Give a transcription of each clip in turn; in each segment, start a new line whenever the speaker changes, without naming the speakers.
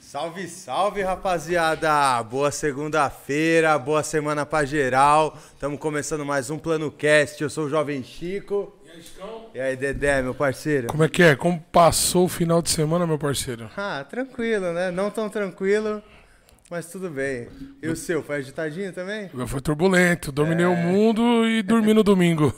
Salve, salve, rapaziada! Boa segunda-feira, boa semana pra geral. Estamos começando mais um Plano Cast. Eu sou o Jovem Chico. E aí, Dedé, meu parceiro?
Como é que é? Como passou o final de semana, meu parceiro?
Ah, tranquilo, né? Não tão tranquilo, mas tudo bem. E o seu, foi agitadinho também?
Eu fui turbulento, dominei
É.
o mundo e dormi no domingo.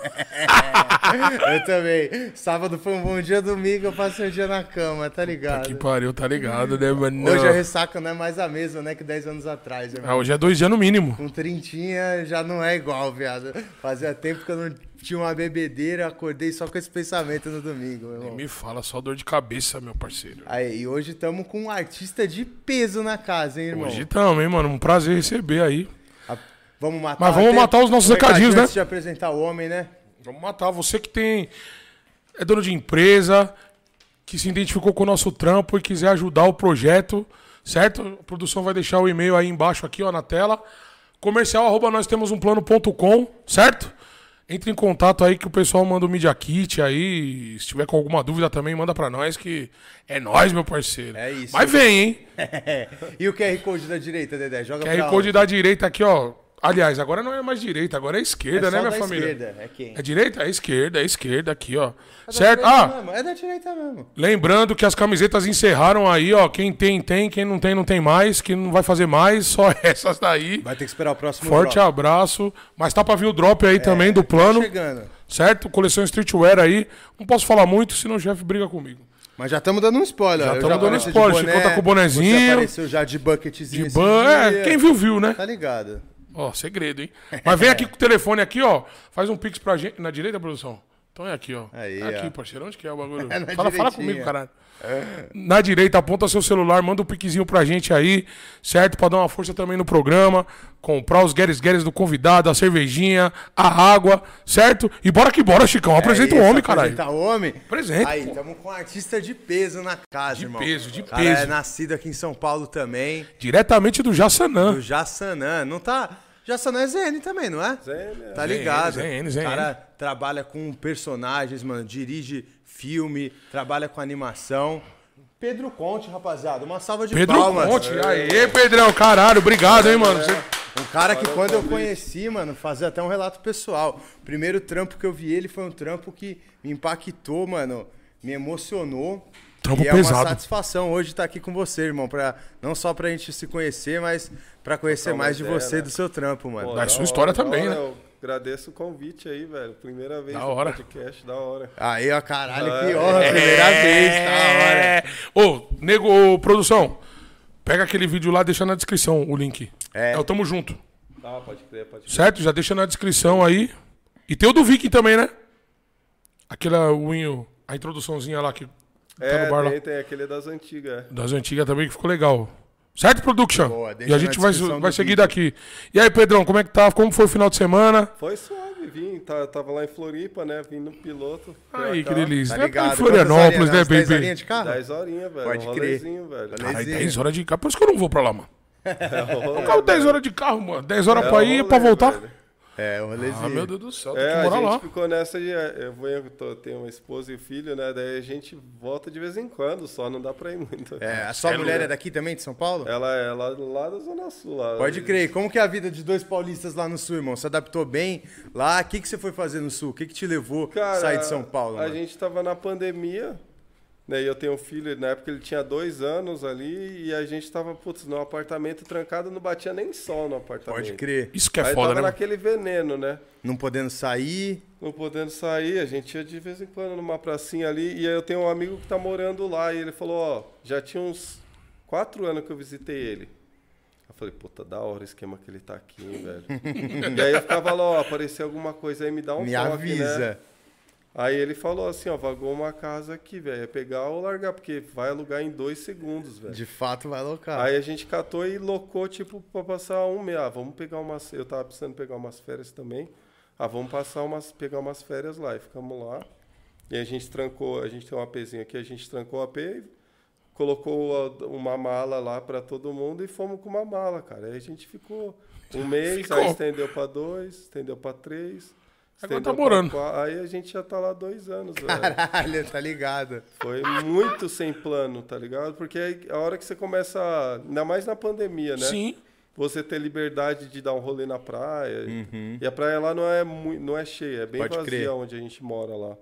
Eu também. Sábado foi um bom dia, domingo eu passei o dia na cama, tá
que
ligado?
pariu, tá ligado, né, mano?
Hoje a ressaca não é mais a mesma, né, que 10 anos atrás. irmão.
Ah, hoje é dois dias no mínimo.
Com trintinha já não é igual, viado. Fazia tempo que eu não tinha uma bebedeira, acordei só com esse pensamento no domingo, meu irmão.
Me fala, só dor de cabeça, meu parceiro.
Aí, e hoje estamos com um artista de peso na casa, hein, irmão?
Hoje também, mano, um prazer receber aí.
A- Vamos matar
Mas vamos
até-
matar os nossos
um recadinho
recadinhos, né?
Antes de apresentar o homem, né?
Vamos matar você que tem. É dono de empresa, que se identificou com o nosso trampo e quiser ajudar o projeto, certo? A produção vai deixar o e-mail aí embaixo, aqui, ó, na tela. Comercial arroba nós temos um plano.com, certo? Entre em contato aí que o pessoal manda o Media Kit aí. Se tiver com alguma dúvida também, manda pra nós que é nós, meu parceiro.
É isso.
Mas vem, hein?
e o QR Code É da direita, Dedé? Joga pra
QR Code da direita aqui, ó. Aliás, agora não é mais direita, agora é esquerda,
É
né,
só
minha
da
família?
esquerda, é quem?
É direita? É esquerda, é esquerda aqui, ó.
É da
certo?
direita
Ah,
mesmo, É da direita mesmo.
lembrando que as camisetas encerraram aí, ó. Quem tem, tem. Quem não tem, não tem mais. Quem não vai fazer mais, só essas daí.
Vai ter que esperar o próximo
Forte
drop.
abraço. Mas tá pra vir o drop aí também do plano,
É, tá Chegando.
certo? Coleção Streetwear aí. Não posso falar muito, senão o chefe briga comigo.
Mas já estamos dando um spoiler.
Já
Eu
tamo dando
apareci de
spoiler,
boné,
Chicão tá com o bonezinho.
Você apareceu já de bucketzinho.
De
esse
ban...
dia.
É, quem viu, viu, né?
Tá ligado.
Ó, segredo, hein? Mas vem aqui com o telefone aqui, ó. Faz um pix pra gente. Na direita, produção? Então é aqui, ó.
Aí,
É aqui,
ó.
parceiro. Onde que é o bagulho?
É na
fala, fala
direitinha. É.
comigo, caralho. Na direita, aponta seu celular, manda um piquezinho pra gente aí, certo? Pra dar uma força também no programa. Comprar os gueres gueres do convidado, a cervejinha, a água, certo? E bora que bora, Chicão. Apresenta
É
o
isso,
homem, caralho.
Apresenta o homem.
Apresenta,
Aí,
pô.
estamos com um artista de peso na casa,
De
irmão.
peso, de
O cara
peso.
é nascido aqui em São Paulo também.
Diretamente do Jaçanã.
O Jassanã, não tá... Jassanã é ZN também, não é? ZN. Tá ligado.
ZN, ZN.
O cara trabalha com personagens, mano. Dirige filme, trabalha com animação. Pedro Conte, rapaziada. Uma salva de
Pedro
palmas.
Conte. Aê, Pedrão, caralho. Obrigado, hein, mano. Você-
Um cara que quando eu conheci, mano, fazer até um relato pessoal. O primeiro trampo que eu vi ele foi um trampo que me impactou, mano, me emocionou.
Trampo
e é uma
pesado.
satisfação hoje estar aqui com você, irmão, para não só pra gente se conhecer, mas pra conhecer mais de
ideia,
você e
né?
do seu trampo, mano.
Pô,
Mas
da
sua história
da
também, né?
Eu agradeço o convite aí, velho. Primeira vez
Da
no
hora.
podcast, da hora.
Aí, ó, caralho,
Ah,
que honra, primeira vez, tá da hora.
É. Ô, nego, ô, produção, pega aquele vídeo lá, deixa na descrição o link.
É.
É. o tamo junto,
Tá, pode crer, pode crer.
certo? Já deixa na descrição aí. E tem o do Viking também, né? Aquela, o, in- a introduçãozinha lá que tá
é,
no bar lá.
tem, tem aquele das antigas. é.
Das antigas também que ficou legal. Certo, production?
Boa, deixa
e a
na
gente vai,
descrição do
vai seguir
vídeo.
daqui. E aí, Pedrão, como é que tá? Como foi o final de semana?
Foi suave, vim. tá- tava lá em Floripa, né? Vim no piloto.
Aí, que
pra cá.
delícia.
Tá
Né?
ligado?
Em Florianópolis,
Quantas
né,
horinhas? Umas 10
baby?
horinhas de carro?
10 horinhas, velho.
Pode crer. Tá
um rolezinho, velho.
Rolezinho.
Aí, 10 horas de carro. Por isso que eu não vou pra lá, mano.
É, um rolê,
Eu carro 10
velho.
horas de carro, mano. 10 horas
É um
pra ir e
rolê,
pra voltar.
velho.
É, o
Ah,
rolezinho.
meu Deus do céu, tem
É,
que
a
morar
gente
lá.
ficou nessa de. é, Eu, vou, eu tô- tenho uma esposa e um filho, né? Daí a gente volta de vez em quando, só não dá pra ir muito.
É, a sua mulher é daqui também, de São Paulo?
Ela é lá, lá da Zona Sul. Lá,
Pode crer. Como que é a vida de dois paulistas lá no Sul, irmão? Se adaptou bem lá? O que, que você foi fazer no Sul? O que, que te levou a
Cara,
sair de São Paulo,
A
mano?
gente tava na pandemia, né? E eu tenho um filho, na época ele tinha dois anos ali, e a gente tava, putz, num apartamento trancado, não batia nem sol no apartamento.
Pode crer.
Isso que é
Aí
foda,
tava
né? mano?
naquele veneno, né?
Não podendo sair.
Não podendo sair, a gente ia de vez em quando numa pracinha ali, e aí eu tenho um amigo que tá morando lá, e ele falou, ó, já tinha uns quatro anos que eu visitei ele. Eu falei, puta, da hora o esquema que ele tá aqui, hein, velho. e aí eu ficava lá, ó, aparecer alguma coisa aí, me dá um
me
toque, né?
avisa.
Aí ele falou assim, ó, vagou uma casa aqui, velho. É pegar ou largar, porque vai alugar em dois segundos, velho.
De fato, vai alocar.
Aí a gente catou e locou, tipo, pra passar um mês. Ah, vamos pegar umas. Eu tava precisando pegar umas férias também. Ah, vamos passar umas. pegar umas férias lá. E ficamos lá. E a gente trancou, a gente tem um APzinho aqui, a gente trancou o AP, colocou a- uma mala lá pra todo mundo e fomos com uma mala, cara. Aí a gente ficou um mês,
Ficou.
aí estendeu pra dois, estendeu pra três,
Agora tá
Estendeu pra
morando.
qua- Aí a gente já tá lá dois anos, velho.
Caralho, tá ligado?
Foi muito sem plano, tá ligado? Porque aí, a hora que você começa, a- ainda mais na pandemia, né?
Sim.
Você ter liberdade de dar um rolê na praia.
Uhum.
E a praia lá não é, mui- não é cheia, é bem
Pode
vazia
crer.
onde a gente mora lá.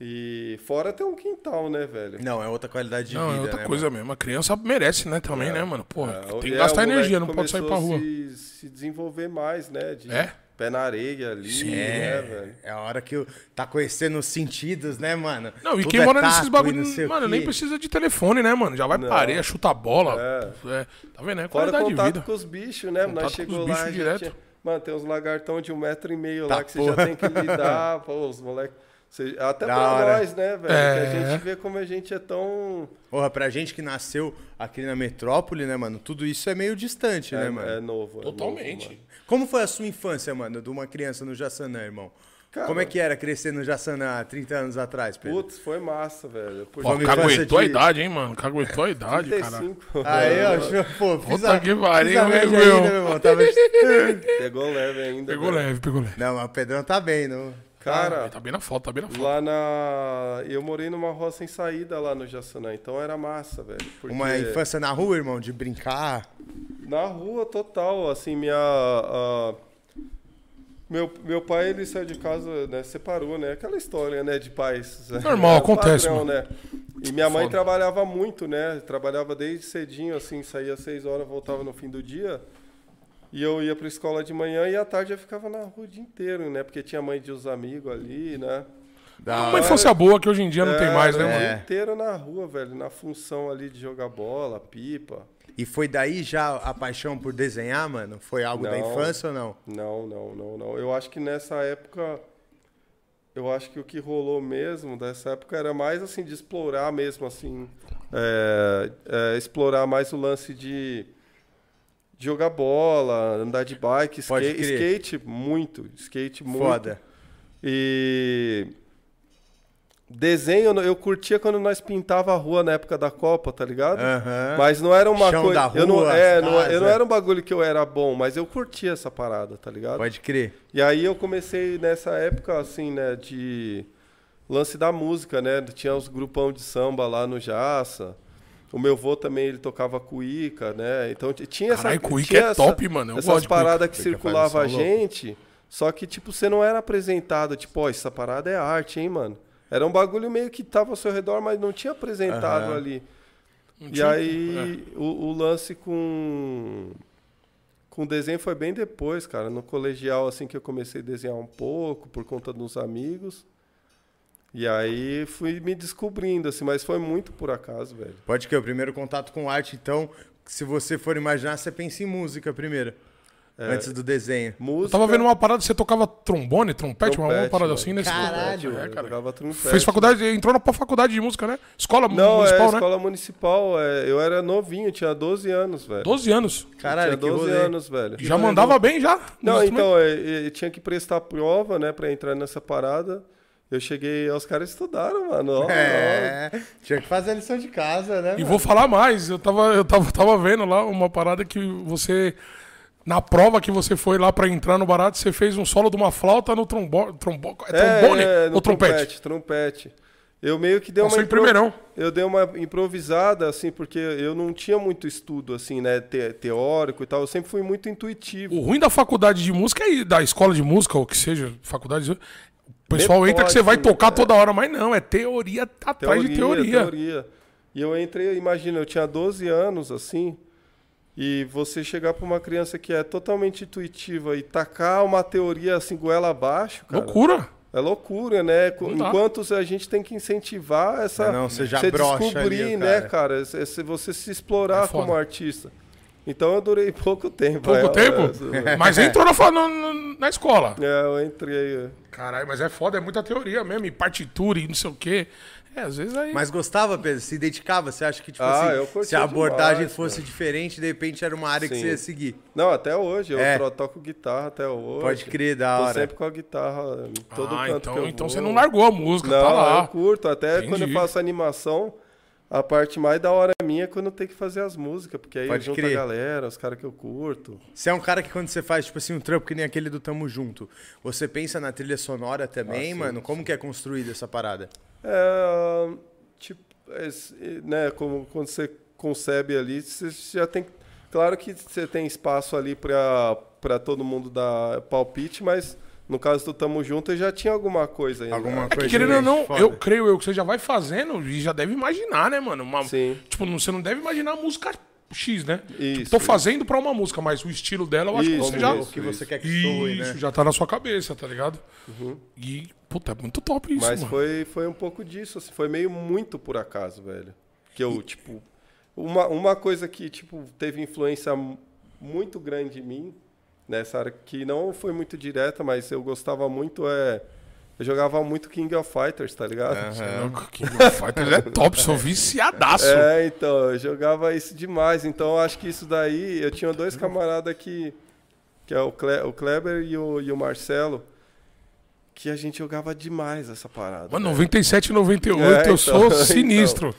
E fora tem um quintal, né, velho?
Não, é outra qualidade de
Não,
vida,
é outra
né,
coisa mesmo. A criança merece, né, também, né, mano? Porra,
É,
tem
é,
que
o
gastar
moleque
energia, não pode sair pra
começou
rua.
a Se, se desenvolver mais, né? De
É?
pé na areia ali,
Sim.
né, velho?
É a hora que o- tá conhecendo os sentidos, né, mano?
Não, e
Tudo
quem
é
mora
tato
nesses
e
bagulho,
não sei o
mano, nem
quê.
precisa de telefone, né, mano? Já vai
Não.
pra areia, chuta a bola.
É.
É, Tá vendo? É
Fora
qualidade de
contato
vida.
com os bichos, né?
Contato
Nós
com os
chegou
bichos
lá, a gente
direto.
tinha- mano, tem uns lagartão de um metro e meio
Tá
lá que você
porra.
já tem que lidar, pô, os moleques. Até
Da
pra
hora.
nós, né, velho? Que
É.
a gente vê como a gente é tão.
Porra, pra gente que nasceu aqui na metrópole, né, mano? Tudo isso é meio distante, né, mano?
É, é novo. é novo, mano.
Totalmente.
Como foi a sua infância, mano, de uma criança no Jaçanã, irmão?
Cara-
Como é que era crescer no Jaçanã há 30 anos atrás, Pedro?
Putz, foi massa, velho. Puxa,
Pô,
Uma
caguetou
infância
a
de-
idade, hein, mano? Caguetou a idade, cara.
35.
Aí, ó, show- pô, fiz
Puta
a,
que pariu,
fiz a média
meu.
ainda, meu irmão. tá Tava...
Pegou leve ainda.
Pegou
velho.
leve, pegou leve.
Não, mas o Pedrão tá bem, não?
Cara,
Tá bem na foto, tá bem na foto.
lá na. Eu morei numa rua sem saída lá no Jaçanã, então era massa, velho. porque-
Uma infância na rua, irmão, de brincar.
Na rua total, assim, minha. a- Meu, meu pai, ele saiu de casa, né? Separou, né? Aquela história, né? De pais.
Normal,
É o
acontece, mano.
né? E minha mãe
Foda.
trabalhava muito, né? Trabalhava desde cedinho, assim, saía às seis horas, voltava no fim do dia. E eu ia pra escola de manhã e à tarde eu ficava na rua o dia inteiro, né? Porque tinha mãe de uns amigos ali, né?
Da
Uma
hora.
infância boa que hoje em dia não tem mais, né,
Era o
mano?
é.
dia inteiro na rua, velho. Na função ali de jogar bola, pipa.
E foi daí já a paixão por desenhar, mano? Foi algo da
Não.
infância ou não?
Não, não, não, não. Eu acho que nessa época, eu acho que o que rolou mesmo dessa época era mais assim de explorar mesmo, assim, é, é, explorar mais o lance de, de jogar bola, andar de bike,
Pode
skate,
crer.
skate muito, skate muito.
Foda.
E desenho eu curtia quando nós pintava a rua na época da Copa, tá ligado?
Aham.
Mas não era uma
Chão da
coisa, eu não,
rua,
é,
as
não- eu não
casas.
era um bagulho que eu era bom, mas eu curtia essa parada, tá ligado?
Pode crer.
E aí eu comecei nessa época, assim, né, de lance da música, né? Tinha os grupão de samba lá no Jaça. O meu vô também, ele tocava cuíca, né? Então t- tinha essa...
Caralho, cuíca
tinha
é top, mano. Eu
essas
gosto de cuíca.
paradas que
Cuíca faz
circulava a
um som louco.
gente, só que, tipo, você não era apresentado. Tipo, ó, essa parada é arte, hein, mano? Era um bagulho meio que tava ao seu redor, mas não tinha apresentado
Aham.
ali.
Não
E
tinha- é.
aí, o, o lance com com desenho foi bem depois, cara. No colegial, assim, que eu comecei a desenhar um pouco, por conta dos amigos. E aí, fui me descobrindo, assim, mas foi muito por acaso, velho.
Pode crer. O primeiro contato com arte, então, se você for imaginar, você pensa em música primeiro.
É.
Antes do desenho.
Eu
Música...
tava vendo uma parada, você tocava trombone, trompete, uma- uma
Trompete,
parada
mano.
assim nesse
Caralho,
É, cara.
Jogava trompete.
Fez faculdade, entrou na pra faculdade de música, né? Escola
Não, é
municipal, né?
escola municipal. é, eu era novinho, tinha 12 anos, velho.
12 anos.
Caralho,
tinha
que
12
rolê.
anos, velho.
Já mandava bem já?
Não,
Nos instrumentos?
então, é, é, tinha que prestar prova, né, pra entrar nessa parada. Eu cheguei, os caras estudaram, mano. ó, ó.
É, tinha que fazer a lição de casa, né?
E
mano?
vou falar mais, eu tava, eu tava, tava vendo lá uma parada que você. Na prova que você foi lá pra entrar no barato, você fez um solo de uma flauta no trombo, trombo, é trombone
é, no
ou trompete?
trompete? Trompete. Eu meio que dei
Passou
uma
em primeirão.
Eu dei uma improvisada assim, porque eu não tinha muito estudo assim, né, te- teórico e tal. Eu sempre fui muito intuitivo.
O ruim da faculdade de música e da escola de música, ou que seja, faculdade de... O pessoal entra que você vai
Metódico,
tocar
né?
toda hora, mas não, é teoria atrás de teoria.
E eu entrei, imagina, eu tinha 12 anos assim, e você chegar pra uma criança que é totalmente intuitiva e tacar uma teoria assim goela abaixo, cara.
Loucura.
É loucura, né? Co-
Não dá.
Enquanto a gente tem que incentivar essa.
Não, não, você já brocha
descobrir,
ali,
né,
cara?
cara? Se se você se explorar
É foda.
como artista. Então eu durei pouco tempo.
Pouco
é,
tempo.
É,
Mas entrou na, fa- na- na- na escola.
é, eu entrei. é.
Caralho, mas é foda, é muita teoria mesmo, e partitura e não sei o quê. É, às vezes aí.
Mas gostava, Pedro? Se dedicava? Você acha que, tipo
Ah, eu
assim,
curti
se a abordagem
demais,
fosse
cara.
diferente, de repente era uma área que
Sim.
você ia seguir?
Não, até hoje. Eu
É.
tro- toco guitarra até hoje.
Pode crer, da
Tô
hora.
sempre com a guitarra em todo
ah,
canto
então,
que eu
então
vou.
você não largou a música,
Não,
tá lá.
eu curto. Até quando eu
Entendi.
faço animação, A parte mais da hora minha é quando eu tenho que fazer as músicas, porque aí
Pode
eu junto
crer.
a galera, os caras que eu curto.
Você é um cara que quando você faz, tipo assim, um trampo que nem aquele do Tamo Junto, você pensa na trilha sonora
Ah,
também, mano? Como que é construída essa parada?
É, tipo, esse, né, como quando você concebe ali, você já tem, claro que você tem espaço ali para para todo mundo dar palpite, mas no caso do Tamo Junto, eu já tinha alguma coisa ainda.
Alguma
É que,
coisa
querendo ou não,
foda.
eu creio eu que você já vai fazendo e já deve imaginar, né, mano? Uma,
Sim.
Tipo, não- você não deve imaginar a música X, né?
Isso,
Tipo, tô
isso.
fazendo pra uma música, mas o estilo dela eu acho que
Isso,
você já.
o que você quer que
Isso,
soe, né?
já tá na sua cabeça, tá ligado? E, puta, é muito top isso,
Uhum. Mas
mano.
foi, foi um pouco disso, assim, foi meio muito por acaso, velho. Que eu, tipo, uma, uma coisa que, tipo, teve influência mu- muito grande em mim, nessa área, que não foi muito direta, mas eu gostava muito, é... Eu jogava muito King of Fighters, tá ligado?
Você é louco, King of Fighters é top, sou viciadaço.
É, então, eu jogava isso demais. Então, eu acho que isso daí. Eu tinha dois camaradas que. Que é o, Cle, o Kleber e o, e o Marcelo. Que a gente jogava demais essa parada.
Mano, 97 e 98
É,
eu
então,
sou
então.
sinistro.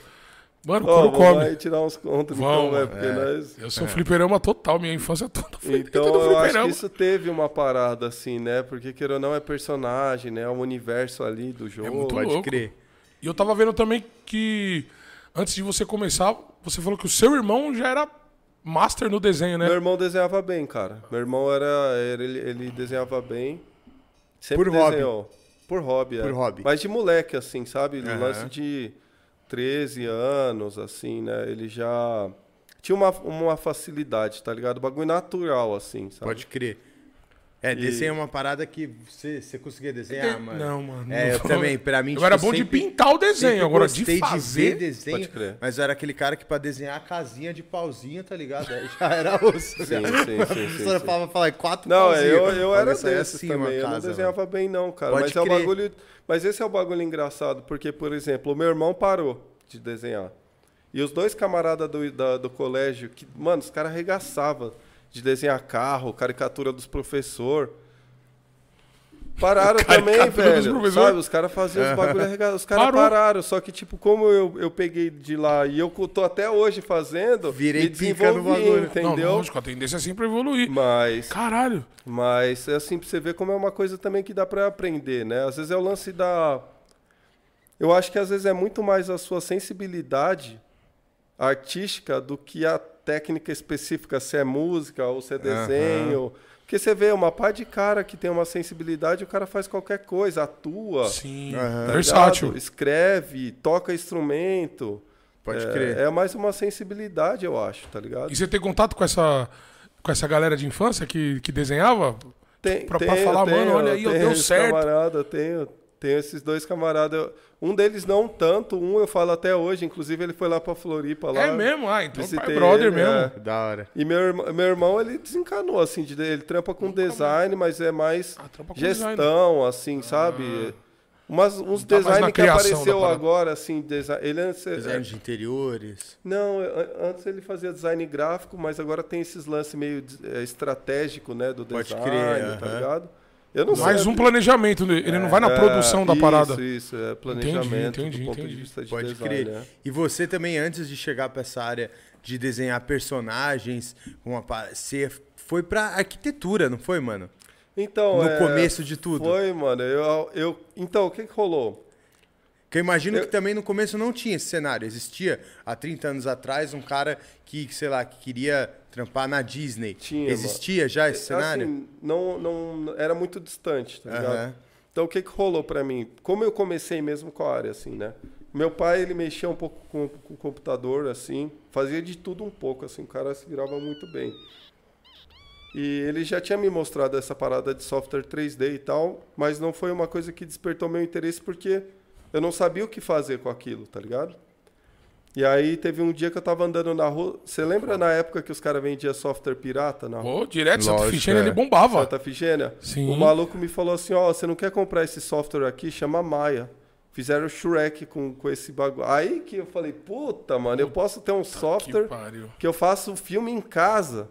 Mano,
Ó,
couro
vamos
come.
lá e tirar uns contos,
Vamos,
então, né? Porque nós.
Eu sou um fliperama total, minha infância toda foi
Então,
dentro do
eu acho que
fliperama.
isso teve uma parada, assim, né? Porque, queira ou não, é personagem, né? É o universo ali do jogo.
É muito
Pode
louco.
crer.
E eu tava vendo também que antes de você começar, você falou que o seu irmão já era master no desenho, né?
Meu irmão desenhava bem, cara. Meu irmão era. era- ele, ele desenhava bem. Sempre
Por hobby.
desenhou. Por hobby, é.
Por hobby.
Mas de moleque, assim, sabe?
Aham.
Lance de 13 anos, assim, né? Ele já. Tinha uma, uma facilidade, tá ligado? Bagulho natural, assim,
Tá
sabe?
Pode crer. É, desenho é uma parada que você, você conseguia desenhar,
Não,
mano.
mano,
É,
não.
eu também, pra mim... tipo,
Eu era é bom de pintar o desenho,
sempre
agora de
gostei
fazer-
ver desenho,
Pode crer.
mas eu era aquele cara que pra desenhar a casinha de pauzinho, tá ligado? Aí já era osso,
Sim,
velho.
sim,
A
sim,
professora
sim,
falava, falava, quatro
Não, é,
pauzinhos.
eu, eu
Olha,
era
isso aí é
desses
assim, uma
também. Eu não
casa,
desenhava bem, não, cara.
Pode
mas é
crer.
o bagulho. Mas esse é o bagulho engraçado, porque, por exemplo, o meu irmão parou de desenhar. E os dois camaradas do, da- do colégio, que, mano, os caras arregaçavam de desenhar carro, caricatura dos professor. Pararam também,
Caricatura dos
velho.
professor?
Sabe, os caras faziam os bagulho arregaçados. Os caras
Parou.
pararam. Só que, tipo, como eu, eu peguei de lá e eu tô até hoje fazendo,
Virei
me
pica no
desenvolvi,
bagulho.
entendeu?
Não, lógico, a tendência é sempre evoluir.
Mas.
Caralho.
Mas é assim, pra você ver como é uma coisa também que dá pra aprender, né? Às vezes é o lance da. Eu acho que às vezes é muito mais a sua sensibilidade artística do que a técnica específica, se é música ou se é desenho. Porque você vê uma pá de cara que tem uma sensibilidade, o cara faz qualquer coisa, atua,
Sim,
tá
versátil.
ligado? escreve, toca instrumento.
Pode
É-
crer.
É, mais uma sensibilidade, eu acho, tá ligado?
E você tem contato com essa, com essa galera de infância que, que desenhava?
Tem,
Pra- pra
tenho,
falar,
tenho,
mano, olha aí, eu
tenho
deu
esse
certo.
Camarada, eu tenho, tenho esses dois camaradas. Eu- Um deles não tanto, um eu falo até hoje, inclusive ele foi lá pra Floripa lá.
é mesmo? Ah, então pai
visitei
brother
ele,
mesmo.
é.
Da hora.
E meu irmão, meu irmão, ele desencanou, assim, de- ele trampa com design, mas é mais
Ah, trampa com Ah.
gestão, assim, sabe? Umas, uns
tá mais na
design que
criação da
apareceu
parada.
agora, assim, desi- ele antes, é,
Desenho de interiores.
não, eu- an- antes ele fazia design gráfico, mas agora tem esses lance meio de- eh, estratégico, né, do
Pode
design,
crer,
tá
aham.
ligado? Eu não
Mais
sei.
um planejamento, né? ele não vai na
É,
produção da
isso,
parada.
Isso, é planejamento
entendi,
do ponto
entendi.
de vista de
Pode
design,
crer.
né?
E você também, antes de chegar pra essa área de desenhar personagens, uma pa- você foi pra arquitetura, não foi, mano?
Então,
No
é,
começo de tudo.
Foi, mano. Eu, eu, então, o que que rolou?
Porque eu imagino
Eu-
que também no começo não tinha esse cenário. Existia há 30 anos atrás um cara que, que, sei lá, que queria trampar na Disney.
Tinha, mano.
Existia já esse cenário?
Assim, não, não era muito distante, tá ligado?
Aham.
Então o que que rolou pra mim? Como eu comecei mesmo com a área assim, né? Meu pai ele mexia um pouco com, com o computador assim, fazia de tudo um pouco assim, o cara se virava muito bem. E ele já tinha me mostrado essa parada de software 3D e tal, mas não foi uma coisa que despertou meu interesse porque eu não sabia o que fazer com aquilo, tá ligado? E aí teve um dia que eu tava andando na rua. Você lembra na época que os caras vendiam software pirata na rua?
Pô, direto, Santa
Lógico,
Fichena,
é.
ele bombava.
Santa Figênia?
Sim.
O maluco me falou assim, ó, você não quer comprar esse software aqui? Chama Maia. Fizeram o Shrek com, com esse bagulho. Aí que eu falei, puta, mano, eu posso ter um software que,
pariu.
eu faço um filme em casa.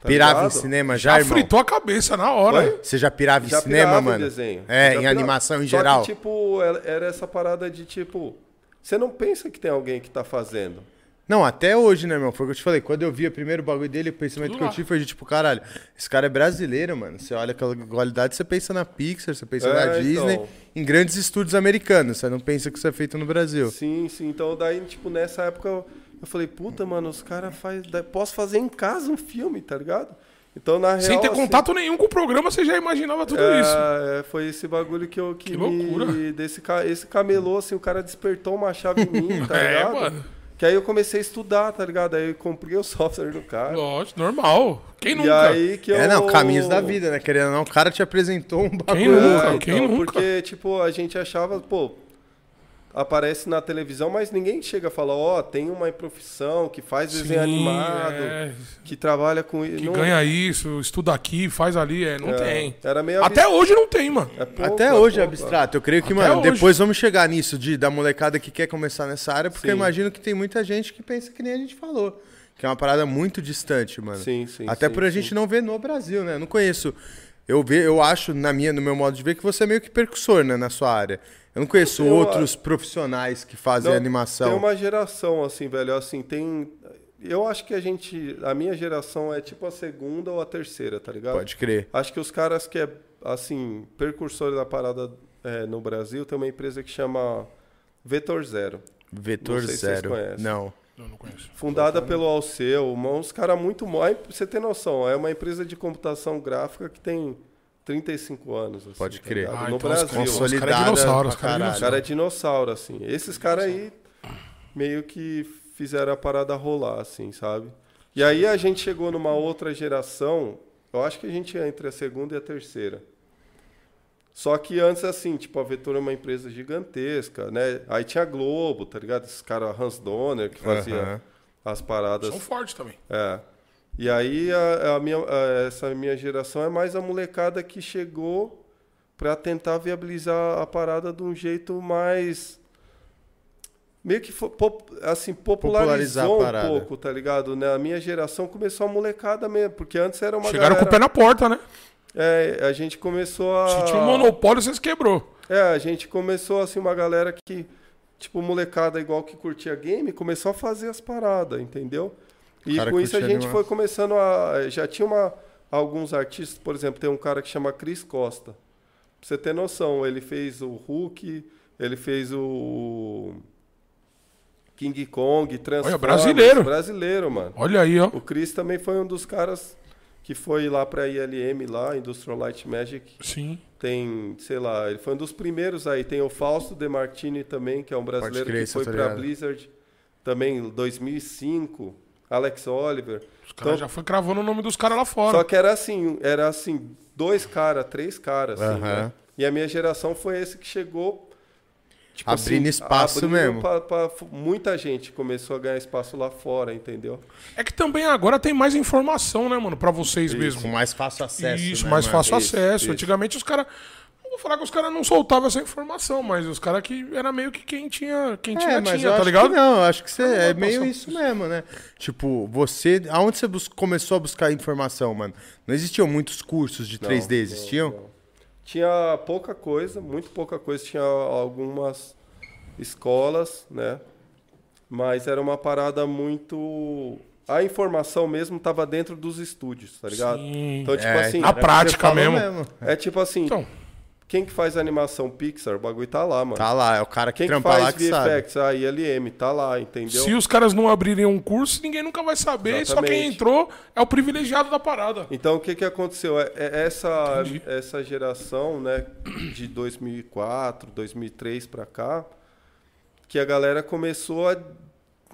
tá
pirava em
ligado?
cinema já,
Já
irmão?
fritou a cabeça na hora.
Oi?
Você já pirava em
Já
cinema,
pirava
mano?
em desenho.
É,
Já
em
pirava.
animação em
Só
geral.
Que, tipo, era era essa parada de tipo. Você não pensa que tem alguém que tá fazendo.
Não, até hoje, né, meu? Foi o que eu te falei. Quando eu vi o primeiro bagulho dele, o pensamento
Tudo
que eu
lá.
tive foi de tipo, caralho, esse cara é brasileiro, mano. Você olha aquela qualidade, você pensa na Pixar, você pensa
É,
na
então.
Disney, em grandes estúdios americanos. Você não pensa que isso é feito no Brasil.
Sim, sim. Então daí, tipo, nessa época eu, eu falei, puta, mano, os caras fazem. Posso fazer em casa um filme, tá ligado? Então, na real.
Sem ter
assim,
contato nenhum com o programa, você já imaginava tudo
é,
isso.
é, foi esse bagulho que eu que,
Que
me-
loucura.
desse ca- esse camelô assim, o cara despertou uma chave em mim, tá
É,
ligado?
mano.
Que aí eu comecei a estudar, tá ligado? Aí eu comprei o software do cara.
Lógico, normal. Quem
É. E
nunca?
aí que eu
É, não, caminhos da vida, né? Querendo ou não, o cara te apresentou um
É,
bagulho.
nunca? quem
então,
nunca?
Porque, tipo, a gente achava, pô, aparece na televisão, mas ninguém chega a falar, ó, tem uma profissão que faz desenho
Sim,
animado,
é.
que trabalha com isso.
Que ganha isso, estuda aqui, faz ali, é, não tem.
Era meio
Até hoje não tem, mano.
abs- é pouco,
Até
é
hoje é
pouco.
abstrato. Eu creio que,
Até
mano,
hoje.
depois vamos chegar nisso de, da molecada que quer começar nessa área, porque
Sim.
eu imagino que tem muita gente que pensa que nem a gente falou. Que é uma parada muito distante, mano.
Sim, sim,
Até
sim,
por a
sim.
gente não ver no Brasil, né? Eu não conheço. Eu, ve, eu acho, na minha, no meu modo de ver, que você é meio que percussor, né, na sua área. Eu não conheço
Eu-
outros profissionais que fazem
Não,
animação.
Tem uma geração, assim, velho, assim, tem... Eu acho que a gente, a minha geração é tipo a segunda ou a terceira, tá ligado?
Pode crer.
Acho que os caras que é, assim, percursor da parada é, no Brasil, tem uma empresa que chama Vetor Zero.
Vetor
Não sei se vocês
zero.
conhecem.
não.
Eu não conheço.
Fundada pelo Alceu, uma- uns caras muito. mo- aí, pra Você tem noção, é uma empresa de computação gráfica que tem 35 anos. assim,
Pode
tá
crer.
ligado?
Ah,
no
então os
Brasil.
caras-
Os
Consolidada.
dinossauro,
pra
os caras é
caralho.
caras é dinossauro, assim. Esses caras aí meio que fizeram a parada rolar, assim, sabe? E aí a gente chegou numa outra geração, eu acho que a gente é entre a segunda e a terceira. Só que antes, assim, tipo, a Vetor é uma empresa gigantesca, né? Aí tinha a Globo, tá ligado? Esses caras, Hans Donner, que fazia
Aham. um
as paradas.
São fortes também.
É. E aí a, a minha, a- essa minha geração é mais a molecada que chegou para tentar viabilizar a parada de um jeito mais meio que fo- pop- assim
Popularizar a
popularizou um
parada.
pouco, tá ligado? Né? A minha geração começou a molecada mesmo, porque antes era uma
Chegaram com o pé
galera-
na porta, né?
É, a gente começou a
Se tinha um monopólio, vocês quebrou.
é, a gente começou assim, uma galera que, tipo, molecada igual que curtia game, começou a fazer as paradas, entendeu? E
Cara
com isso a
curtia
gente
demais.
foi começando a. Já tinha uma, alguns artistas, por exemplo, tem um cara que chama Cris Costa. Pra você ter noção, ele fez o Hulk, ele fez o. King Kong, Transformers.
brasileiro.
Brasileiro, mano.
Olha aí, ó.
O Chris também foi um dos caras que foi lá pra ILM, lá, Industrial Light Magic,
Sim.
tem, sei lá, ele foi um dos primeiros aí. Tem o Fausto De Martini também, que é um brasileiro
crer,
que foi
tá
para
ligado.
Blizzard também em 2005. Alex Oliver.
Os caras
Então-
já foi cravando o nome dos caras lá
Ah.
fora.
Só que era assim, era assim, dois caras, três caras, assim,
Aham.
né? E a minha geração foi esse que chegou tipo
Abrindo espaço mesmo.
Pra, pra- muita gente começou a ganhar espaço lá fora, entendeu?
É que também agora tem mais informação, né, mano, pra vocês mesmo.
Com mais fácil acesso.
Isso,
né,
mais
mano?
fácil
Isso,
acesso.
isso.
Antigamente os caras. Não vou falar que os caras não soltavam essa informação, mas os caras que era meio que quem tinha, quem tinha,
É, mas
tinha,
eu
tá
acho
ligado?
que não, eu acho que você é
vou
meio
passar.
isso mesmo, né? Tipo, você. Aonde você bus- começou a buscar informação, mano? Não existiam muitos cursos de 3D, existiam?
Tinha pouca coisa, muito pouca coisa. Tinha algumas escolas, né? Mas era uma parada muito. A informação mesmo estava dentro dos estúdios, tá ligado?
Sim.
Então, tipo
É,
assim.
na
era o que você
prática
falou
Tá mesmo.
É tipo assim,
Então,
quem que faz animação Pixar, o bagulho tá lá, mano.
Tá lá, é o cara que
quem que
trampa lá
faz
que sabe.
VFX, a ILM, tá lá, entendeu?
se os caras não abrirem um curso, ninguém nunca vai saber. Só quem
Exatamente.
entrou é o privilegiado da parada.
Então, o que, que aconteceu? É- é Essa,
Entendi.
essa geração, né, de 2004, 2003 para cá, que a galera começou a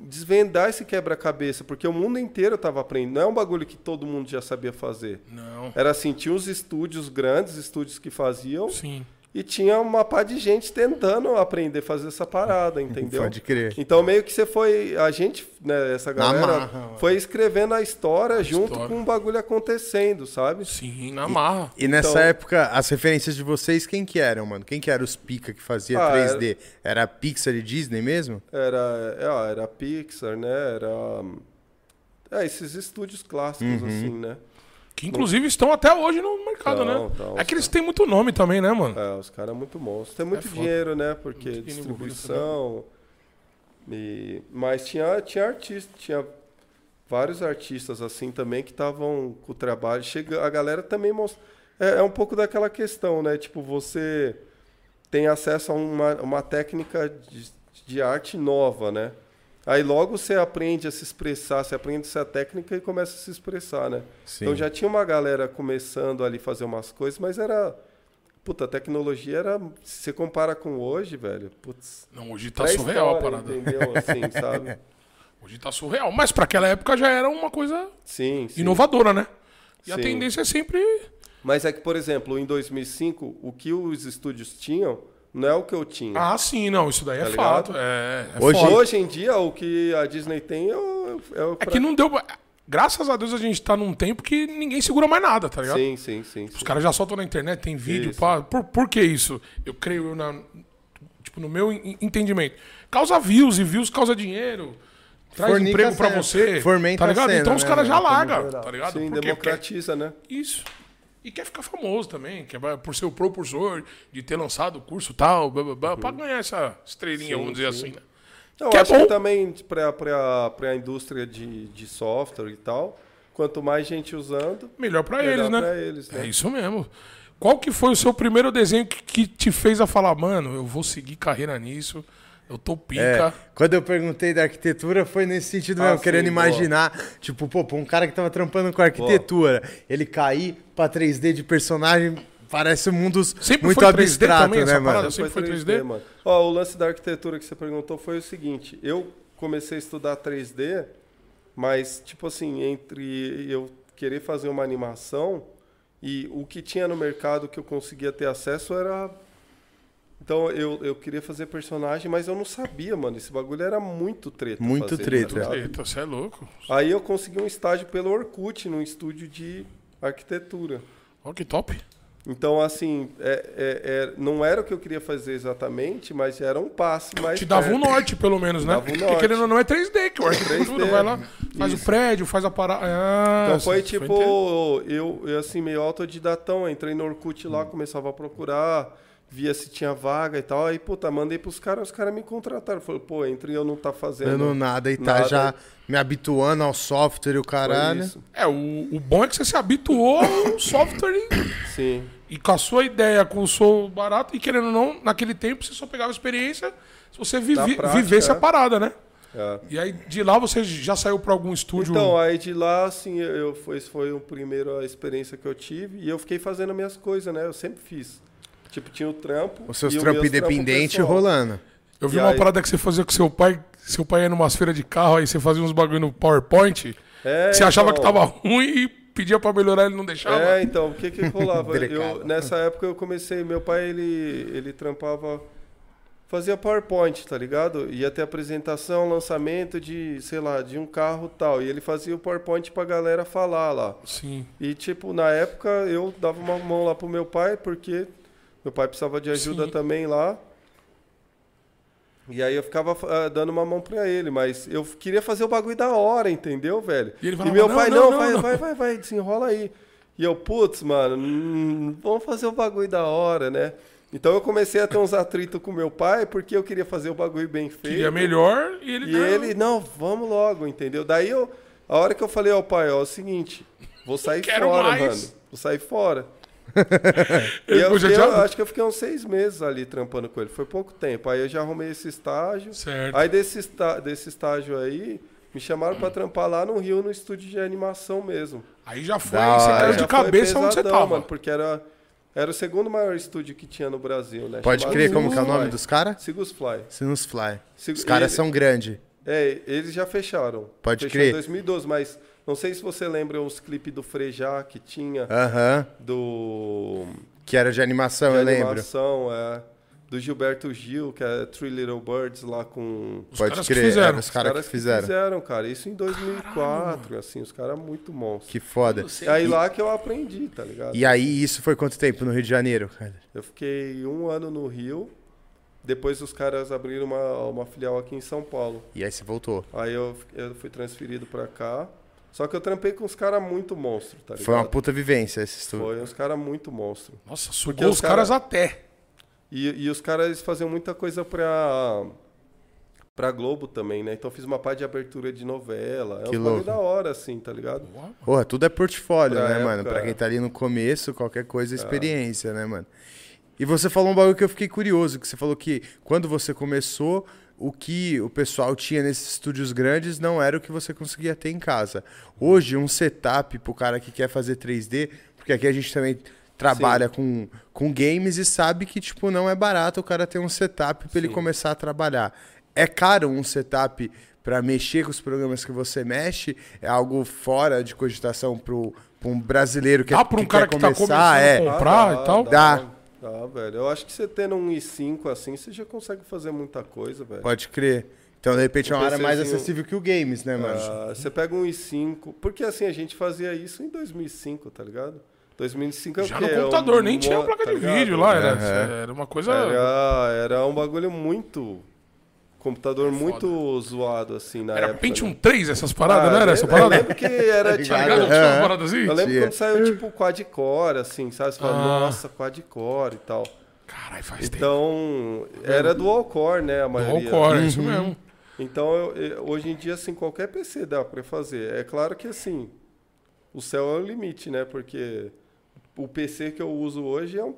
desvendar esse quebra-cabeça, porque o mundo inteiro estava aprendendo. Não é um bagulho que todo mundo já sabia fazer.
Não.
Era assim, tinha os estúdios grandes, estúdios que faziam,
Sim.
e tinha uma pá de gente tentando aprender a fazer essa parada, entendeu?
Pode crer.
Então meio que você foi, a gente, né, essa galera
marra, mano.
foi escrevendo a história junto
história.
com o bagulho acontecendo, sabe?
Sim, na marra.
E nessa
Então-
época, as referências de vocês, quem que eram, mano? Quem que eram os pica que fazia
Ah,
3D? Era Pixar e Disney mesmo?
Era, é, ó, era Pixar, né? Era é, esses estúdios
Uhum.
clássicos assim, né?
Que inclusive estão até hoje no mercado,
Então,
Não,
né?
não,
é que eles têm muito nome também, né, mano?
É, os caras é muito monstros. Tem muito
foda.
dinheiro, né? Porque
Muito dinheiro envolvido
distribuição, E- mas tinha, tinha artista, tinha vários artistas assim também que estavam com o trabalho. Chega, a galera também mostra. É, é um pouco daquela questão, né? Tipo, você tem acesso a uma, uma técnica de, de arte nova, né? Aí logo você aprende a se expressar, você aprende essa técnica e começa a se expressar, né?
Sim.
Então já tinha uma galera começando ali fazer umas coisas, mas era. Puta, a tecnologia era. Se você compara com hoje, velho, putz.
Não, hoje tá surreal a
pré-história,
parada.
Entendeu? Assim, sabe?
Hoje tá surreal. Mas pra aquela época já era uma coisa
Sim, sim.
inovadora, né? E a
Sim.
tendência é sempre.
Mas é que, por exemplo, em 2005, o que os estúdios tinham não é o que eu tinha.
Ah, sim, não. Isso daí é
Tá ligado?
fato. É, é
Hoje-
foda.
Hoje em dia, o que a Disney tem é o. É, o
É
pra-
que não deu. Graças a Deus a gente tá num tempo que ninguém segura mais nada, tá ligado?
Sim, sim, sim.
Os
sim.
caras já soltam na internet, tem vídeo,
Isso.
pá. Por, por que isso? Eu creio eu na. Tipo, no meu en- entendimento. Causa views e views causa dinheiro. Traz
Fornica
emprego
a
pra
cena.
você.
Fomenta
tá ligado?
a cena,
então os
né,
caras já
mano?
largam, tá ligado?
Sim,
Por quê? Porque-
democratiza, né?
Isso. E quer ficar famoso também, quer, por ser o propulsor de ter lançado o curso tal, blá, blá, blá, pra
Uhum.
ganhar essa estrelinha, vamos dizer assim, né?
Eu
Que é
acho
bom.
que também para a indústria de, de software e tal, quanto mais gente usando,
Melhor pra
Melhor
eles, né?
pra eles, né?
É isso mesmo. Qual que foi o seu primeiro desenho que, que te fez a falar, mano, eu vou seguir carreira nisso, eu tô
É,
pica.
quando eu perguntei da arquitetura, foi nesse sentido mesmo,
Ah, sim,
querendo
boa.
imaginar, tipo, pô, pra um cara que tava trampando com arquitetura, ele cair pra 3D de personagem, parece um mundo
Sempre
muito
foi 3D
abstrato,
também essa
né, mano?
parada? sempre foi 3D?
mano. Ó, o lance da arquitetura que você perguntou foi o seguinte: eu comecei a estudar 3D, mas, tipo assim, entre eu querer fazer uma animação e o que tinha no mercado que eu conseguia ter acesso era. Então eu, eu queria fazer personagem, mas eu não sabia, mano. Esse bagulho era muito treta.
Muito
fazer, tá
treta.
ligado?
Eita, você é louco.
Aí eu consegui um estágio pelo Orkut, num estúdio de arquitetura.
Olha que top.
Então, assim, é- é- é- não era o que eu queria fazer exatamente, mas era um passe mais
Te dava um
perto.
norte, pelo menos, né?
Dava um
Porque
norte.
querendo ou não é 3D, que o arquitetura
3D,
vai lá, faz o
isso.
prédio, faz a parada. Ah,
Então foi
inteiro. Hum.
tipo, eu, eu assim, meio autodidatão, entrei no Orkut lá, começava a procurar, via se tinha vaga e tal. Aí, puta, mandei pros caras, os caras me contrataram. Falei, pô, entre eu não tá fazendo.
Dando nada e tá
nada.
já me habituando ao software e o
Foi
caralho.
isso.
É, o, o bom é que você se habituou ao software e,
Sim.
e com a sua ideia, com o seu barato, e querendo ou não, naquele tempo você só pegava experiência se você vivi,
prática,
vivesse a
é.
parada, né?
É.
E aí de lá você já saiu pra algum estúdio.
Então, aí de lá, assim, eu, eu- foi, esse foi o primeiro a experiência que eu tive. E eu fiquei fazendo as minhas coisas, né? Eu sempre fiz. Tipo, tinha o trampo.
Os seus
e o
trampos
meus
independentes
pessoal.
rolando.
eu vi
e
uma
aí?
parada que você fazia com seu pai. Seu pai ia numas feiras de carro, aí você fazia uns bagulho no PowerPoint.
É,
você achava que
então.
tava ruim e pedia pra melhorar, ele não deixava.
É, então, o que que rolava?
Delicado.
Eu- nessa época eu comecei, meu pai, ele, ele trampava, fazia PowerPoint, tá ligado? Ia ter apresentação, lançamento de, sei lá, de um carro tal. E ele fazia o PowerPoint pra galera falar lá.
Sim.
E, tipo, na época eu dava uma mão lá pro meu pai, porque meu pai precisava de ajuda
Sim.
também lá. E aí eu ficava ah, dando uma mão pra ele, mas eu queria fazer o bagulho da hora, entendeu, velho?
E
E,
ele falava,
meu
"Não,
pai,
não,
não,
não,
vai,
não."
vai, vai, vai, desenrola aí. E eu, putz, mano, hum, vamos fazer o bagulho da hora, né? Então eu comecei a ter uns atritos com meu pai, porque eu queria fazer o bagulho bem feito.
Queria melhor e ele
E ele, não, vamos logo, entendeu? Daí eu, a hora que eu falei, ó, pai, ó, é o seguinte, vou sair
Quero
fora,
mais.
mano. Vou sair fora. e
Ele
eu,
ficou
fiquei-
chateado?
eu acho que eu fiquei uns seis meses ali trampando com ele. Foi pouco tempo. Aí eu já arrumei esse estágio.
Certo.
Aí desse, esta- desse estágio aí, me chamaram pra trampar lá no Rio, no estúdio de animação mesmo.
Aí já foi,
Da
você
hora.
caiu
Já
de
foi
cabeça onde você
pesadão,
tava.
mano, porque era, era o segundo maior estúdio que tinha no Brasil, né?
Pode
Chamado
crer como que é o
Sigus
nome
Fly.
dos caras?
Sigus Fly.
Sinus Fly.
Sigo-
Os caras
ele-
são grandes.
É, eles já fecharam.
Pode
Fechou
crer.
em 2012, mas não sei se você lembra os clipes do Frejá que tinha,
Aham.
do
Que era de animação,
de
Ah. eu lembro.
animação, é, do Gilberto Gil, que é Three Little Birds lá com
Os
Pode
caras que
crer,
fizeram.
era assim. os caras que fizeram.
cara. Isso em 2004, assim, os caras muito monstros.
Que foda.
E aí lá que eu aprendi, tá ligado?
E aí, isso foi quanto tempo no Rio de Janeiro, cara?
Eu fiquei um ano no Rio, depois os caras abriram uma, uma filial aqui em São Paulo.
E aí você voltou.
Aí eu, eu fui transferido pra cá. Só que eu trampei com uns caras muito monstro, tá ligado?
Foi uma puta vivência esse estudo.
Foi uns caras muito monstro.
Nossa,
Porque
sugou
os
os caras
cara-
até.
E, e os caras faziam muita coisa pra, pra Globo também, né? Então eu fiz uma parte de abertura de novela.
Que
é um
louco.
bagulho da hora, assim, tá ligado?
Porra, tudo é portfólio,
Pra
né,
época, Tá.
mano? Pra
é.
quem tá ali no começo, qualquer coisa é experiência, né, mano? E você falou um bagulho que eu fiquei curioso, que você falou que quando você começou, o que o pessoal tinha nesses estúdios grandes não era o que você conseguia ter em casa. Hoje, um setup pro cara que quer fazer 3D, porque aqui a gente também trabalha com, com games e sabe que, tipo, não é barato o cara ter um setup pra ele começar a trabalhar. É caro um setup pra mexer com os programas que você mexe? É algo fora de cogitação pro, pra um brasileiro que
Dá pra um cara
quer
que tá
começar?
começando
É.
com- Comprar e tal?
Dá.
Dá, velho. Eu acho que você tendo um i5 assim, você já consegue fazer muita coisa, velho.
Pode crer. Então, de repente, é uma
Um
área mais
PCzinho.
acessível que o games, né, mano?
Ah, você pega um i5, porque assim, a gente fazia isso em 2005, tá ligado? 2005 é o
Já
quê?
no
É
computador,
um
nem tinha
mo-
placa
tá
de
ligado?
vídeo lá, era,
Aham.
era uma coisa. Era,
Era, era um bagulho muito. Computador muito zoado, assim, na época.
Pentium
né? Ah,
3 essas paradas, não era essa
eu-
um parada?
Eu lembro que era tipo.
Tá ligado? Tinha uma parada assim?
Eu lembro
Tinha.
quando saiu, tipo, quadcore, assim, sabe? Você fala,
Ah.
nossa, quadcore e tal.
Caralho, faz tempo.
Então, era dual core, né? A maioria.
Core, é isso mesmo.
Então, eu- eu- hoje em dia, assim, qualquer PC dá pra fazer. É claro que, assim, o céu é o limite, né? Porque o PC que eu uso hoje é um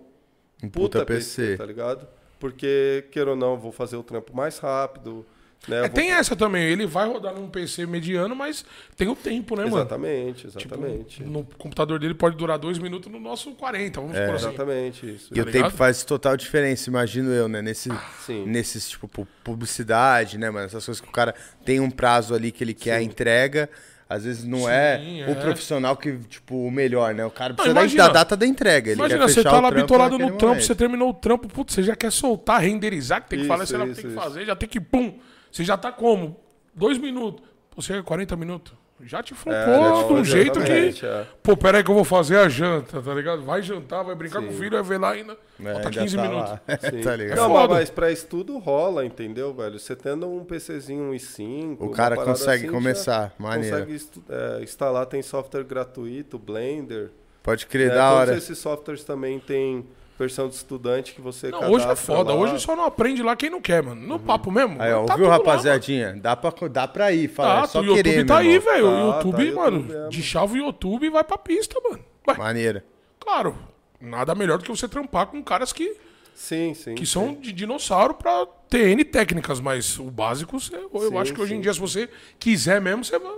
Um
puta, PC, tá ligado? Porque, queira ou não, eu vou fazer o trampo mais rápido, né? Eu
É,
vou-
tem essa também, ele vai rodar num PC mediano, mas tem o tempo, né, mano?
Exatamente,
Tipo,
exatamente.
no computador dele pode durar dois minutos, no nosso 40, vamos
É,
supor assim.
Exatamente isso.
E o
Tá
tempo
ligado?
faz total diferença, imagino eu, né? Nesse,
Ah,
sim.
Nesses, tipo, pu- publicidade, né, mano? Essas coisas que o cara tem um prazo ali que ele quer a entrega. Às vezes não
Sim,
é,
é.
o profissional que, tipo, o melhor, né? O cara precisa da-
imagina.
da data da entrega. Ele
Imagina,
quer
você
fechar
tá
o
lá
trampo
bitolado no
naquele
trampo,
momento.
você tá terminou o trampo, putz, você já quer soltar, renderizar, que tem que
Isso,
falar, você não tem
isso,
que
isso.
fazer, já tem que pum. Você já tá como? Dois minutos. Pô, Você é 40 minutos. Já te
É,
flopou
já
de
te-
um jeito que.
É, exatamente, é.
Pô, peraí que eu vou fazer a janta, tá ligado? Vai jantar, vai brincar com o filho, vai ver lá ainda.
É,
Falta
ainda
15
tá
minutos.
lá.
Sim.
tá ligado?
Não,
É Foda.
mas- mas pra estudo rola, entendeu, velho? Você tendo um PCzinho, um i5...
O
uma
cara
parada
consegue
assim,
começar,
já
maneiro.
Consegue estu- é, instalar, tem software gratuito, Blender.
Pode
É,
crer, da
todos
hora.
esses softwares também tem versão de estudante que você
Não, hoje é
cadastra
foda,
lá.
hoje só não aprende lá quem não quer, mano. No papo mesmo.
tá Uhum. Aí, ó,
tá
viu,
tudo lá,
rapaziadinha? dá, pra, co- dá pra ir,
mano.
fala. é
Tá,
só
o YouTube
querer,
tá
meu
aí,
irmão.
velho.
Tá,
o
tá,
YouTube,
YouTube
mano,
mesmo.
de chave o YouTube e vai pra pista, mano. Vai.
Maneiro.
Claro, nada melhor do que você trampar com caras que,
Sim, sim.
que são de dinossauro pra TN técnicas, mas o básico, você- eu
Sim,
acho que hoje em
sim.
dia, se você quiser mesmo, você vai-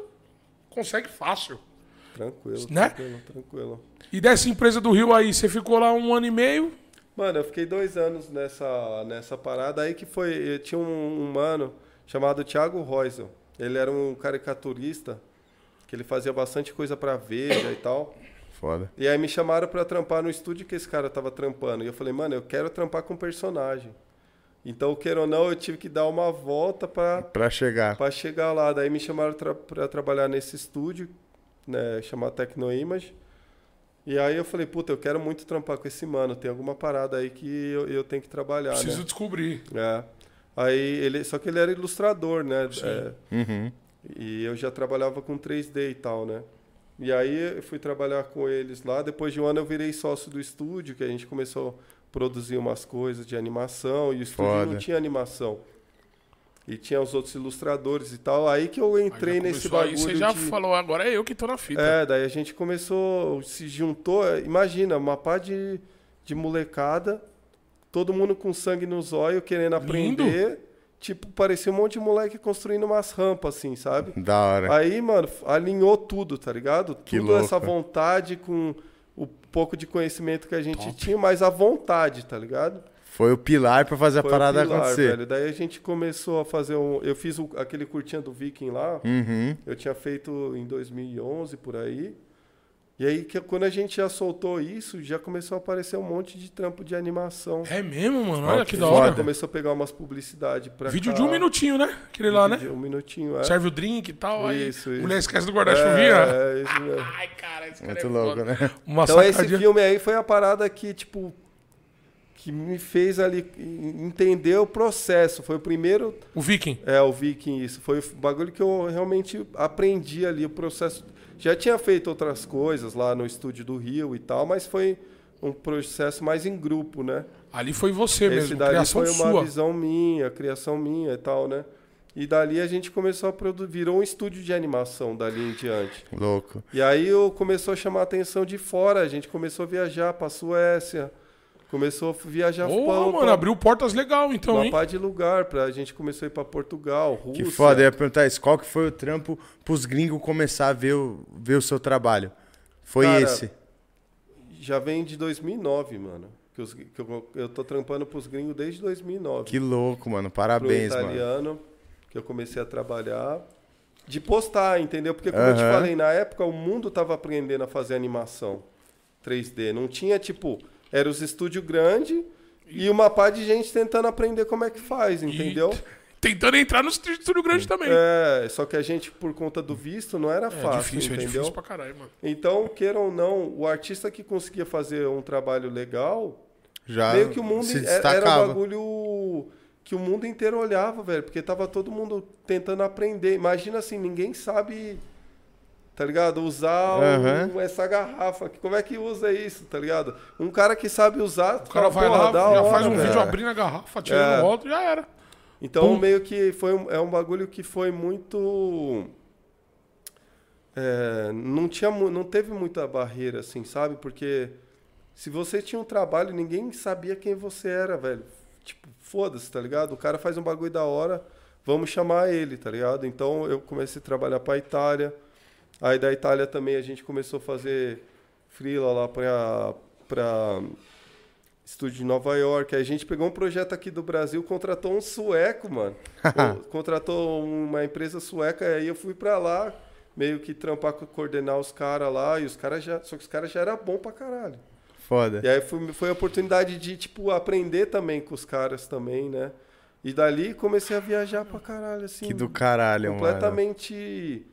consegue fácil.
Tranquilo,
Né?
tranquilo, tranquilo.
E dessa empresa do Rio aí, você ficou lá um ano e meio,
Mano, eu fiquei dois anos nessa, nessa parada. Aí que foi. eu Tinha um, um mano chamado Thiago Reusel. Ele era um caricaturista, que ele fazia bastante coisa pra Veja e tal.
Foda.
E aí me chamaram pra trampar no estúdio que esse cara tava trampando. E eu falei, mano, eu quero trampar com personagem. Então, queira ou não, eu tive que dar uma volta pra
Pra chegar.
Pra chegar lá, daí me chamaram tra pra trabalhar nesse estúdio, né, chamado Tecnoimage. E aí eu falei, puta, eu quero muito trampar com esse mano, tem alguma parada aí que eu, eu tenho que trabalhar,
preciso descobrir.
né? É. Aí ele, só que ele era ilustrador, né? É,
Uhum.
e eu já trabalhava com 3D e tal, né? E aí eu fui trabalhar com eles lá, depois de um ano eu virei sócio do estúdio, que a gente começou a produzir umas coisas de animação, e o estúdio
Foda.
não tinha animação. E tinha os outros ilustradores e tal. Aí que eu
Aí já
entrei nesse
começou
bagulho.
aí, você já
de...
falou, agora é eu que tô na fita.
É, daí a gente começou, se juntou, é, imagina, uma pá de, de molecada, todo mundo com sangue nos olhos, querendo aprender. Tipo, parecia um monte de moleque construindo umas rampas, assim, sabe?
Da hora.
Aí, mano, alinhou tudo, tá ligado?
Que
tudo
louco.
essa vontade com o pouco de conhecimento que a gente tinha, mas a vontade, tá ligado?
Foi o pilar pra fazer
Foi
a
o
parada
pilar,
acontecer.
velho. Daí a gente começou a fazer um... Eu fiz o- aquele curtinha do Viking lá.
Uhum.
Eu tinha feito em 2011, por aí. E aí, que, quando a gente já soltou isso, já começou a aparecer um monte de trampo de animação.
É, mesmo, mano,
Ó,
olha
que
que da hora.
foda.
Começou a pegar umas publicidade pra
Vídeo
cá.
de um minutinho, né? Aquele lá, né?
Tá. Vídeo de um minutinho, é.
Serve o drink e tal, aí
Isso, isso.
mulher esquece do guarda-chuvinha.
É, é isso mesmo.
Ai, cara, esse cara
Muito
é
louco,
foda.
né?
Uma
Então
sacadinha.
esse filme aí foi a parada que, tipo, que me fez ali entender o processo. Foi o primeiro,
O Viking.
é, o Viking, isso. Foi o bagulho que eu realmente aprendi ali, o processo. Já tinha feito outras coisas lá no estúdio do Rio e tal, mas foi um processo mais em grupo, né?
Ali foi você
Esse
É mesmo,
daí
criação
foi uma
sua.
visão minha, criação minha e tal, né? E dali a gente começou a produzir, virou um estúdio de animação dali em diante.
Louco.
E aí eu começou a chamar a atenção de fora, a gente começou a viajar pra Suécia, começou a viajar
Porra,
pra-
mano,
pra-
abriu portas legal, então,
uma
hein?
pá de lugar, pra gente começou a ir pra Portugal, Rússia.
Que foda, é. eu ia perguntar isso. Qual que foi o trampo pros gringos começar a ver o, ver o seu trabalho? Foi
Cara,
esse.
Já vem de 2009, mano. Que, os- que eu, eu tô trampando pros gringos desde 2009.
Que louco, mano.
pro
Parabéns, mano.
italiano, que eu comecei a trabalhar. De postar, entendeu? Porque, como eu te
Aham.
falei, na época o mundo tava aprendendo a fazer animação 3D. Não tinha, tipo, era os estúdios grandes e uma pá de gente tentando aprender como é que faz, entendeu?
E tentando entrar no estúdio grande também.
É, só que a gente, por conta do visto, não era fácil,
difícil, é
entendeu?
difícil pra caralho, mano.
Então, queira ou não, o artista que conseguia fazer um trabalho legal,
Já
meio que o mundo
se
e- era um
destacava.
bagulho que o mundo inteiro olhava, velho, porque tava todo mundo tentando aprender. Imagina assim, ninguém sabe, tá ligado? Usar o- essa garrafa. aqui. Como é que usa isso, tá ligado? Um cara que sabe usar,
O cara vai lá, já faz um vídeo
abrindo.
abrindo a garrafa,
É.
tirando o outro, já era.
Então,
Pum.
meio que foi um, é um bagulho que foi muito. é, não, tinha, mu- não teve muita barreira, assim, sabe? Porque se você tinha um trabalho, ninguém sabia quem você era, velho. Tipo, foda-se, tá ligado? O cara faz um bagulho da hora, vamos chamar ele, tá ligado? Então eu comecei a trabalhar pra Itália. Aí da Itália também a gente começou a fazer freela lá pra, pra estúdio de Nova York. Aí a gente pegou um projeto aqui do Brasil, contratou um sueco, mano. Pô, contratou uma empresa sueca, aí eu fui pra lá, meio que trampar, co- coordenar os caras lá, e os caras já. Só que os caras já eram bom pra caralho.
Foda.
E aí foi, foi a oportunidade de, tipo, aprender também com os caras também, né? E dali comecei a viajar pra caralho, assim.
Que do caralho, mano.
completamente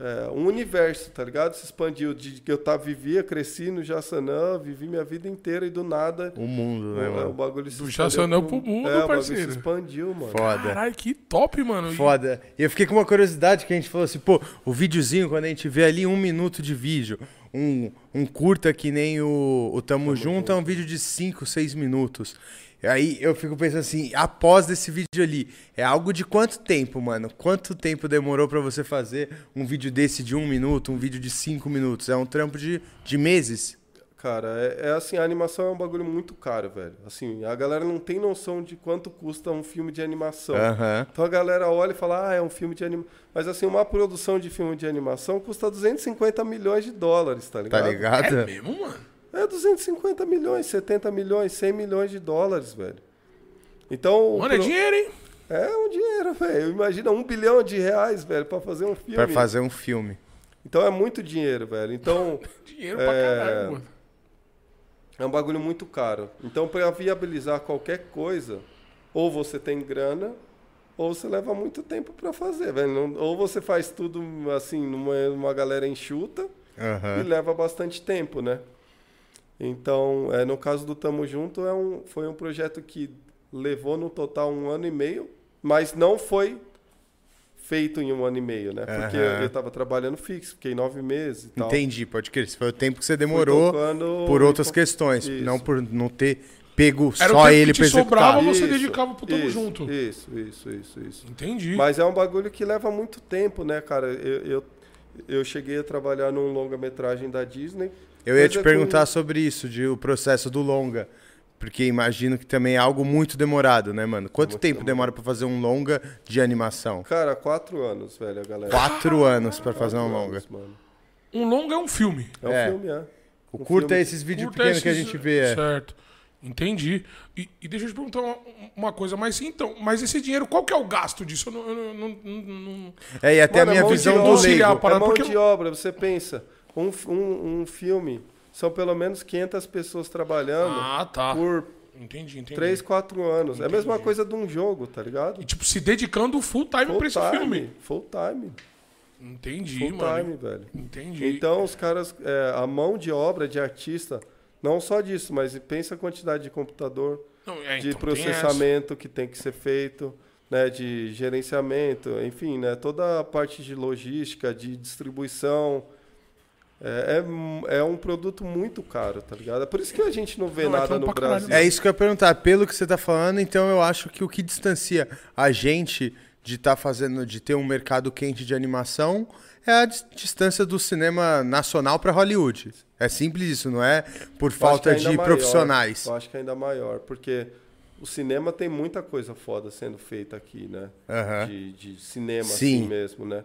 é, um universo, tá ligado? Se expandiu de que eu tá, vivia, cresci no Jassanã, vivi minha vida inteira e do nada
O mundo, né,
o, é, o
mano?
bagulho se
Do
expandiu
Jassanã
pra um-
pro mundo,
é, o bagulho
parceiro.
se expandiu, mano.
Foda.
Caralho, que top, mano. E-
Foda. E eu fiquei com uma curiosidade que a gente falou assim, pô, o videozinho, quando a gente vê ali um minuto de vídeo, um, um curta que nem o, o Tamo, Junto, é um vídeo de 5, 6 minutos. E Aí eu fico pensando assim, após desse vídeo ali, é algo de quanto tempo, mano? Quanto tempo demorou pra você fazer um vídeo desse de um minuto, um vídeo de cinco minutos? É um trampo de, de meses?
Cara, é, é assim, a animação é um bagulho muito caro, velho. Assim, a galera não tem noção de quanto custa um filme de animação.
Aham.
Então a galera olha e fala, ah, é um filme de animação. Mas assim, uma produção de filme de animação custa 250 milhões de dólares, tá
Tá
ligado?
ligado?
É mesmo, mano.
É 250 milhões, 70 milhões, 100 milhões de dólares, velho. Então. o
Mano, é
pro-
dinheiro, hein?
É um dinheiro, velho. Imagina um bilhão de reais, velho, pra fazer um filme.
Pra fazer um filme.
Então é muito dinheiro, velho. Então.
Dinheiro pra
É.
caralho, mano.
É um bagulho muito caro. Então, para viabilizar qualquer coisa, ou você tem grana, ou você leva muito tempo para fazer, velho. Não- Ou você faz tudo assim, numa uma galera enxuta
Aham.
e leva bastante tempo, né? Então, é, no caso do Tamo Junto, é um, foi um projeto que levou no total um ano e meio, mas não foi feito em um ano e meio, né? Porque
Aham.
eu estava trabalhando fixo, fiquei nove meses e tal.
Entendi, pode crer. Esse foi o tempo que você
Fui
demorou
tocando-
por outras
fui-
questões,
Isso.
não por não ter pego
Era o
só
tempo
ele
que
pra
te sobrava,
executar.
você- dedicava pro Tamo
Ah, isso,
Junto.
Isso, isso, isso, isso.
Entendi.
Mas é um bagulho que leva muito tempo, né, cara? Eu, eu, eu cheguei a trabalhar num longa-metragem da Disney.
Eu ia
coisa
te
com-
perguntar sobre isso, de o processo do longa, porque imagino que também é algo muito demorado, né, mano? Quanto tempo demora pra fazer um longa de animação?
Cara, quatro anos, velho, a galera.
Quatro anos pra fazer um
Quatro
longa.
anos, mano.
Um longa é um filme.
É um
É.
filme, é.
O
Um
curta
filme-
é esses vídeos
Curta
pequenos que a
esses-
gente vê. é.
Certo. Entendi. E, e deixa eu te perguntar uma, uma coisa, mas então, mas esse dinheiro, qual que é o gasto disso? Eu não, eu não- não- não- não-
É, e até
Mano,
a
é
minha
mão de
visão do
obra,
auxiliar
leigo.
pra- parada,
é mão
porque-
de obra, você pensa. Um, f- um, um filme, são pelo menos 500 pessoas trabalhando
Ah, tá.
por
Entendi, entendi.
três, quatro anos. É a mesma coisa de um jogo, tá ligado?
E, é tipo, se dedicando full time pra esse filme.
Full time.
Entendi,
Full
mano.
time, velho.
Entendi.
Então, os caras, é, a mão de obra de artista, não só disso, mas pensa a quantidade de computador,
Não, é,
de
então, tem essa.
processamento que tem que ser feito, né, de gerenciamento, enfim, né, toda a parte de logística, de distribuição. É, é mu- é um produto muito caro, tá ligado? É por isso que a gente não vê
Não, é
nada
caro
no
pra caralho,
Brasil.
É isso que eu ia perguntar. Pelo que você tá falando, então eu acho que o que distancia a gente de estar fazendo, de ter um mercado quente de animação é a dis- distância do cinema nacional para Hollywood. É simples isso, não é por
Eu acho que
falta
ainda
de
maior,
profissionais.
Eu acho que ainda maior, porque o cinema tem muita coisa foda sendo feita aqui, né?
Aham.
De, de cinema
Sim.
assim mesmo, né?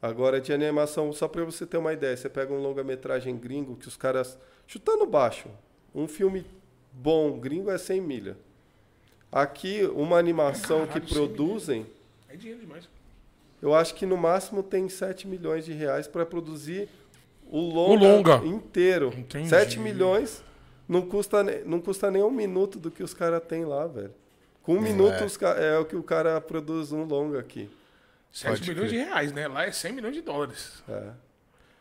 Agora, de animação, só pra você ter uma ideia, você pega um longa-metragem gringo que os caras. chutando baixo. Um filme bom gringo é 100 milha. Aqui, uma animação
Caralho, 100
que
milha.
produzem.
É dinheiro demais.
Eu acho que no máximo tem 7 milhões de reais para produzir o longa,
longa.
inteiro.
Entendi.
7 milhões não custa, ne- não custa nem um minuto do que os caras têm lá, velho. Com um minuto os ca- é o que o cara produz um longa aqui.
7
Pode
milhões de
crer.
reais, né? Lá é 100 milhões de dólares.
É.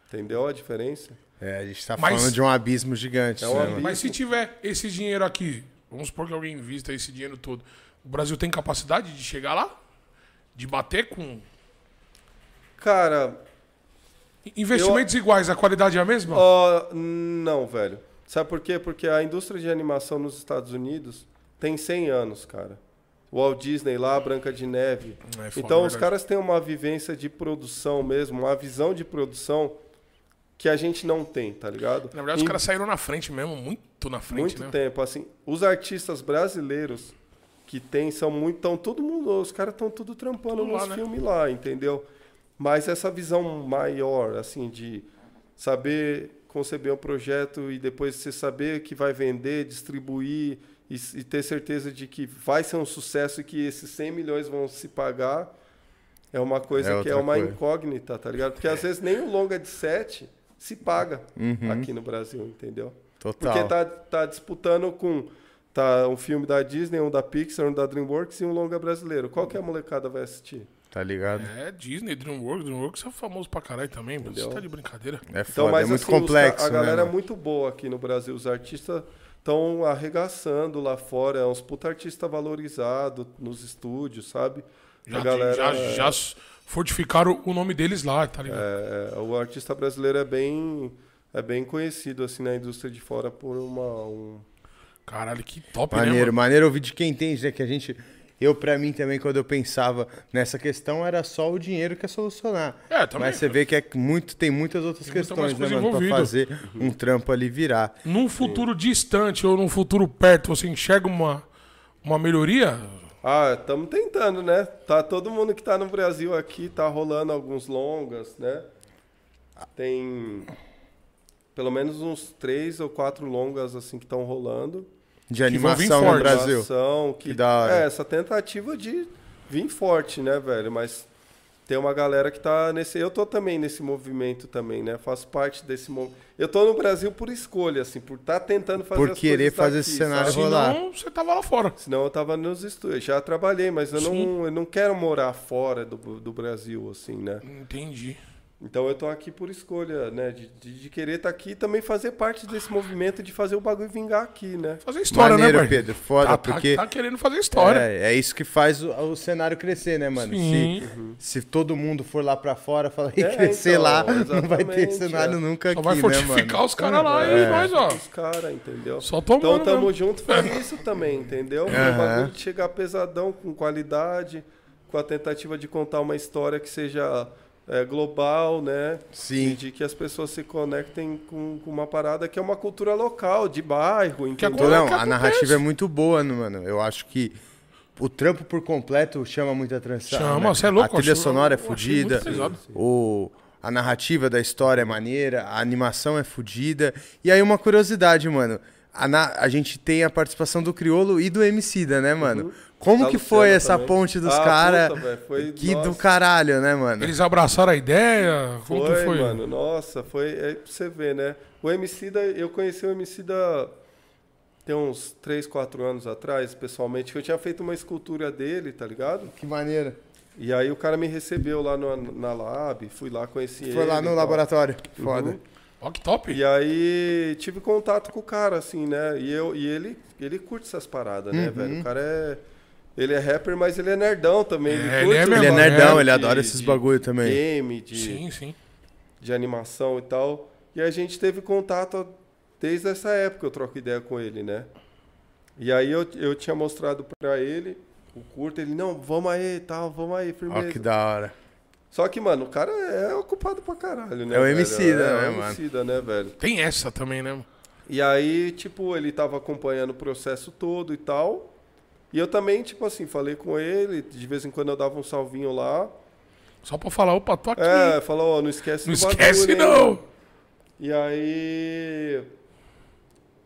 Entendeu a diferença?
É, a gente tá
Mas-
falando de um abismo gigante.
É um
né,
abismo.
mano?
Mas se tiver esse dinheiro aqui, vamos supor que alguém invista esse dinheiro todo, o Brasil tem capacidade de chegar lá? De bater com
Cara,
investimentos iguais, a qualidade é a mesma?
ó, não, velho. Sabe por quê? Porque a indústria de animação nos Estados Unidos tem 100 anos, cara. O Walt Disney lá, a Branca de Neve,
É foda,
Então, os
verdade.
caras têm uma vivência de produção mesmo, uma visão de produção que a gente não tem, tá ligado?
Na verdade, os
Em
caras saíram na frente mesmo, muito na frente,
muito
né?
tempo, assim, os artistas brasileiros que tem são muito, então todo mundo, os caras estão tudo trampando
Tudo lá,
nos
né?
filmes lá, entendeu? Mas essa visão maior, assim, de saber conceber um projeto e depois você saber que vai vender, distribuir e, s- e ter certeza de que vai ser um sucesso e que esses 100 milhões vão se pagar é uma coisa
É
que é
outra
uma
coisa. É.
incógnita, tá ligado? Porque às vezes nem o longa de 7 se paga
Uhum.
aqui no Brasil, entendeu?
Total.
Porque tá, tá disputando com tá um filme da Disney, um da Pixar, um da DreamWorks e um longa brasileiro. Qual que a molecada vai assistir?
Tá ligado?
É, Disney, DreamWorks, DreamWorks é famoso pra caralho também, Bruno. Você
Entendeu?
tá de brincadeira.
É foda,
Então, mas
é muito
assim, os ca-
complexo,
a galera
né?
é
mano?
muito boa aqui no Brasil, os artistas estão arregaçando lá fora, é uns puta artista valorizado nos estúdios, sabe?
Já, já, já s- fortificaram o nome deles lá, tá ligado?
É, é, o artista brasileiro é bem, é bem conhecido assim na indústria de fora por uma. Um...
Caralho, que top,
Maneiro,
né? mano?
maneiro ouvir de quem entende, né? Que a gente. Eu, pra mim também, quando eu pensava nessa questão, era só o dinheiro que ia solucionar.
É, também,
Mas você
cara.
vê que é muito, tem muitas outras
Tem muita mais
questões, né,
coisa
mano? Pra
envolvida.
fazer um trampo ali virar.
Num futuro distante ou num futuro perto, você enxerga uma, uma melhoria?
Ah, estamos tentando, né? Tá todo mundo que tá no Brasil aqui, tá rolando alguns longas, né? Tem pelo menos uns três ou quatro longas assim que estão rolando.
De
vão vir
animação Tá no
forte.
Brasil.
Ação, que,
Que da hora.
É, essa tentativa de vir forte, né, velho? Mas tem uma galera que tá nesse. Eu tô também nesse movimento também, né? Faço parte desse movimento. Eu tô no Brasil por escolha, assim, por estar tentando fazer
Por
as
querer
coisas
fazer
daqui,
esse cenário
sabe?
rolar. lá.
Senão, você tava lá fora.
Senão eu tava nos estúdios. Já trabalhei, mas eu não, eu não quero morar fora do, do Brasil, assim, né?
Entendi.
Então eu tô aqui por escolha, né? De, de, de querer estar aqui e também fazer parte desse movimento de fazer o bagulho vingar aqui, né?
Fazer história,
maneiro,
né, pai?
Pedro. Foda,
tá, tá-
porque.
tá querendo fazer história.
É, é isso que faz o, o cenário crescer, né, mano?
Sim.
Se, se todo mundo for lá pra fora, falar e
É,
crescer
então,
lá, não vai ter
exatamente,
cenário
é.
nunca
Só
aqui,
vai
né,
fortificar
mano?
os caras lá e nós, ó.
Os caras, entendeu?
Só tomando
Então tamo
mesmo.
junto foi isso também, entendeu? Pro
Aham.
bagulho de chegar pesadão, com qualidade, com a tentativa de contar uma história que seja é, global, né?
Sim.
E de que as pessoas se conectem com, com uma parada que é uma cultura local, de bairro,
agora-
entendeu?
Então, Não,
que
a
acontece.
narrativa é muito boa, né, mano. Eu acho que o trampo por completo chama muita atenção.
Chama,
né?
cê é
A
louco,
trilha
eu acho-
sonora é
eu achei muito
fodida.
pesado. assim.
O... A narrativa da história é maneira, a animação é fodida. E aí, uma curiosidade, mano. A, na- a gente tem a participação do Criolo e do Emicida, né, mano? Como
Da
que foi
Luciana
essa
Uhum. Tá também.
ponte dos
Ah,
caras?
puta, velho, foi-
Que do
nossa.
caralho, né, mano?
Eles abraçaram a ideia. Como
Foi,
que foi?
mano. Nossa, foi. É pra você ver, né? O MC da. Eu conheci o MC da. Tem uns 3, 4 anos atrás, pessoalmente, que eu tinha feito uma escultura dele, tá ligado?
Que maneira.
E aí o cara me recebeu lá no, na Lab, fui lá, conheci ele.
Foi lá
e
no
tal.
laboratório.
Uhum.
Foda.
Ó, que top.
E aí tive contato com o cara, assim, né? E, eu, e ele, ele curte essas paradas,
Uhum.
né, velho? O cara é. Ele é rapper, mas ele é nerdão também. Ele,
É, ele
curte
é
os
mesmo,
Ele é
Mano,
bagulho
nerdão,
de-
ele adora esses
de
bagulho também.
Game, de,
Sim, sim.
de animação e tal. E a gente teve contato desde essa época, eu troco ideia com ele, né? E aí eu, eu tinha mostrado pra ele o curto, ele, não, vamos aí, tal, vamos aí,
Ó,
firmeza.
que da hora.
Só que, mano, o cara é ocupado pra caralho, né?
É o
velho?
Emicida,
é,
né,
o
mano?
Emicida, né, velho?
Tem essa também, né? mano?
E aí, tipo, ele tava acompanhando o processo todo e tal. E eu também, tipo assim, falei com ele, de vez em quando eu dava um salvinho lá.
Só pra falar, opa, tô aqui.
É, falou, ó, não esquece
não
do bagulho,
esquece,
hein?
não.
E aí.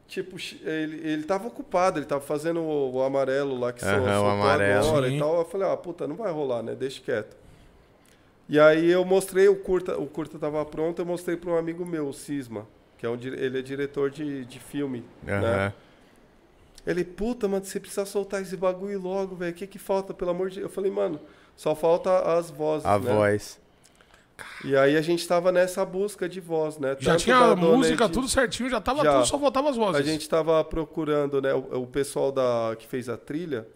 Tipo, chi- ele, ele tava ocupado, ele tava fazendo o, o amarelo lá que são-
Aham, o
soltou
amarelo.
agora
Sim.
e tal. Eu falei, ah, puta, não vai rolar, né? Deixa quieto. E aí eu mostrei o curta, o curta tava pronto, eu mostrei para um amigo meu, o Cisma, que é um, di- ele é diretor de, de filme, né?
Aham.
Ele, puta, mano, você precisa soltar esse bagulho logo, velho. O que que falta, pelo amor de Deus? Eu falei, mano, só falta as vozes,
A
né?
voz.
E aí a gente tava nessa busca de voz, né?
Já
Tanto
tinha
da
a
Dona
música,
Edi-
tudo certinho, já tava
Já.
tudo, só voltava as vozes.
A gente estava procurando, né? O, o pessoal da, que fez a trilha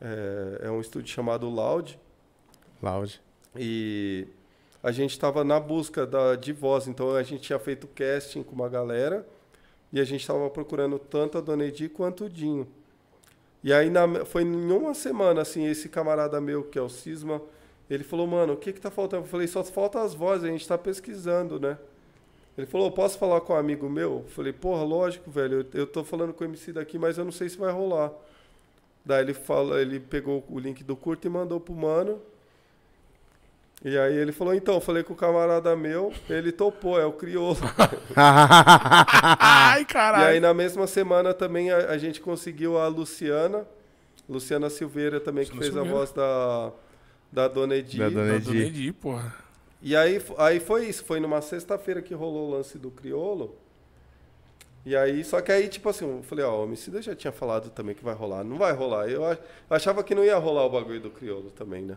é, é um estúdio chamado Loud
Loud.
e a gente estava na busca da, de voz. Então a gente tinha feito casting com uma galera e a gente estava procurando tanto a Dona Edi quanto o Dinho. E aí na, foi em uma semana, assim, esse camarada meu, que é o Cisma, ele falou, mano, o que que tá faltando? Eu falei, só falta as vozes, a gente tá pesquisando, né? Ele falou, posso falar com um amigo meu? Eu falei, porra, lógico, velho, eu, eu tô falando com o MC daqui, mas eu não sei se vai rolar. Daí ele, fala, ele pegou o link do curto e mandou pro mano. E aí ele falou, então, eu falei com o camarada meu, ele topou, é o crioulo.
Ai, caralho.
E aí na mesma semana também a, a gente conseguiu a Luciana, Luciana Silveira também, que
Luciana
fez
Silveira.
a voz da, da Dona Edi.
Da Dona
Não,
Edi.
do Nedi, porra.
E aí, f- aí foi isso, foi numa sexta-feira que rolou o lance do Criolo. E aí, só que aí, tipo assim, eu falei, ó, o homicida já tinha falado também que vai rolar. Não vai rolar. Eu a- achava que não ia rolar o bagulho do Criolo também, né?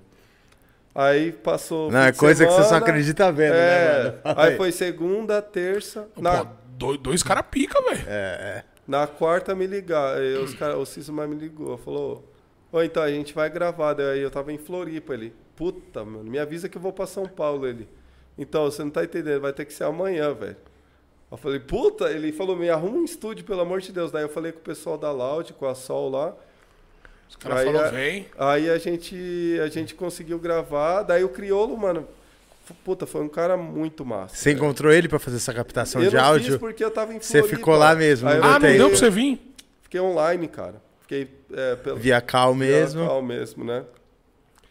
Aí passou. o
Não,
fim
é
de
coisa que você só
semana,
acredita vendo,
é,
né, mano?
Aí foi segunda, terça.
Pô, dois, dois caras pica, velho.
É, é.
Na quarta me ligar, aí os cara, o Cisma me ligou, falou, ou então a gente vai gravar, daí eu tava em Floripa ele, puta, mano, me avisa que eu vou pra São Paulo ele. Então, você não tá entendendo, vai ter que ser amanhã, velho. Eu falei, puta, ele falou, me arruma um estúdio, pelo amor de Deus. Daí eu falei com o pessoal da Loud, com a Sol lá.
Os caras
Aí
falaram,
a-
vem.
Aí a gente, a gente conseguiu gravar, daí o Criolo, mano, f- puta, foi um cara muito massa.
Você encontrou ele pra fazer essa captação
eu
de
não
áudio?
fiz porque eu tava em
Você
Floripa.
ficou lá mesmo, não
Aí eu
deu
Ah, não
Voltei.
deu pra você vir?
Fiquei online, cara. Fiquei é, pelo
Via cal
pela
mesmo.
cal mesmo, né?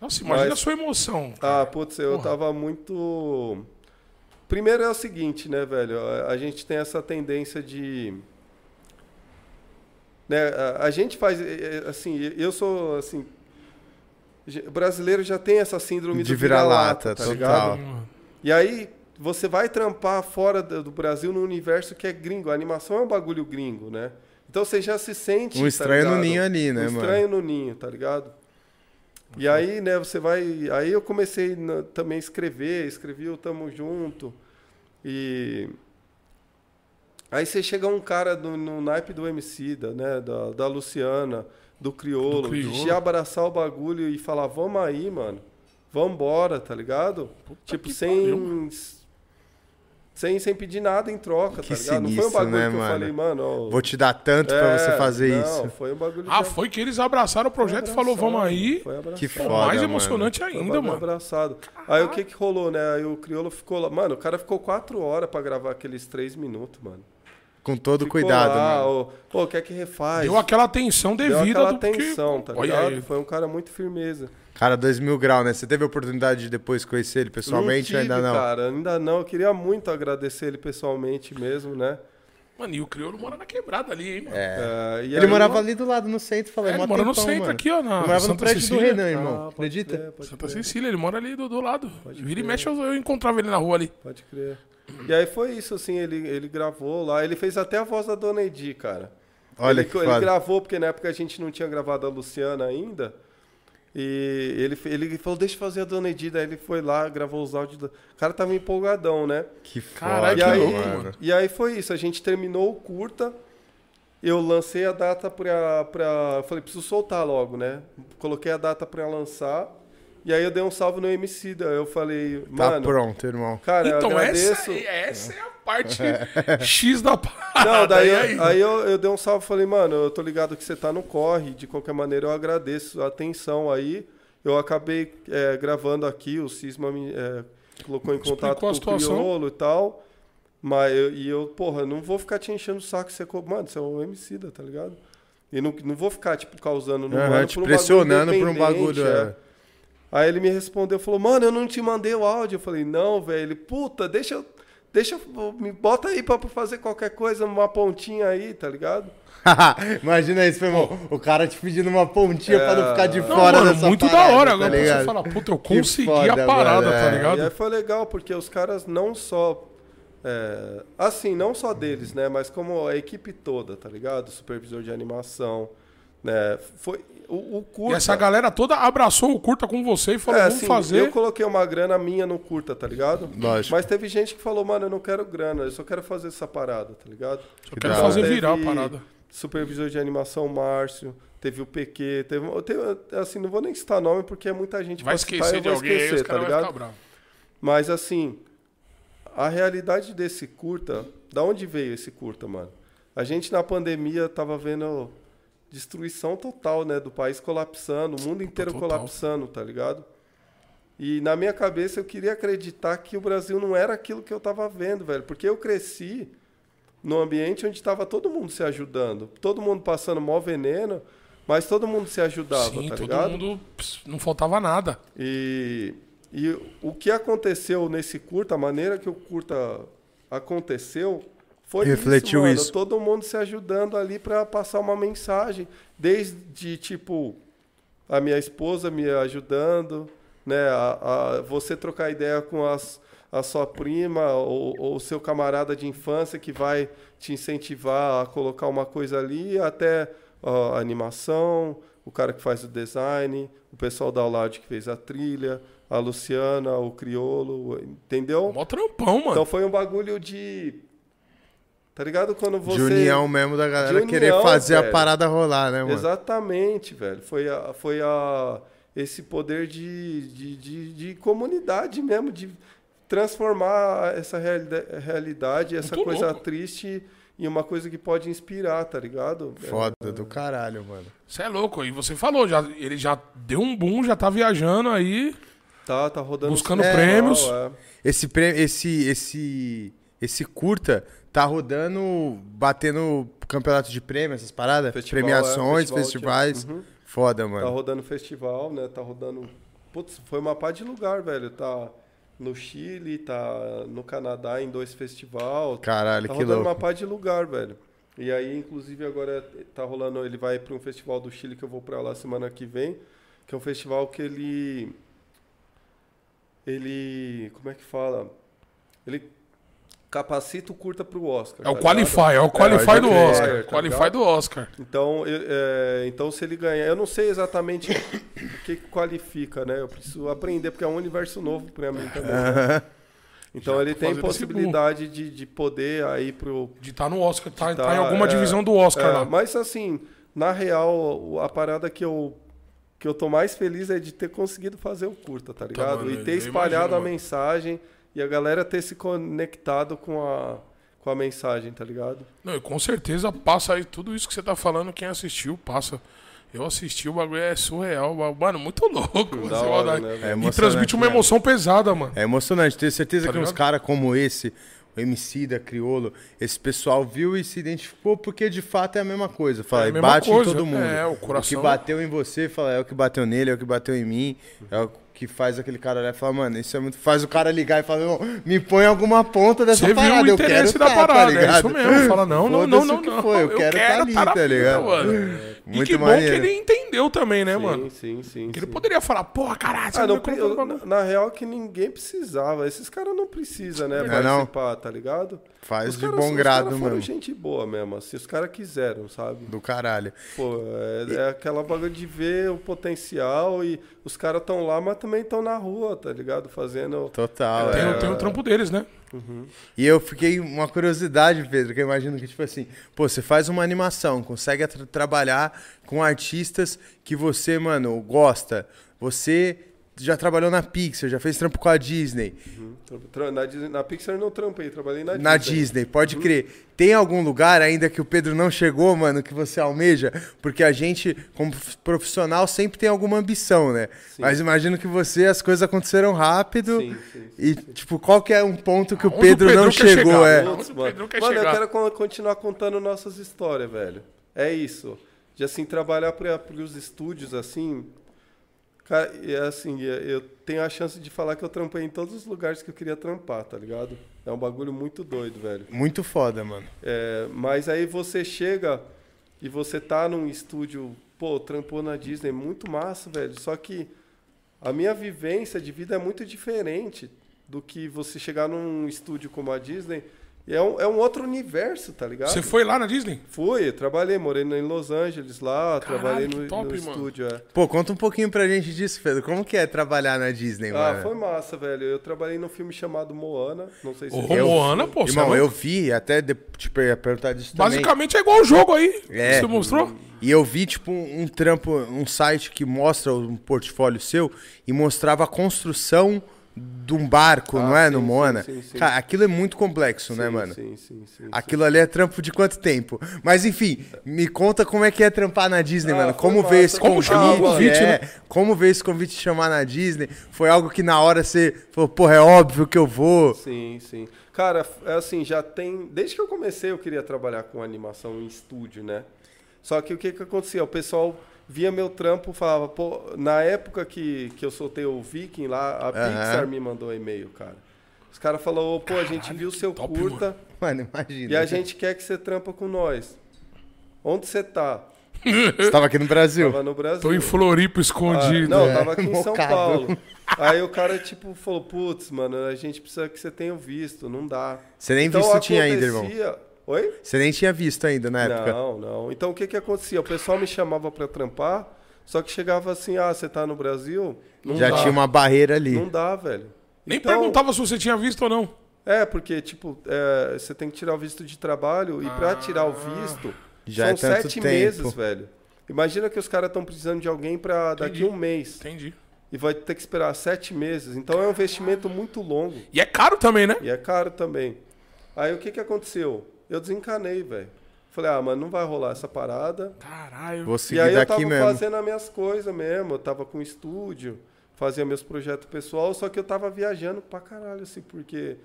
Nossa, imagina
Mas-
a sua emoção.
Ah, putz, eu
Porra.
tava muito. Primeiro é o seguinte, né, velho? A, a gente tem essa tendência de. Né, a, a gente faz. eh, eh, Assim, eu sou assim. ge- Brasileiro já tem essa síndrome
De
do
vira-lata,
vira-lata, tá
total.
ligado? E aí você vai trampar fora do do Brasil num universo que é gringo. A animação é um bagulho gringo, né? Então você já se sente. tá
Um estranho no
ligado?
ninho ali, né,
um
mano?
estranho no ninho, tá ligado? E aí, né, você vai. Aí eu comecei na- também a escrever, escrevi o Tamo Junto. E. Aí você chega um cara do, no naipe do Emicida, né? Da, da Luciana, do Criolo,
Do
de
Criolo.
te abraçar o bagulho e falar, vamos aí, mano. Vambora, tá ligado? tipo,
que
sem, sem. Sem pedir nada em troca,
Que
tá ligado? Não foi um
sinistro,
bagulho
né,
que eu
mano?
falei, mano. ó,
Vou te dar tanto pra você
é,
fazer
não,
isso.
Foi um bagulho
Ah,
de-
foi que eles abraçaram o projeto e falou,
abraçado,
vamos aí.
Foi abraçado.
Que
Pô,
foda,
mais
mano.
emocionante
Foi um
ainda,
bagulho
mano.
abraçado. Aí o que que rolou, né? Aí o Criolo ficou lá. Mano, o cara ficou quatro horas pra gravar aqueles três minutos, mano.
Com todo
Ficou
cuidado,
lá,
mano.
ó, Pô, quer que refaz?
Deu aquela atenção
Deu
devida
aquela
do que-
atenção, tá
Olha
ligado?
aí.
Foi um cara muito firmeza.
Cara, dois mil graus, né? Você teve a oportunidade de depois conhecer ele pessoalmente ou
tive,
ainda não?
cara, ainda não. Eu queria muito agradecer ele pessoalmente mesmo, né?
Mano, e o crioulo mora na quebrada ali, hein, mano. É,
É, e aí
Ele morava
eu- É,
ali do lado, no centro, falei.
ele
mó
mora no
tempão,
centro
mano.
aqui, ó,
Ele
na
morava no
Santa
prédio do
Cecília.
Renan, irmão.
Ah, pode
Acredita?
crer, pode
Santa
crer.
Cecília, tá ele mora ali do, do lado. Vira e
crer.
mexe, eu, eu encontrava ele na rua ali.
Pode crer. E aí foi isso, assim, ele, ele gravou lá. Ele fez até a voz da Dona Edi, cara.
Olha
ele,
que
ele
foda.
gravou, porque na época a gente não tinha gravado a Luciana ainda. E ele, fe- ele falou, deixa eu fazer a Dona Edi. Daí ele foi lá, gravou os áudios. do- O cara tava empolgadão, né?
Ah, Que foda,
Caralho,
E aí,
mano.
e aí foi isso, a gente terminou o curta. Eu lancei a
Tá
data pra. pra eu falei, preciso soltar logo, né? Coloquei a data pra lançar. E aí eu dei um salve no MC, da eu falei,
Tá
mano,
pronto, irmão.
cara, eu
então, essa,
agradeço.
essa é a parte X da parada.
Não, daí
e
eu, aí eu, eu dei um salve e falei, mano, eu tô ligado que você tá no corre, de qualquer maneira eu agradeço a atenção aí. Eu acabei é, gravando aqui, o Cisma me é, colocou em
Explicou
contato
a
com o
situação.
Criolo e tal. Mas eu, e eu, porra, não vou ficar te enchendo o saco, você é, co- mano, você é um MC, tá ligado? E não, não vou ficar, tipo, causando... no
Aham,
mano
te
por um bagulho
pressionando por um
independente,
bagulho, é.
Aí ele me respondeu, falou, mano, eu não te mandei o áudio. Eu falei, não, velho. Ele, puta, deixa eu. Deixa eu. Me bota aí pra pra fazer qualquer coisa, uma pontinha aí, tá ligado?
Imagina isso, meu irmão. O cara te pedindo uma pontinha pra não ficar de
É. Não,
Não,
fora
mano,
dessa
muito
parada,
da hora.
tá
Agora
ligado?
você fala, puta, eu
Que
consegui
foda,
a parada,
mano,
tá
é.
ligado?
E aí foi legal, porque os caras não só. é, assim, não só deles, né? Mas como a equipe toda, tá ligado? Supervisor de animação. Né? Foi. O, o
E
curta.
essa galera toda abraçou o curta com você e falou,
É,
vamos
assim,
fazer.
Eu coloquei uma grana minha no curta, tá ligado?
Lógico.
Mas teve gente que falou, mano, eu não quero grana, eu só quero fazer essa parada, tá ligado? Só
quero
da hora.
fazer virar a parada.
Supervisor de animação Márcio, teve o PQ, teve, teve- Assim, não vou nem citar nome porque é muita gente
Vai
pra citar,
esquecer
eu
de
vou
alguém, aí os
esquecer, tá
caras vão ficar
ligado?
bravos.
Mas assim, a realidade desse curta, da onde veio esse curta, mano? A gente na pandemia tava vendo destruição total, né, do país colapsando, o mundo inteiro
total.
colapsando, tá ligado? E na minha cabeça eu queria acreditar que o Brasil não era aquilo que eu tava vendo, velho, porque eu cresci num ambiente onde tava todo mundo se ajudando, todo mundo passando mó veneno, mas todo mundo se ajudava,
Sim,
tá
todo
ligado?
mundo... ps, Não faltava nada.
E, e o que aconteceu nesse curta, a maneira que o curta aconteceu, foi
Refletiu
mano.
isso.
Todo mundo se ajudando ali para passar uma mensagem. Desde, tipo, a minha esposa me ajudando, né? A, a- você trocar ideia com as, a sua prima ou, ou o seu camarada de infância que vai te incentivar a colocar uma coisa ali, até ó, a animação, o cara que faz o design, o pessoal da Aulaud que fez a trilha, a Luciana, o Criolo, entendeu?
Mó trampão, mano.
Então foi um bagulho de. Tá ligado? Quando você.
De união mesmo da galera
De união,
querer fazer a
velho.
parada rolar, né, mano?
Exatamente, velho. Foi, a, foi a, esse poder de, de, de, de comunidade mesmo, de transformar essa realida- realidade, essa
Muito
coisa
louco.
triste em uma coisa que pode inspirar, tá ligado?
Foda do caralho, mano.
Você é louco. E você falou, já, ele já deu um boom, já tá viajando aí.
Tá, tá rodando.
Buscando
sinal,
prêmios.
é.
Esse, prêmio, esse, esse, esse curta tá rodando, batendo campeonato de prêmio, essas paradas?
Festival,
Premiações,
é, festival,
festivais.
tipo, uhum.
Foda,
Tá
mano.
rodando festival, né? Tá rodando. Putz, foi uma pá de lugar, velho. Tá no Chile, tá no Canadá em dois festivais.
Caralho,
tá
que
rodando
louco.
uma pá de lugar, velho. E aí, inclusive, agora tá rolando. Ele vai para um festival do Chile que eu vou para lá semana que vem. Que é um festival que ele. Ele. Como é que fala? Ele capacita o curta pro Oscar.
É o
tá
qualify, é o qualify
pode
do
crer,
Oscar.
tá
qualify
ligado?
do Oscar.
Então, eu- é, então se ele ganhar, eu não sei exatamente o que qualifica, né? Eu preciso aprender porque é um universo novo para mim também. né? Então
Já
ele
tô
tem
fazendo esse
possibilidade de, de poder aí pro
De estar no Oscar, tá,
Tá,
tá em alguma
é,
divisão do Oscar
é,
lá.
Mas assim, na real, o- a parada que eu que eu tô mais feliz é de ter conseguido fazer o curta, tá ligado?
mano,
e ter
eu
espalhado
imagino,
a
mano.
mensagem e a galera ter se conectado com a com a mensagem, tá ligado?
Não, e com certeza passa aí tudo isso que você tá falando, quem assistiu, passa. Eu assisti, o bagulho é surreal. ba- Mano, muito louco.
Da
essa
hora,
maldade.
né, velho?
É
e
emocionante
transmite uma
mesmo.
emoção pesada, mano.
É emocionante. Tenho certeza
Tá
que uns
ligado?
caras como esse, o MC da Criolo, esse pessoal viu e se identificou porque de fato é a mesma coisa. Fala,
É a
e
mesma
bate
coisa.
em todo mundo.
É, o coração-
que bateu em você, fala, é o que bateu nele, é o que bateu em mim, é o que faz aquele cara olhar e falar, mano, isso é muito. Faz o cara ligar e falar, "Não, me põe alguma ponta dessa
Você
parada.
viu o
eu quero
interesse da
tá, tá
parada, é
ligado?
isso mesmo. Fala, não, não, não,
Foda-se
não,
o que
não.
foi, eu quero tá ali,
tá na
tá
fita,
ligado? É,
mano. E
Muito
que bom
maneiro.
que ele entendeu também, né, mano?
sim, sim.
Que ele
sim.
poderia falar, porra, caralho, você
Ah, não,
viu como foi
pre-
o
eu- na,
bagulho?
na real que ninguém precisava. Esses caras não precisam, né?
É, não?
participar, tá ligado?
Faz
Os
de
caras-
bom
os
grado,
caras
mano.
foram gente boa mesmo, assim. Os caras quiseram, sabe?
Do caralho.
Pô, é, é aquela bagulho de ver o potencial e os caras estão lá, mas também estão na rua, tá ligado? Fazendo.
Total.
Tem, um
é.
o- tem o trampo deles, né?
E eu fiquei uma curiosidade, Pedro, que eu imagino que, tipo assim, pô, você faz uma animação, consegue tra- trabalhar com artistas que você, mano, gosta. Você já trabalhou na Pixar, já fez trampo com a Disney.
Tra- Uhum. Na, Disney- na Pixar eu não trampei, trabalhei na,
Na Disney, pode crer. Tem algum lugar ainda que o Pedro não chegou, mano, que você almeja? Porque a gente, como prof- profissional, sempre tem alguma ambição, né? Mas imagino que você, as coisas aconteceram rápido.
Sim, sim,
E, tipo, qual que é um ponto que o
Aonde o
Pedro,
Pedro
não
quer
chegou?
chegar,
é.
né?
Putz,
O
mano,
Pedro quer
Mano, eu
chegar.
quero con- continuar contando nossas histórias, velho. É isso. De assim, trabalhar para os estúdios, assim. Cara, e assim, e- eu tenho a chance de falar que eu trampei em todos os lugares que eu queria trampar, tá ligado? É um bagulho muito doido, velho.
Muito foda, mano.
É, mas aí você chega e você tá num estúdio, pô, trampou na Disney, muito massa, velho. Só que a minha vivência de vida é muito diferente do que você chegar num estúdio como a Disney. E é um, é um outro universo, tá ligado?
Você foi lá na Disney?
Fui, trabalhei, morei em Los Angeles lá,
Caralho,
trabalhei
que
no,
top,
no
mano.
estúdio, é.
Pô, conta um pouquinho pra gente disso, Pedro. Como que é trabalhar na Disney,
Ah,
mano?
foi massa, velho. Eu trabalhei num filme chamado Moana, não sei se...
Ô,
Eu-
Moana, pô. você é
Irmão,
louco.
eu vi, até de, tipo, eu ia perguntar disso também.
Basicamente é igual o jogo aí.
É.
Você mostrou?
E eu vi, tipo, um um trampo, um site que mostra um portfólio seu e mostrava a construção de um barco, não é? no
sim,
Moana.
sim, sim, sim.
Cara, aquilo é muito complexo, né,
Sim,
mano?
Sim, sim, sim. sim.
Aquilo ali é trampo de quanto tempo? Mas enfim, me conta como é que é trampar na Disney,
Ah,
mano.
foi
Como
massa.
veio esse
Como
convite?
chegou o convite,
é,
né?
Como veio esse convite de chamar na Disney? Foi algo que na hora você falou, porra, é óbvio que eu vou.
Sim, sim. Cara, f- é assim, já tem. Desde que eu comecei, eu queria trabalhar com animação em estúdio, né? Só que o que que acontecia? O pessoal via meu trampo, falava, pô, na época que, que eu soltei o Viking lá, a Pixar me mandou um e-mail, cara. Os caras falaram, pô, a gente viu o seu
top,
curta
Mano, imagina.
e a gente quer que você trampa com nós. Onde você tá?
Você tava aqui no Brasil.
Tava no Brasil.
Tô em Floripa escondido.
Ah, não,
É,
tava aqui em São
mocado.
Paulo. Aí o cara, tipo, falou, putz, mano, a gente precisa que você tenha o visto, não dá. Então,
Você nem visto tinha ainda, irmão. É,
acontecia- Oi?
Você nem tinha visto ainda na época.
Não, não. Então o que que acontecia? O pessoal me chamava pra trampar, só que chegava assim, ah, você tá no Brasil? Não
Já
dá.
tinha uma barreira ali.
Não dá, velho.
Nem
Então,
perguntava se você tinha visto ou não.
É, porque, tipo, é, você tem que tirar o visto de trabalho e pra tirar
Ah.
o visto,
Já
são
é tanto
sete
tempo.
meses, velho. Imagina que os caras estão precisando de alguém pra daqui
Entendi.
um mês.
Entendi.
E vai ter que esperar sete meses. Então é um investimento muito longo.
E é caro também, né?
E é caro também. Aí o que que aconteceu? Eu desencanei, velho. Falei, ah, mano, não vai rolar essa parada.
Caralho.
Vou
E
seguir
aí eu
daqui
tava
mesmo.
fazendo as minhas coisas mesmo. Eu tava com estúdio, fazia meus projetos pessoal, só que eu tava viajando pra caralho, assim, porque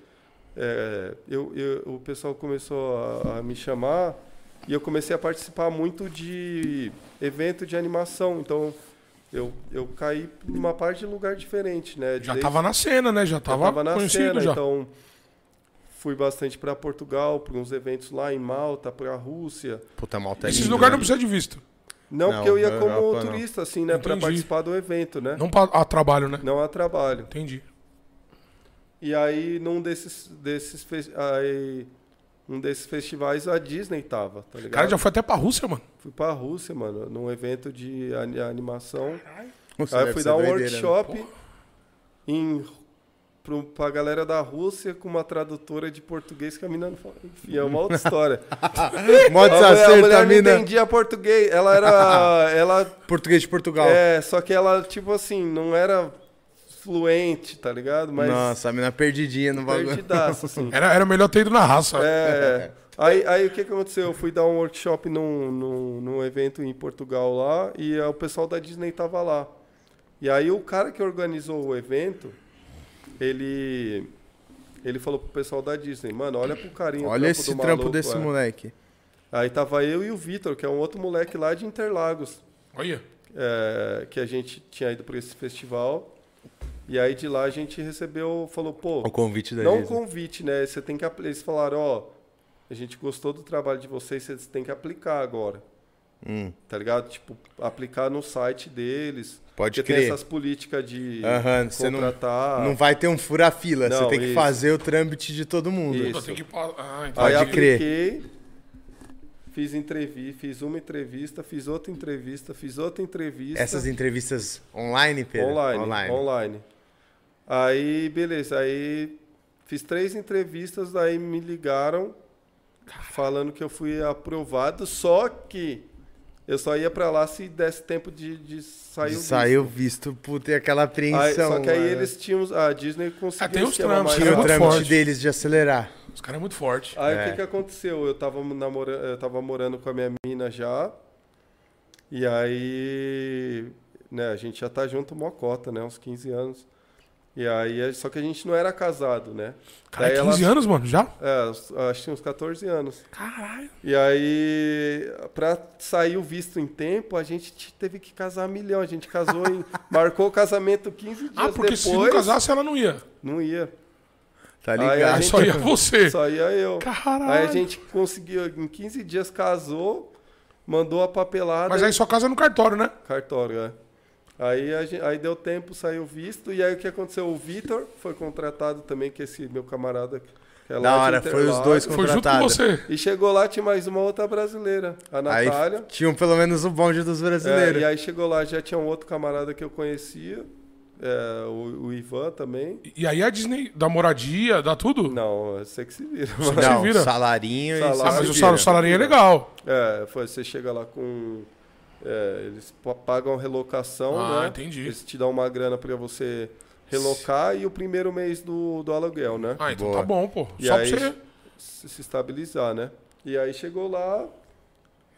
é, eu, eu- o pessoal começou a, a me chamar e eu comecei a participar muito de evento de animação. Então eu, eu caí numa parte de lugar diferente, né?
Já
Desde-
tava na cena, né? Já
eu
tava, conhecido já.
então fui bastante pra Portugal, pra uns eventos lá em Malta, pra Rússia.
Puta malta
Esses
linda,
lugares não
né?
precisam de visto.
Não,
Não,
porque eu ia
na
como
Europa, não.
turista, assim, né? Pra
Entendi.
participar do evento, né?
Não pra, a trabalho, né?
Não a trabalho.
Entendi.
E aí, num desses, desses, fes- aí, um desses festivais, a Disney tava, tá ligado?
O cara já foi até pra Rússia, mano.
Fui pra Rússia, mano, num evento de ani- animação.
Nossa,
Aí
deve
eu fui
ser
dar um
doideira, né?
workshop em, pro, pra galera da Rússia com uma tradutora de português que a mina não fala. Enfim, é uma outra história. "Ah,
Mó
a, mulher, a
desacerto, a
mulher não
mina.
entendia português. Ela era. ela,
Português de Portugal.
é, só que ela, tipo assim, não era fluente, tá ligado? Mas.
Nossa, a mina perdidinha no bagulho.
perdidaço, assim.
Era, era melhor ter ido na raça.
É. Aí, aí o que que aconteceu? Eu fui dar um workshop num, num, num evento em Portugal lá e ah, o pessoal da Disney tava lá. E aí o cara que organizou o evento, ele ele falou pro pessoal da Disney, mano, olha pro carinho
Olha esse trampo desse
moleque.
moleque.
é." Aí tava eu e o Vitor, que é um outro moleque lá de Interlagos,
Olha.
é, que a gente tinha ido para esse festival. E aí de lá a gente recebeu, falou, pô,
O convite da
não
Disney.
convite, né? Você tem que apl- eles falaram, ó, a gente gostou do trabalho de vocês, vocês têm que aplicar agora.
Hum.
Tá ligado? Tipo, aplicar no site deles.
Pode
porque
crer.
tem essas políticas de
Aham, você não-
contratar.
Não vai ter um fura-fila. Você
Não,
tem que
isso.
fazer o trâmite de todo mundo.
Isso.
Eu tenho que... pa- Ah, entendi.
Aí
Pode crer.
apliquei, fiz entrevista, fiz uma entrevista, fiz outra entrevista, fiz outra entrevista.
Essas entrevistas online, Pedro?
Online, online. Aí, beleza. Aí fiz três entrevistas, daí me ligaram falando que eu fui aprovado, só que Eu só ia pra lá se desse tempo de, de sair o né? visto.
Saiu visto, puta, e aquela apreensão.
Aí- só que aí
mano.
eles tinham. A Disney conseguiu.
Ah, tem os
esquema
trampos,
mais
cara.
Tinha o
muito
trâmite
forte.
deles de acelerar.
Ah.
Os caras é muito forte.
Aí o
É.
que, que aconteceu? Eu tava, namora... eu tava morando com a minha mina já. E aí. Né, a gente já tá junto mocota, né? Uns 15 anos. E aí, só que a gente não era casado, né?
Cara,
Daí
é
ela-
15 anos, mano, já?
É, uns- acho que tinha uns 14 anos.
Caralho.
E aí, pra sair o visto em tempo, a gente t- teve que casar milhão. A gente casou em. marcou o casamento 15 dias
Ah, porque
depois.
se não casasse, ela não ia.
Não ia.
Tá
Aí
ligado?
a
Aí
gente-
só ia você.
Só ia eu.
Caralho.
Aí a gente conseguiu, em 15 dias casou, mandou a papelada.
Mas aí só casa no cartório, né?
Cartório, é. Aí, a gen- aí deu tempo, saiu o visto, e aí o que aconteceu? O Vitor foi contratado também, que esse meu camarada. Que é lá
Da
de
hora, foi os
Interlagos.
dois
Foi junto com
contratados.
você.
E chegou lá, tinha mais uma outra brasileira, a
Aí
Natália.
tinham pelo menos o bonde dos
É,
brasileiros.
e aí chegou lá, já tinha um outro camarada que eu conhecia, é, o, o Ivan também.
E aí a Disney dá moradia, dá tudo?
Não, é, você que se vira.
Só
mas-
se
Não,
vira.
salarinho e
Salário.
Ah,
se
mas o
vira.
sal- o salário é legal.
É, foi, você chega lá com. é, eles pa- pagam relocação,
Ah,
né?
entendi.
Eles te dão uma grana pra você relocar e o primeiro mês do, do aluguel, né?
Ah, então
Boa.
tá bom, pô.
e
só
aí
pra você.
se se estabilizar, né? E aí chegou lá,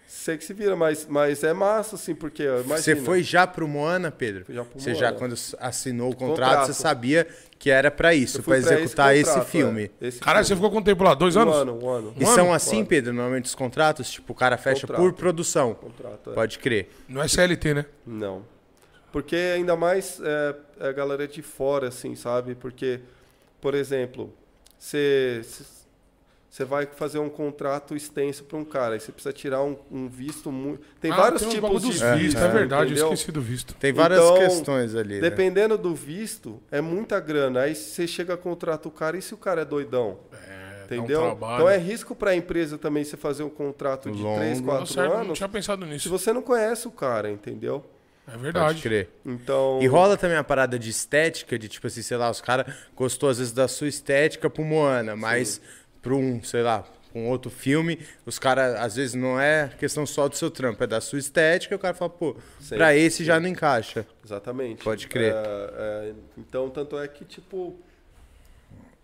sei que se vira, mas, mas é massa, assim, porque. Imagina,
Você foi já pro Moana, Pedro?
Fui já pro
você
Moana.
já, quando s- assinou o contrato, você
Contrato.
sabia que era pra isso,
eu
pra
fui pra
executar esse,
contrato,
filme.
é, esse
Caralho, você
filme.
ficou quanto tempo lá? Dois anos?
Um ano, um ano.
E
Um ano?
são assim,
Claro.
Pedro, normalmente os contratos? Tipo, o cara fecha
Contrato.
por produção.
Contrato, é.
Pode crer.
Não é CLT, né?
Não. Porque ainda mais é, a galera de fora, assim, sabe? Porque, por exemplo, você vai fazer um contrato extenso para um cara, aí você precisa tirar um, um visto muito. Tem
Ah,
vários
o
tipos
bagulho
de
dos
visto. né?
vistos. É, verdade, eu
entendeu?
esqueci do visto.
Tem várias
Então,
questões ali. né?
Dependendo do visto, é muita grana. Aí você chega, contrata o cara, e se o cara é doidão? entendeu?
um trabalho.
então é risco para a empresa também você fazer um contrato de
Longo.
três,
Tá
Tá
quatro
certo, eu não
anos.
tinha pensado
Se
nisso.
você não conhece o cara, entendeu?
É
Pode
verdade.
crer.
Então.
E rola também a parada de estética, de tipo assim, sei lá, os caras gostou às vezes da sua estética pro Moana, mas pra um, sei lá, pra um outro filme, os caras, às vezes, não é questão só do seu trampo, é da sua estética, e o cara fala, pô,
Sei,
pra esse já não encaixa.
Exatamente.
Pode crer.
É, é, então, tanto é que, tipo,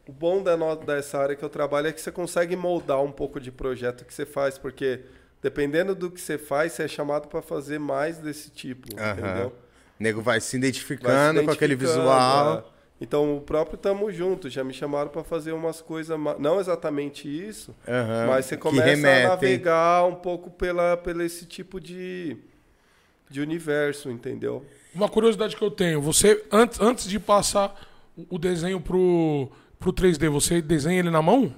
o bom da no- dessa área que eu trabalho é que você consegue moldar um pouco de projeto que você faz, porque dependendo do que você faz, você é chamado para fazer mais desse tipo,
Aham.
entendeu?
O nego vai se
Vai se
identificando com aquele
identificando,
visual.
é. Então, o próprio Tamo Junto, já me chamaram para fazer umas coisas, ma- não exatamente isso,
Aham,
é. mas você
É, que
começa
remetem.
a navegar um pouco pela, pelo esse tipo de, de universo, entendeu?
Uma curiosidade que eu tenho, você, antes, antes de passar o desenho pro, pro 3D, você desenha ele na mão?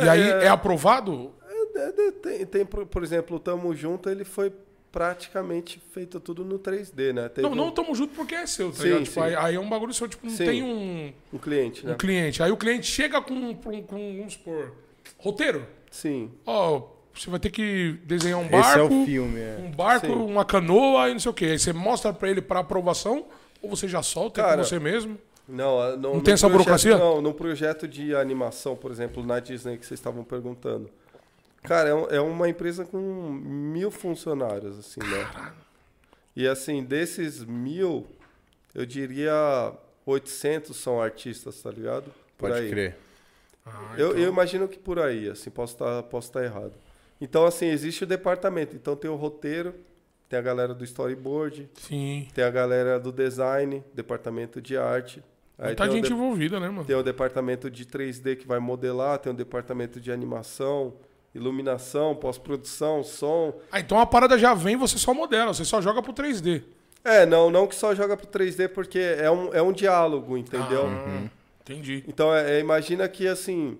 e aí é aprovado?
É, de- Tem, tem, por, por exemplo, o Tamo Junto, ele foi praticamente feito tudo no 3D, né? Teve
Não, não tamo junto porque é seu, tá
Sim,
ligado? Tipo,
sim.
aí, aí é um bagulho seu, tipo, não
Sim.
tem um,
um cliente,
um
né?
cliente. Aí o cliente chega com, um, com, com vamos supor, roteiro.
Sim.
Ó, você vai ter que desenhar um
Esse é
barco,
o filme, é.
um barco,
Sim.
uma canoa e não sei o quê. Aí você mostra pra ele pra aprovação ou você já solta
Cara,
com você mesmo?
Não, ah, não,
Não
no
tem essa
projeto-
burocracia?
Não, no projeto de animação, por exemplo, na Disney que vocês estavam perguntando. Cara, é, um- é uma empresa com mil funcionários, assim, né? E assim, desses mil, eu diria 800 são artistas, tá ligado? Por
Pode
aí.
crer.
Eu, eu imagino que por aí, assim, posso estar posso tá errado. Então, assim, existe o departamento. Então tem o roteiro, tem a galera do storyboard,
Sim.
tem a galera do design, departamento de arte. Aí
Muita
tem,
gente
o de-
envolvida, né, mano?
tem o departamento de 3D que vai modelar, tem o departamento de animação, iluminação, pós-produção, som.
Ah, então a parada já vem, você só modela, você só joga pro 3D.
É, não, não que só joga pro 3D, porque é um, é um diálogo, entendeu?
Ah, Entendi.
Então, é, é, imagina que assim.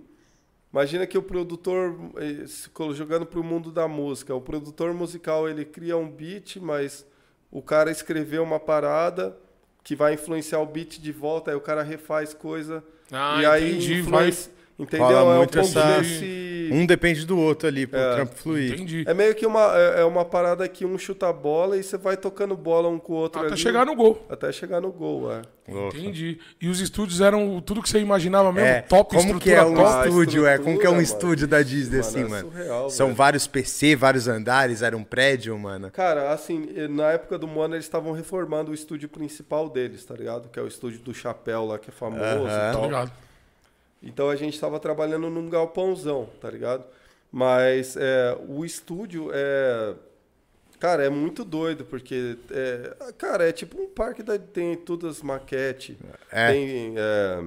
Imagina que o produtor, eh, se colo- jogando pro mundo da música, o produtor musical ele cria um beat, mas o cara escreveu uma parada que vai influenciar o beat de volta, aí o cara refaz coisa.
Ah,
e aí
entendi,
influencia- Entendeu?
Rola
é um
muito
pouco
essa-
desse. que.
Um depende do outro ali pro
É.
trampo fluir.
Entendi.
É meio que uma, é é uma parada que um chuta a bola e você vai tocando bola um com o outro
Até
ali,
chegar no gol.
Até chegar no gol, é.
Louco.
Entendi. E os estúdios eram tudo que você imaginava mesmo?
É,
top,
como que é um
estrutura top.
Ah,
estúdio, é, como que é um
estrutura,
estúdio da Disney,
Mano,
assim,
é
mano?
surreal,
São
velho.
vários PC, vários andares, era um prédio, mano.
Cara, assim, eh, na época do Moana eles estavam reformando o estúdio principal deles, tá ligado? Que é o estúdio do Chapéu lá, que é famoso
Aham.
e
Tá
tal.
ligado?
Então a gente estava trabalhando num galpãozão, tá ligado? Mas é, o estúdio é. Cara, é muito doido, porque. é, cara, é tipo um parque da. Tem todas as maquetes.
É.
Tem. é,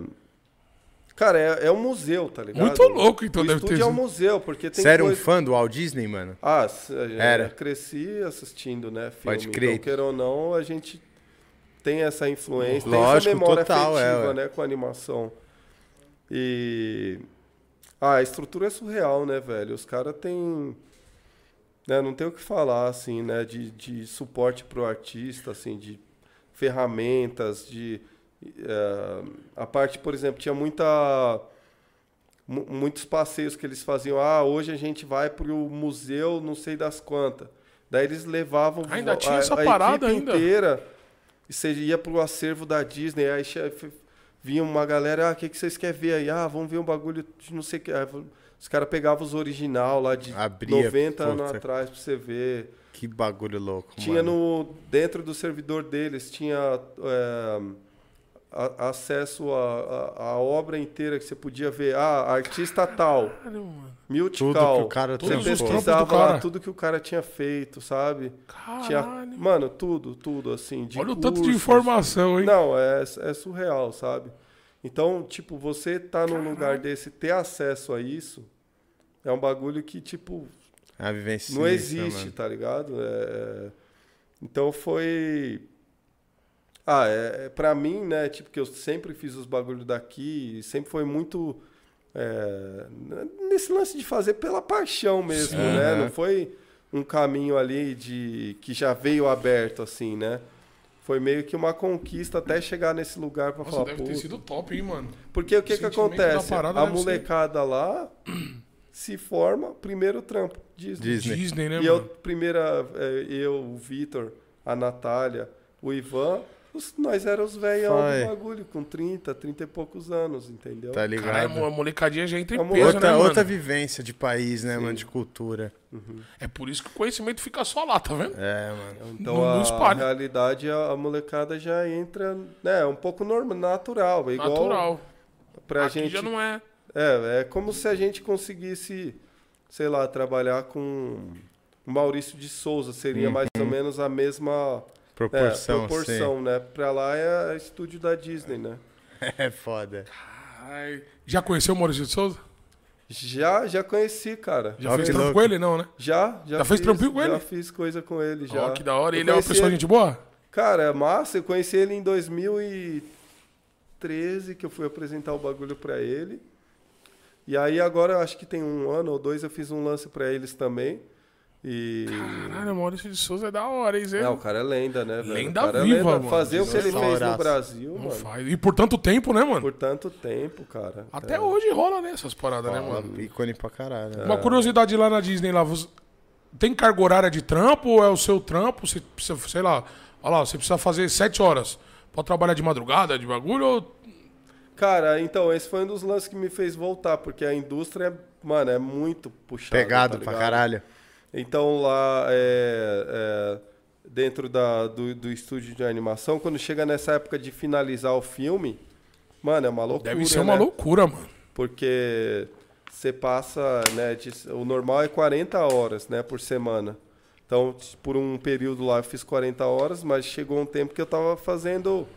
cara, é, é um museu, tá ligado?
Muito louco, então,
o
deve
estúdio
ter
é um
sido.
museu, porque tem.
Você era um
coisa-
fã do Walt Disney, mano?
Ah, s- a gente-
né? Era.
eu cresci assistindo, né? Filme.
Pode crer.
Então, queira ou não, a gente tem essa influência, tem essa
Lógico,
memória
total, é,
afetiva,
ué.
né? Com a animação. E. Ah, a estrutura é surreal, né, velho? Os caras têm. Né, não tem o que falar, assim, né? De, de suporte pro artista, assim, de ferramentas, de. eh, a parte, por exemplo, tinha muita mu- muitos passeios que eles faziam. Ah, hoje a gente vai pro museu, não sei das quantas. Daí eles levavam
Ainda
a,
tinha essa
a
parada
equipe
ainda?
inteira. E você ia pro acervo da Disney, aí chefe- vinha uma galera, ah, o que, que vocês querem ver aí? Ah, vamos ver um bagulho de não sei o que. Aí os caras pegavam os original lá de
Abria,
90 anos
puta.
atrás pra você ver.
Que bagulho louco,
Tinha
mano.
no dentro do servidor deles tinha é, a- acesso à a, obra inteira que você podia ver. Ah, artista tal,
Caralho, mano.
Tudo
Multical.
que o cara
Todos
trampou.
os
Você
trampos do
pesquisava lá
cara.
tudo que o cara tinha feito, sabe? Tinha,
Caralho.
mano, tudo, tudo assim. de
Olha o tanto de
cursos.
informação, hein?
Não, é, é surreal, sabe? Então, tipo, você tá num lugar desse, ter acesso a isso, é um bagulho que, tipo,
A vivência
né,
não
sinistra,
existe,
mano.
tá ligado? É, é, Então foi. Ah, é, é, pra mim, né? Tipo, que eu sempre fiz os bagulhos daqui, e sempre foi muito. é, n- nesse lance de fazer pela paixão mesmo,
Sim.
né?
Aham.
Não foi um caminho ali de que já veio aberto, assim, né? Foi meio que uma conquista até chegar nesse lugar pra
Nossa,
falar.
deve ter
"Pô,
sido top, hein, mano?
porque o que que
sentimento da
acontece?
parada
A
deve ser-
molecada lá se forma, primeiro trampo, Disney.
Disney.
Disney, né,
E eu,
mano?
primeira, eh, eu, o Vitor, a Natália, o Ivan, os- nós éramos os velhão
Foi.
do bagulho, com 30, 30 e poucos anos, entendeu?
Tá ligado?
Caralho, a molecadinha já entra em
A
peso,
outra,
né, mano?
outra vivência de país, né, mano? De cultura.
É por isso que o conhecimento fica só lá, tá vendo?
É, mano.
Então
Não-
a,
não espalha.
realidade, a, a molecada já entra, né, um pouco normal, natural, é igual
Natural.
pra
Aqui
gente...
já não é.
É, é como se a gente conseguisse, sei lá, trabalhar com o Maurício de Souza, seria
Uhum.
mais ou menos a mesma é,
Proporção,
proporção né? Pra lá é estúdio da Disney, né?
sim. É foda.
Ai, já conheceu o Maurício de Souza?
Já, já conheci, cara.
Já
Ó,
fez
que
trampo
louco.
com ele? Não, né?
Já, já.
Já fez
fiz-
trampinho com ele?
Já fiz coisa com ele, já.
Ó, que da hora.
Eu
Ele é uma
conheci
pessoa de
ele-
gente boa?
Cara, é massa. Eu conheci ele em 2013, que eu fui apresentar o bagulho pra ele. E aí agora, acho que tem um ano ou dois, eu fiz um lance pra eles também. E...
Caralho, o Maurício de Souza é da hora, hein, Zé?
Não, o cara é lenda, né, velho?
Lenda
O cara é
viva,
lenda.
mano.
Fazer o que ele fez
Restauraço.
no Brasil,
Não
mano.
faz. E por tanto tempo, né, mano?
Por tanto tempo, cara.
Até
É.
hoje rola, né, essas paradas, né, mano?
Ícone pra caralho. né?
Uma
É.
curiosidade lá na Disney, lá, você- tem carga horária de trampo ou é o seu trampo? Você precisa, sei lá, olha lá, você precisa fazer sete horas. Pode trabalhar de madrugada, de bagulho, ou
Cara, então, esse foi um dos lances que me fez voltar, porque a indústria, é, mano, é muito puxada.
Pegado
tá
pra
ligado?
caralho.
Então lá é, é, dentro da, do, do estúdio de animação, quando chega nessa época de finalizar o filme, mano, é uma loucura.
deve ser um uma
né?
loucura, mano.
Porque você passa, né? de- o normal é 40 horas, né, por semana. Então, por um período lá eu fiz 40 horas, mas chegou um tempo que eu tava fazendo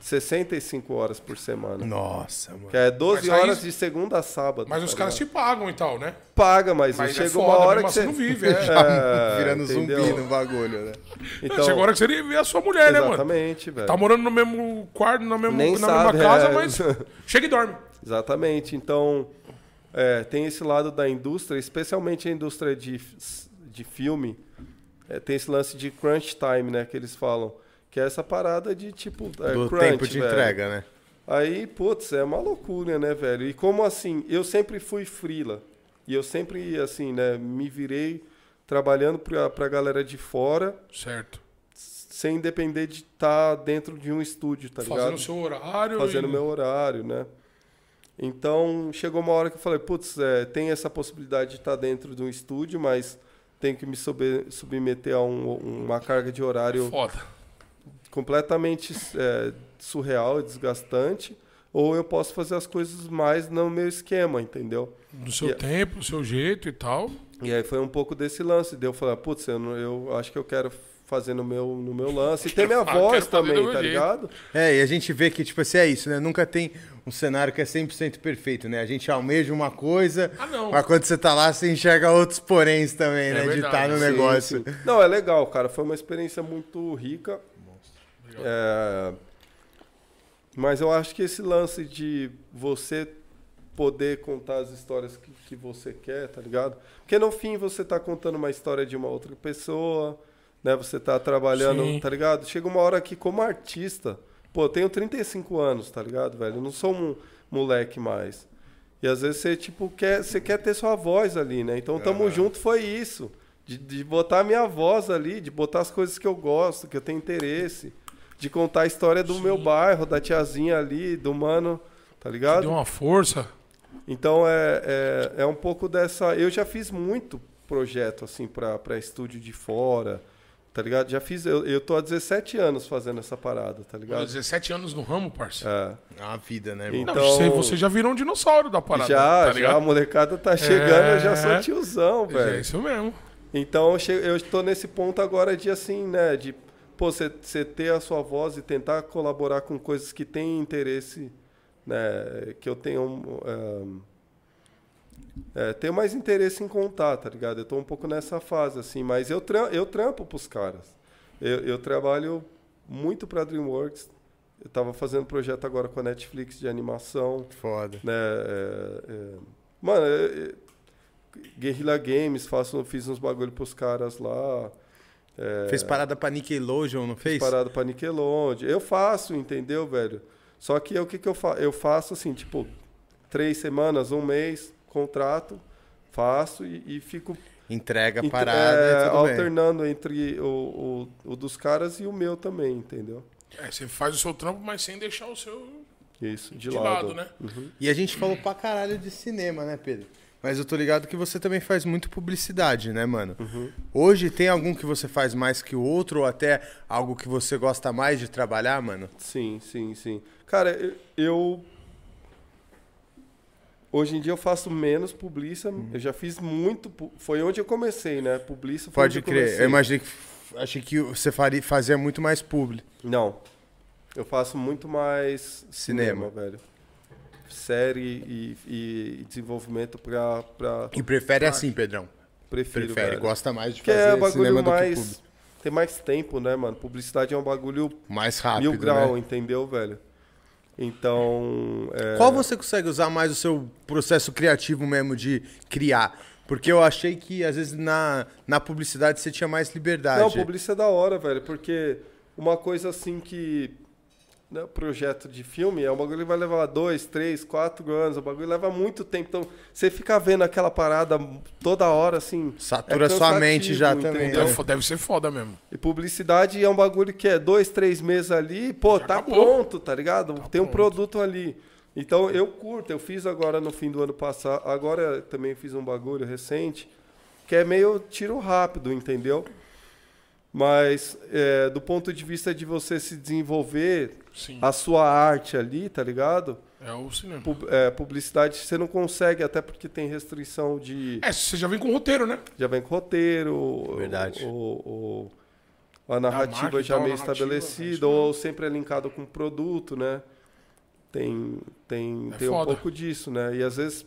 65 horas por semana.
Nossa, mano.
Que é 12
Mas aí-
horas de segunda a sábado.
Mas os
tá
caras te
ligado?
pagam e tal, né?
paga, mas,
Mas
chega
é foda,
uma hora
mesmo
que
assim não
você
vive, é.
É,
Virando zumbi
entendeu?
no bagulho, né?
Então,
Chega a hora que você vê a sua mulher, né, mano?
Exatamente, velho.
Tá morando no mesmo quarto, na, mesmo,
Nem
na
sabe,
mesma casa,
é.
mas chega e dorme.
Exatamente. Então, é, tem esse lado da indústria, especialmente a indústria de, f- de filme, é, tem esse lance de crunch time, né, que eles falam. Que é essa parada de tipo. É,
Do
crunch,
tempo de
velho.
entrega, né?
Aí, putz, é uma loucura, né, velho? E como assim? Eu sempre fui frila. E eu sempre, assim, né, me virei trabalhando pra, pra galera de fora,
Certo.
sem depender de estar dentro de um estúdio, tá
Fazendo o
ligado?
seu horário.
Fazendo
e-
meu horário, né? Então, chegou uma hora que eu falei, putz, é, tem essa possibilidade de estar dentro de um estúdio, mas tenho que me sobe- submeter a um- uma carga de horário
é Foda.
completamente é, surreal e desgastante, ou eu posso fazer as coisas mais no meu esquema, entendeu?
Do seu
E- é
tempo, do seu jeito e tal.
E aí foi um pouco desse lance, deu eu falar, putz, eu, não- eu acho que eu quero fazer no meu, no meu lance. E tem minha
Eu quero
voz
fazer do
também,
meu
tá
jeito.
ligado?
É, e a gente vê que, tipo assim, é isso, né? Nunca tem um cenário que é 100% perfeito, né? A gente almeja uma coisa,
Ah, não.
mas quando você tá lá, você enxerga outros poréns também, né? De
verdade.
estar no
Sim,
negócio.
Sim, sim. Não, é legal, cara. Foi uma experiência muito rica. É, Mas eu acho que esse lance de você poder contar as histórias que, que você quer, tá ligado? Porque no fim você tá contando uma história de uma outra pessoa, né? Você tá trabalhando,
Sim.
tá ligado? Chega uma hora que, como artista, pô, eu tenho 35 anos, tá ligado, velho? Eu não sou um moleque mais. E às vezes você, tipo, quer, você quer ter sua voz ali, né? Então, tamo junto foi isso. De, de botar a minha voz ali, de botar as coisas que eu gosto, que eu tenho interesse. De contar a história do meu bairro, da tiazinha ali, do mano, tá ligado?
Deu uma força.
Então é, é, é um pouco dessa. Eu já fiz muito projeto assim para estúdio de fora, tá ligado? Já fiz. Eu, eu tô há 17 anos fazendo essa parada, tá
Pô,
ligado?
17 anos no ramo, parceiro.
É.
É uma vida, né,
Não,
irmão?
Então-
você, você já virou um dinossauro da parada.
já,
tá
já a
ligado?
molecada tá chegando, eu já
É.
sou tiozão,
É
velho.
isso mesmo.
Então eu che- eu estou nesse ponto agora de assim, né? De pô, você ter a sua voz e tentar colaborar com coisas que têm interesse, né? Que eu tenho. ehm, é, tenho mais interesse em contar, tá ligado? Eu tô um pouco nessa fase, assim, mas eu, tram- eu trampo pros caras. Eu, eu trabalho muito pra DreamWorks. Eu tava fazendo projeto agora com a Netflix de animação
Foda.
né? é, é, mano, é, é, Guerrilla Games, faço, fiz uns bagulho pros caras lá. é,
Fez parada pra Nickelodeon, não fez?
parada pra Nickelodeon. Eu faço, entendeu, velho? Só que é o que, que eu faço? Eu faço assim, tipo, três semanas, um mês, contrato, faço e, e fico
Entrega a
entre-
parada
é,
e né, tudo bem.
alternando entre o, o, o dos caras e o meu também, entendeu?
É, você faz o seu trampo, mas sem deixar o seu.
Isso, de,
De
lado.
lado, né?
Uhum.
E a gente falou pra caralho de cinema, né, Pedro? Mas eu tô ligado que você também faz muito publicidade, né, mano?
Uhum.
Hoje tem algum que você faz mais que o outro, ou até algo que você gosta mais de trabalhar, mano?
Sim, sim, sim. Cara, eu- eu. Hoje em dia eu faço menos publiça.
Uhum.
Eu já fiz muito. pu- Foi onde eu comecei, né? Publiça foi onde
Pode
eu
crer.
comecei.
Eu imaginei que. f- Achei que você faria, fazia muito mais publi.
Não. Eu faço muito mais
Cinema.
cinema, velho. Série e, e- e desenvolvimento pra. pra...
E prefere assim, Pedrão.
Prefiro.
Prefere,
velho.
gosta mais de
Porque é
fazer
bagulho
cinema do que
mais.
publi.
Tem mais tempo, né, mano? Publicidade é um bagulho
Mais rápido,
mil grau,
né?
entendeu, velho? Então. é,
Qual você consegue usar mais o seu processo criativo mesmo de criar? Porque eu achei que, às vezes, na, na publicidade você tinha mais liberdade.
Não, publicidade é da hora, velho, porque uma coisa assim que. Né, projeto de filme é um bagulho que vai levar dois, três, quatro anos, o bagulho leva muito tempo. Então, você fica vendo aquela parada toda hora, assim.
Satura sua mente já
cansativo,
também,
entendeu?
né?
Deve- Deve ser foda mesmo.
E publicidade é um bagulho que é dois, três meses ali, pô, tá
acabou.
pronto, tá ligado? Tem um produto ali. Então eu curto, eu fiz agora no fim do ano passado, agora também fiz um bagulho recente, que é meio tiro rápido, entendeu? Mas é, do ponto de vista de você se desenvolver
Sim.
a sua arte ali, tá ligado?
É o cinema.
Pub- é, publicidade você não consegue, até porque tem restrição de.
É, você já vem com roteiro, né?
Já vem com roteiro.
Verdade.
O, o- o- a
A marca
narrativa
e
já
tal,
meio
então, a narrativa, acho que
estabelecida,
não.
ou sempre é linkado com produto, né? Tem, tem,
É
tem um
foda.
pouco disso, né? E às vezes,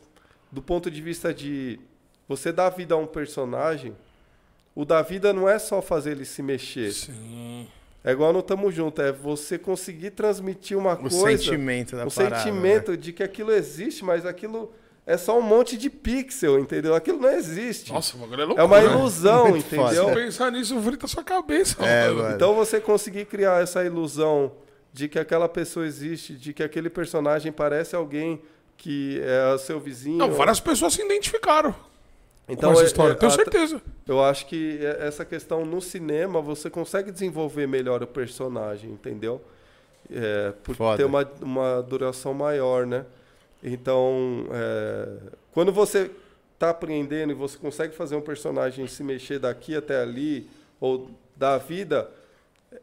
do ponto de vista de você dar vida a um personagem, o da vida não é só fazer ele se mexer.
Sim.
É igual no Tamo Junto, é você conseguir transmitir uma
O
coisa
sentimento da
o
parada. né?
sentimento de que aquilo existe, mas aquilo é só um monte de pixel, entendeu? Aquilo não existe.
Nossa, o bagulho é louco.
é uma
Muito
ilusão,
foda.
entendeu?
Se pensar nisso, frita sua cabeça.
É,
mano.
mano.
Então você conseguir criar essa ilusão de que aquela pessoa existe, de que aquele personagem parece alguém que é o seu vizinho. é,
Não, várias pessoas se identificaram. Então, essa história. Tenho
a-
certeza.
Eu acho que é- essa questão no cinema você consegue desenvolver melhor o personagem, entendeu? É, por
Foda.
ter uma, uma duração maior, né? Então, é, quando você tá aprendendo e você consegue fazer um personagem se mexer daqui até ali, ou da vida,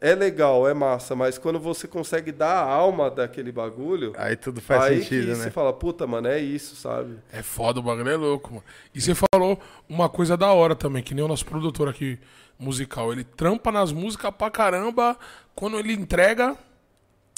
é legal, é massa, mas quando você consegue dar a alma daquele bagulho,
Aí tudo faz
aí
sentido,
que
né?
você fala, puta, mano, é isso, sabe?
É foda, o bagulho é louco, mano. E você falou uma coisa da hora também, que nem o nosso produtor aqui musical. Ele trampa nas músicas pra caramba. Quando ele entrega,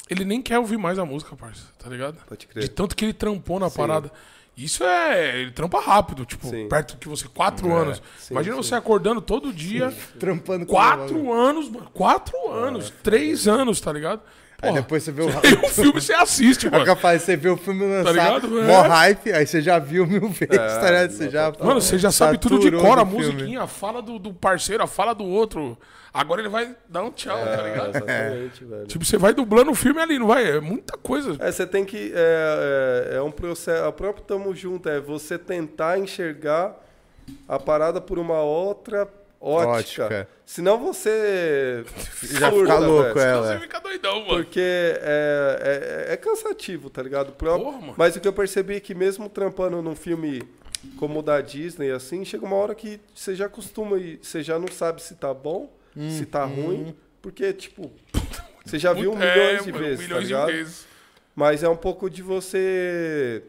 ele nem quer ouvir mais a música, parça, tá ligado?
Pode crer.
De tanto que ele trampou na parada. Isso é. Ele trampa rápido, tipo,
Sim. É.
perto que você, quatro anos.
sim,
Imagina
sim.
você acordando todo dia.
Trampando com o
Quatro anos, mano. Quatro anos.
É.
Três anos, tá ligado?
Aí
Porra,
depois você vê o
E o filme você assiste,
É
Tá
mano.
capaz, você vê o filme lançar,
ligado?
né?
mó
É.
hype, aí você já viu mil vezes, tá
É,
ligado? Você já, "Tá
Mano, você já sabe tudo de
saturou
cor, a
do filme.
musiquinha, a fala do, do parceiro, a fala do outro. Agora ele vai dar um tchau, tá
É,
ligado?
exatamente, velho.
Tipo, você vai dublando o filme ali, não vai? É muita coisa.
É, você tem que. É, é, é um processo. O próprio Tamo Junto é você tentar enxergar a parada por uma outra ótica.
Ótica. é.
Senão você.
Já fica louco, é.
velho.
ela.
Você fica doidão, mano.
É, Porque é, é- é cansativo, tá ligado? Pro-
Porra, mano.
Mas o que eu percebi é que mesmo trampando num filme como o da Disney, assim, chega uma hora que você já acostuma e você já não sabe se tá bom, se tá
Uhum.
ruim, porque, tipo, você já viu
Puta, é,
milhões de
mano,
vezes,
milhões
tá ligado?
de vezes.
Mas é um pouco de você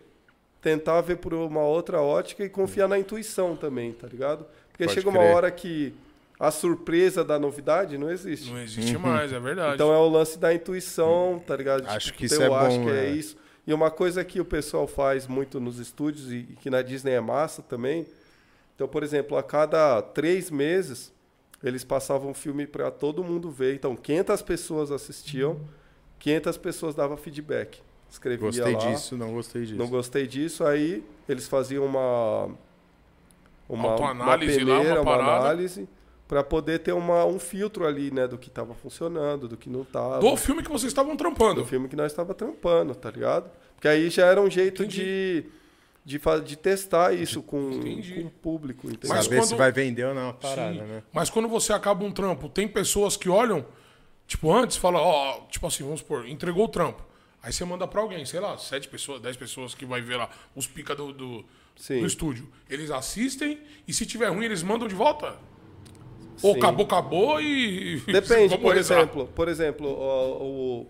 tentar ver por uma outra ótica e confiar na intuição também, tá ligado? Porque
Pode
chega
crer.
uma hora que a surpresa da novidade não existe.
Não existe mais, é verdade.
Então é o lance da intuição, tá ligado?
Acho que
puta,
isso é
eu acho
bom,
que é
né?
isso. E uma coisa que o pessoal faz muito nos estúdios e e que na Disney é massa também. Então, por exemplo, a cada três meses eles passavam um filme para todo mundo ver. Então, 500 pessoas assistiam, 500 pessoas davam feedback. Escrevia
Gostei
lá.
disso, não gostei disso.
Não gostei disso. Aí eles faziam uma uma, uma
Autoanálise lá, uma
peneira, uma,
parada.
análise para poder ter uma, um filtro ali, né, do que tava funcionando, do que não tava.
Do filme que vocês estavam
do
trampando.
filme que nós tava trampando, tá ligado? Porque aí já era um jeito de de, fa- de testar isso com,
entendi.
com o público, entendeu?
Mas
Saber se
quando-
vai vender ou não a parada,
Sim.
né?
Mas quando você acaba um trampo, tem pessoas que olham, tipo, antes, fala, ó, ó, tipo assim, vamos supor, entregou o trampo. Aí você manda pra alguém, sei lá, sete pessoas, dez pessoas que vai ver lá os pica do, do,
Sim.
do estúdio. Eles assistem e se tiver ruim, eles mandam de volta? Ou
Sim.
acabou, acabou e.
Depende,
vamos
por
rezar.
exemplo, por exemplo, o, o-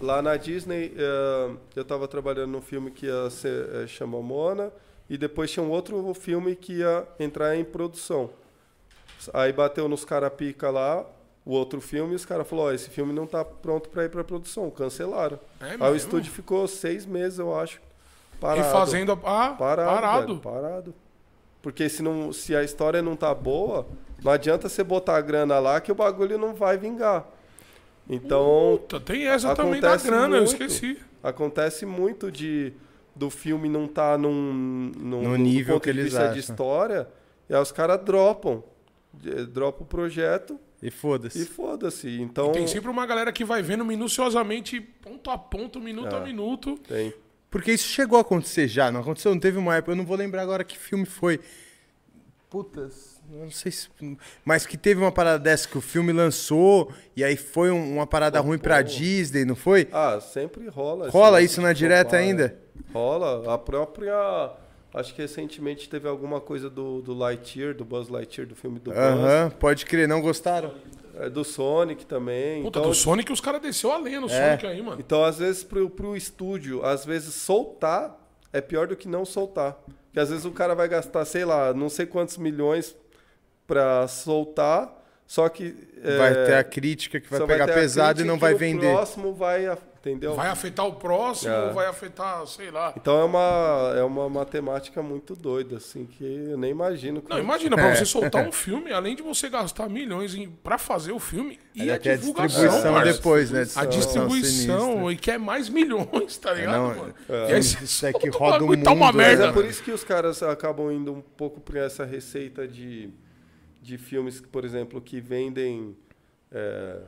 lá na Disney, eh, eu estava trabalhando num filme que ia ser, eh, chama Mona, e depois tinha um outro filme que ia entrar em produção. Aí bateu nos carapica lá, o outro filme, e os caras falaram, ó, esse filme não tá pronto para ir para produção, cancelaram.
É
Aí
mesmo?
o estúdio ficou seis meses, eu acho,
E
parado.
fazendo a. Ah,
Parado.
parado.
velho, parado. Porque se, não, se a história não tá boa, não adianta você botar a grana lá que o bagulho não vai vingar. Então,
Puta, tem essa também da
Acontece
grana, eu
muito.
esqueci.
acontece muito de do filme não tá num, num
No
do
nível
ponto
que
de
eles
vista
acham.
de história, e aí os caras dropam. Eh, Dropa o projeto
E
e
foda-se.
foda-se. Então,
Tem sempre uma galera que vai vendo minuciosamente, ponto a ponto, minuto a
É.
minuto.
tem.
Porque isso chegou a acontecer já, não aconteceu, não teve uma época, eu não vou lembrar agora que filme foi. Putas, eu não sei se. Mas que teve uma parada dessa que o filme lançou e aí foi um- uma parada ruim pra Disney, não foi?
Ah, sempre rola. esse
Rola
lance
isso na
de
direta
topar, né?
ainda?
Rola. A própria. Acho que recentemente teve alguma coisa do, do Lightyear, do Buzz Lightyear, do filme do Buzz.
Aham, pode crer, não gostaram?
É, do Sonic também.
Puta,
então,
do Sonic os caras desceu a
É.
lenha no Sonic aí, mano.
então, às vezes, pro, pro estúdio, às vezes soltar é pior do que não soltar. Porque às vezes o cara vai gastar, sei lá, não sei quantos milhões pra soltar, só que. é,
Vai ter a crítica que vai
só
pegar
ter a
pesado e
crítica
não
que
vai
o
vender.
próximo vai. a-
Então-
Entendeu?
Vai afetar o próximo,
É.
vai afetar, sei lá.
Então é uma, é uma matemática muito doida, assim, que eu nem imagino.
Não,
Então,
como-
imagina,
é.
pra você soltar um filme, além de você gastar milhões em, pra fazer o filme, e
Ainda
a
tem a
divulgação,
distribuição
parça.
depois, né?
A
sinistra.
distribuição, e quer mais milhões, tá ligado,
não,
mano?
é.
E aí você
Isso é que
solta o
roda o
bagulho e tá uma
mundo, né,
Mas
merda.
é por isso que os caras acabam indo um pouco para essa receita de, de filmes, por exemplo, que vendem é,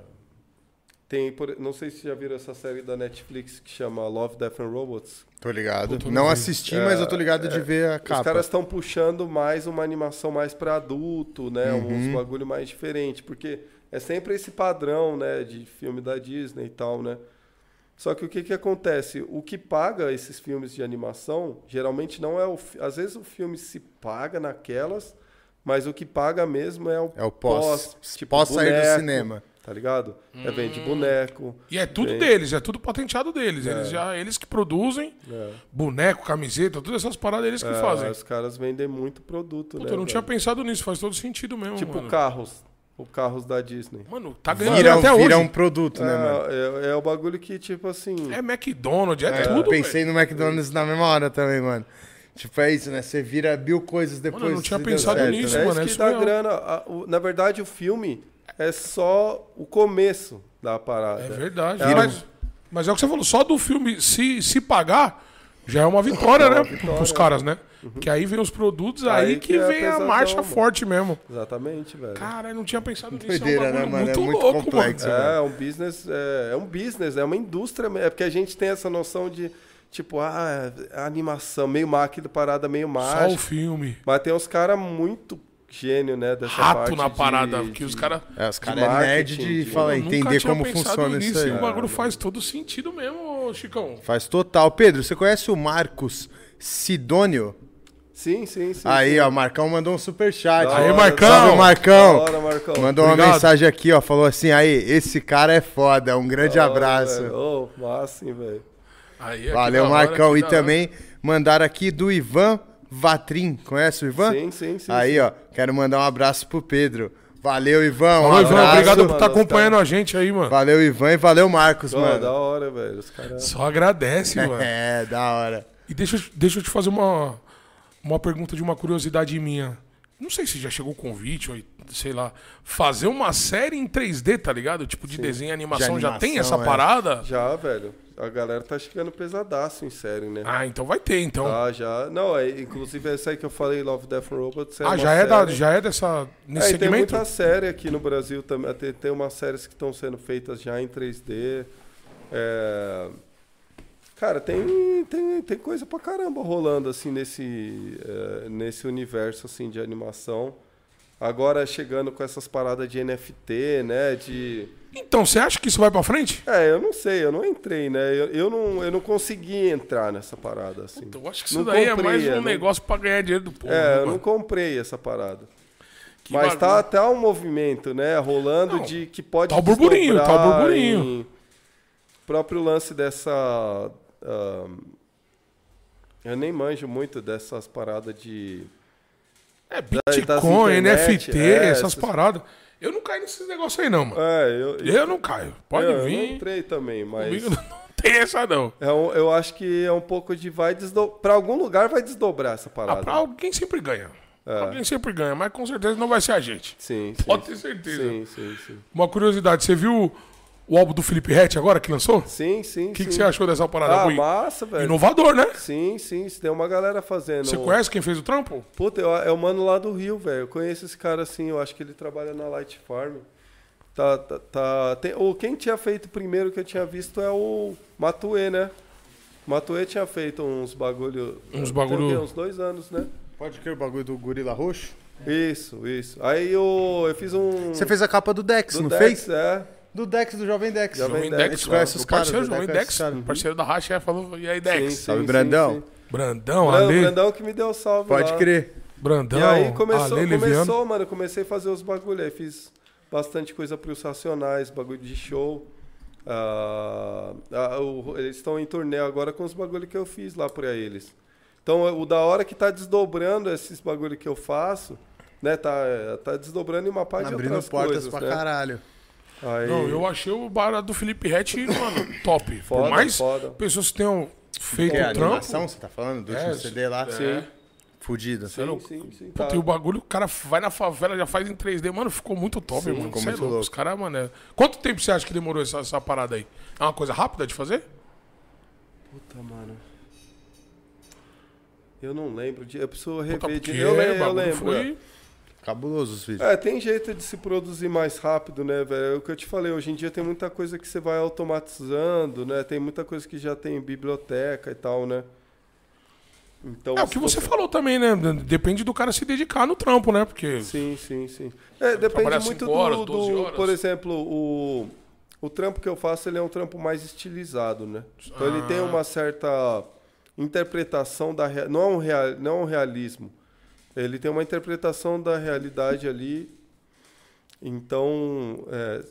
Tem, por- não sei se já viram essa série da Netflix que chama Love, Death and Robots.
Tô ligado. É,
Puta,
não
não vi.
assisti, mas eu tô ligado de ver a capa.
Os caras estão puxando mais uma animação mais para adulto, né?
Uhum.
Uns bagulho mais diferente, porque é sempre esse padrão, né, de filme da Disney e tal, né? Só que o que que acontece? O que paga esses filmes de animação, geralmente não é o, fi- às vezes o filme se paga naquelas, mas o que paga mesmo é o
É o pós.
pós,
Pós,
tipo,
sair do
boneco,
cinema.
Tá ligado? É vende
Hum.
boneco.
E é tudo
vende-
deles, é tudo patenteado deles. Eles, já, eles que produzem,
É.
boneco, camiseta, todas essas paradas eles que
É,
fazem.
Os caras vendem muito produto,
Puta,
né?
eu não tinha
velho?
pensado nisso, faz todo sentido mesmo,
Tipo
mano.
carros. O carros da Disney.
Mano, tá ganhando
Vira,
até
vira
hoje.
um produto, né, mano?
É, é, é o bagulho que, tipo assim.
É McDonald's, é,
É,
tudo,
pensei no McDonald's na mesma hora também, mano. Tipo, é isso, né? Você vira mil coisas depois.
Mano, eu não tinha
se deu
pensado
certo,
nisso,
é
né?
mano,
isso
é
que
isso
dá
mesmo.
grana. A- o- na verdade, o filme é só o começo da parada.
É verdade.
Vira
Mas, mas é o que você falou, só do filme se, se pagar já é uma vitória, né? Pros caras, né?
Uhum.
Que aí vem os produtos, aí,
Aí
que,
que é a
vem a
pesadão,
marcha
mano.
forte mesmo.
Exatamente, velho.
Cara, eu não tinha pensado nisso.
É. Doideira,
é
né,
um bagulho
mano? É
Muito,
muito
louco,
complexo.
mano.
É, é um business, é, é um business, é uma indústria. É porque a gente tem essa noção de, tipo, ah, a animação, meio máquina, parada meio
Só o
mágica.
filme.
Mas tem uns caras muito gênio, né? Dessa
Rato
parte
na
de-
parada, que os
de-
caras...
É, os
De
caras é nerd
marketing,
de
de-
falar,
Eu nunca
entender
tinha
como
pensado
funciona
nisso,
isso aí.
e O bagulho faz todo sentido mesmo, Chicão.
Faz total. Pedro, você conhece o Marcos Sidônio?
Sim, sim, sim.
Aí,
sim.
ó, o Marcão mandou um superchat.
Da Aí, hora,
Marcão!
Salve, Marcão!
Da hora, Marcão.
Mandou uma
Obrigado.
mensagem aqui, ó. Falou assim, aí, esse cara é foda. Um grande
Da hora,
abraço.
velho. Ô, massa, hein, velho.
Aí, aqui
Valeu,
da hora,
Marcão.
aqui
e
da hora.
também mandaram aqui do Ivan Vatrim. Conhece o Ivan?
Sim, sim, sim,
Aí, ó, quero mandar um abraço pro Pedro. Valeu, Ivan. Um
Falou, Ivan,
abraço. tá-
obrigado por
mano,
estar
os
acompanhando a gente aí, mano.
Valeu, Ivan, e valeu, Marcos,
Ó,
mano.
da hora, velho. Os caras.
Só agradece, mano.
É, da hora.
E deixa, eu- deixa eu te fazer uma, uma pergunta de uma curiosidade minha. Não sei se já chegou o convite, ou sei lá. Fazer uma série em 3D, tá ligado? Tipo, de desenho e animação,
De
já tem essa
animação, é.
parada?
Já, velho. A galera tá chegando pesadaço em série, né?
Ah, então vai ter, então.
Tá, já. Não, é, inclusive essa aí que eu falei, Love, Death and Robots.
ah,
uma
já é, da,
série.
já é dessa. nesse
É, e tem
segmento?
muita série aqui no Brasil também. Tem, tem umas séries que estão sendo feitas já em 3D. É, Cara, tem, tem, tem coisa pra caramba rolando assim nesse, é, nesse universo assim de animação. Agora chegando com essas paradas de NFT, né? De.
Então, você acha que isso vai pra frente?
É, eu não sei, eu não entrei, né? Eu, eu não, eu não consegui entrar nessa parada, assim.
Então, eu acho que isso
Não
daí é
comprei,
mais um
eu não-
negócio pra ganhar dinheiro do povo.
É,
né,
eu não
mano?
comprei essa parada.
Que
Mas
bagulho.
tá, tá um movimento, né? Rolando
Não,
de que pode.
tá o burburinho, tá o
desdobrar
burburinho.
em- O próprio lance dessa. ah, eu nem manjo muito dessas paradas de.
É,
das
Bitcoin,
tá internet,
NFT,
é,
essas
essas-
paradas. Eu não caio nesses negócios aí, não, mano.
É, eu.
Eu não caio. Pode
eu, eu não
vir.
entrei também, mas.
Comigo não tem essa, não.
É um- eu acho que é um pouco de. Vai desdobrar. Pra algum lugar vai desdobrar essa
Ah, pra
parada.
alguém sempre ganha.
É.
Alguém sempre ganha, mas com certeza não vai ser a gente.
Sim, sim.
Pode
sim.
ter certeza.
Sim, sim, sim.
Uma curiosidade, você viu o álbum do Felipe Rett agora que lançou? O
Sim, sim.
que, que
sim.
você achou dessa parada?
Ah,
Foi
massa, velho.
Inovador, né?
Sim, sim. Tem uma galera fazendo.
Você conhece quem fez o trampo?
Puta, eu- é o mano lá do Rio, velho. Eu conheço esse cara assim, eu acho que ele trabalha na Light Farm. Tá, tá, tá- tem- ou quem tinha feito primeiro que eu tinha visto é o Matue, né? Matue tinha feito uns bagulho. é,
Uns
tem
bagulho-
o quê? Uns dois anos, né?
Pode crer o bagulho do gorila roxo?
Hum. Isso, isso. Aí eu, eu fiz um.
Você fez a capa do Dex,
do
não
Dex,
fez?
É.
Do Dex, do Jovem Dex.
Jovem
Jovem
Dex,
Dex,
a gente
cara.
conhece os
o parceiro
caras,
Jovem
né, conhece
Dex,
os caras.
parceiro da Racha, é, falou, e aí
Sim,
Dex?
sim,
Salve,
sim,
Brandão.
sim.
Brandão,
Bran-
Ale,
Brandão que me deu salve.
Pode
lá.
crer.
Brandão,
E aí começou,
Ale Então, Leviano.
começou, mano, comecei a fazer os bagulho. Aí fiz bastante coisa pros Racionais, bagulho de show. Ah, ah, o- eles estão em turnê agora com os bagulho que eu fiz lá pra eles. Então, o da hora que tá desdobrando esses bagulho que eu faço, né? Tá, tá desdobrando em uma parte de
Abrindo
outras
portas
coisas,
pra
né?
caralho.
Aí,
Não, eu achei o bar do Felipe Rett, mano, top. Por
Foda,
mais
foda.
pessoas que tenham feito
Que é a
o trampo,
animação, você tá falando? Do
É,
último CD lá? é
Sim.
Fudido. assim?
sim, sim, sim, tá.
um Puta, e o bagulho, o cara vai na favela, já faz em 3D. Mano, ficou muito top, mano.
ficou
Cê é
muito
louco.
louco.
Os caras, mano. é- Quanto tempo você acha que demorou essa, essa parada aí? É uma coisa rápida de fazer?
Puta, mano. Eu não lembro. de- Eu preciso rever
Puta,
de Eu, le- eu
o bagulho
lembro. é.
foi.
Cabuloso os vídeos.
É, tem jeito de se produzir mais rápido, né, velho? É o que eu te falei, hoje em dia tem muita coisa que você vai automatizando, né? Tem muita coisa que já tem em biblioteca e tal, né? Então,
É o que
se
você falou também, né? Depende do cara se dedicar no trampo, né? Porque.
Sim, sim, sim. É, depende
trabalhar
muito
cinco horas,
do,
12
do-
horas.
Por exemplo, o, o trampo que eu faço, ele é um trampo mais estilizado, né? Então ele
Ah.
tem uma certa interpretação da... rea- Não é, um real, não é um realismo. Ele tem uma interpretação da realidade ali. Então... é,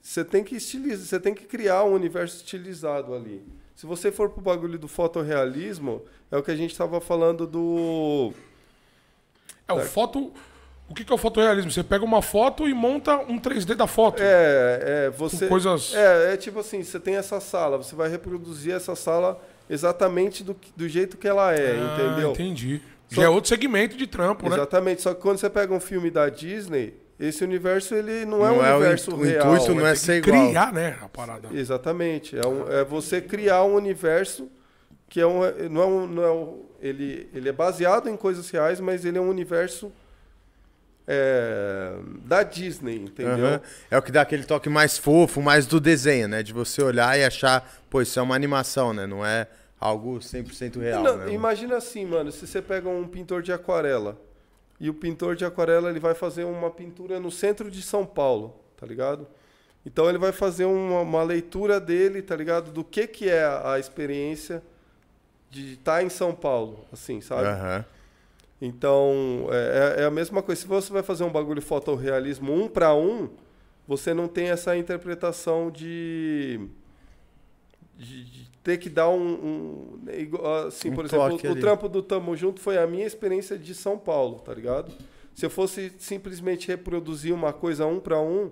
você tem que estilizar, você tem que criar um universo estilizado ali. Se você for pro bagulho do fotorrealismo, é o que a gente estava falando do
É o foto. O que que é o fotorrealismo? Você pega uma foto e monta um 3D da foto.
É, é, você.
coisas-
É, é tipo assim, você tem essa sala, você vai reproduzir essa sala exatamente do, que- do jeito que ela é,
Ah,
entendeu?
Entendi.
Só-
Já é outro segmento de trampo, né?
Exatamente. Só que quando você pega um filme da Disney, esse universo ele não, é um
Não é o in-
universo
o
real.
intuito não é
Tem que
ser igual.
Criar, né? A parada.
Exatamente. É, um- é você criar um universo que é um, não é um, não é um- ele, ele é baseado em coisas reais, mas ele é um universo é, da Disney, entendeu?
Aham. É o que dá aquele toque mais fofo, mais do desenho, né? De você olhar e achar, pô, isso é uma animação, né? Não é algo 100% real,
Não,
né?
Imagina assim, mano, se você pega um pintor de aquarela e o pintor de aquarela ele vai fazer uma pintura no centro de São Paulo, tá ligado? Então ele vai fazer uma, uma leitura dele, tá ligado? Do que que é a, a experiência de estar em São Paulo, assim, sabe?
Aham.
Então, é, é- é a mesma coisa. Se você vai fazer um bagulho fotorrealismo um para um, você não tem essa interpretação de, de, de ter que dar um... um igual- assim,
Um
por exemplo,
toque
o, o
ali.
trampo do Tamo Junto foi a minha experiência de São Paulo, tá ligado? Se eu fosse simplesmente reproduzir uma coisa um para um,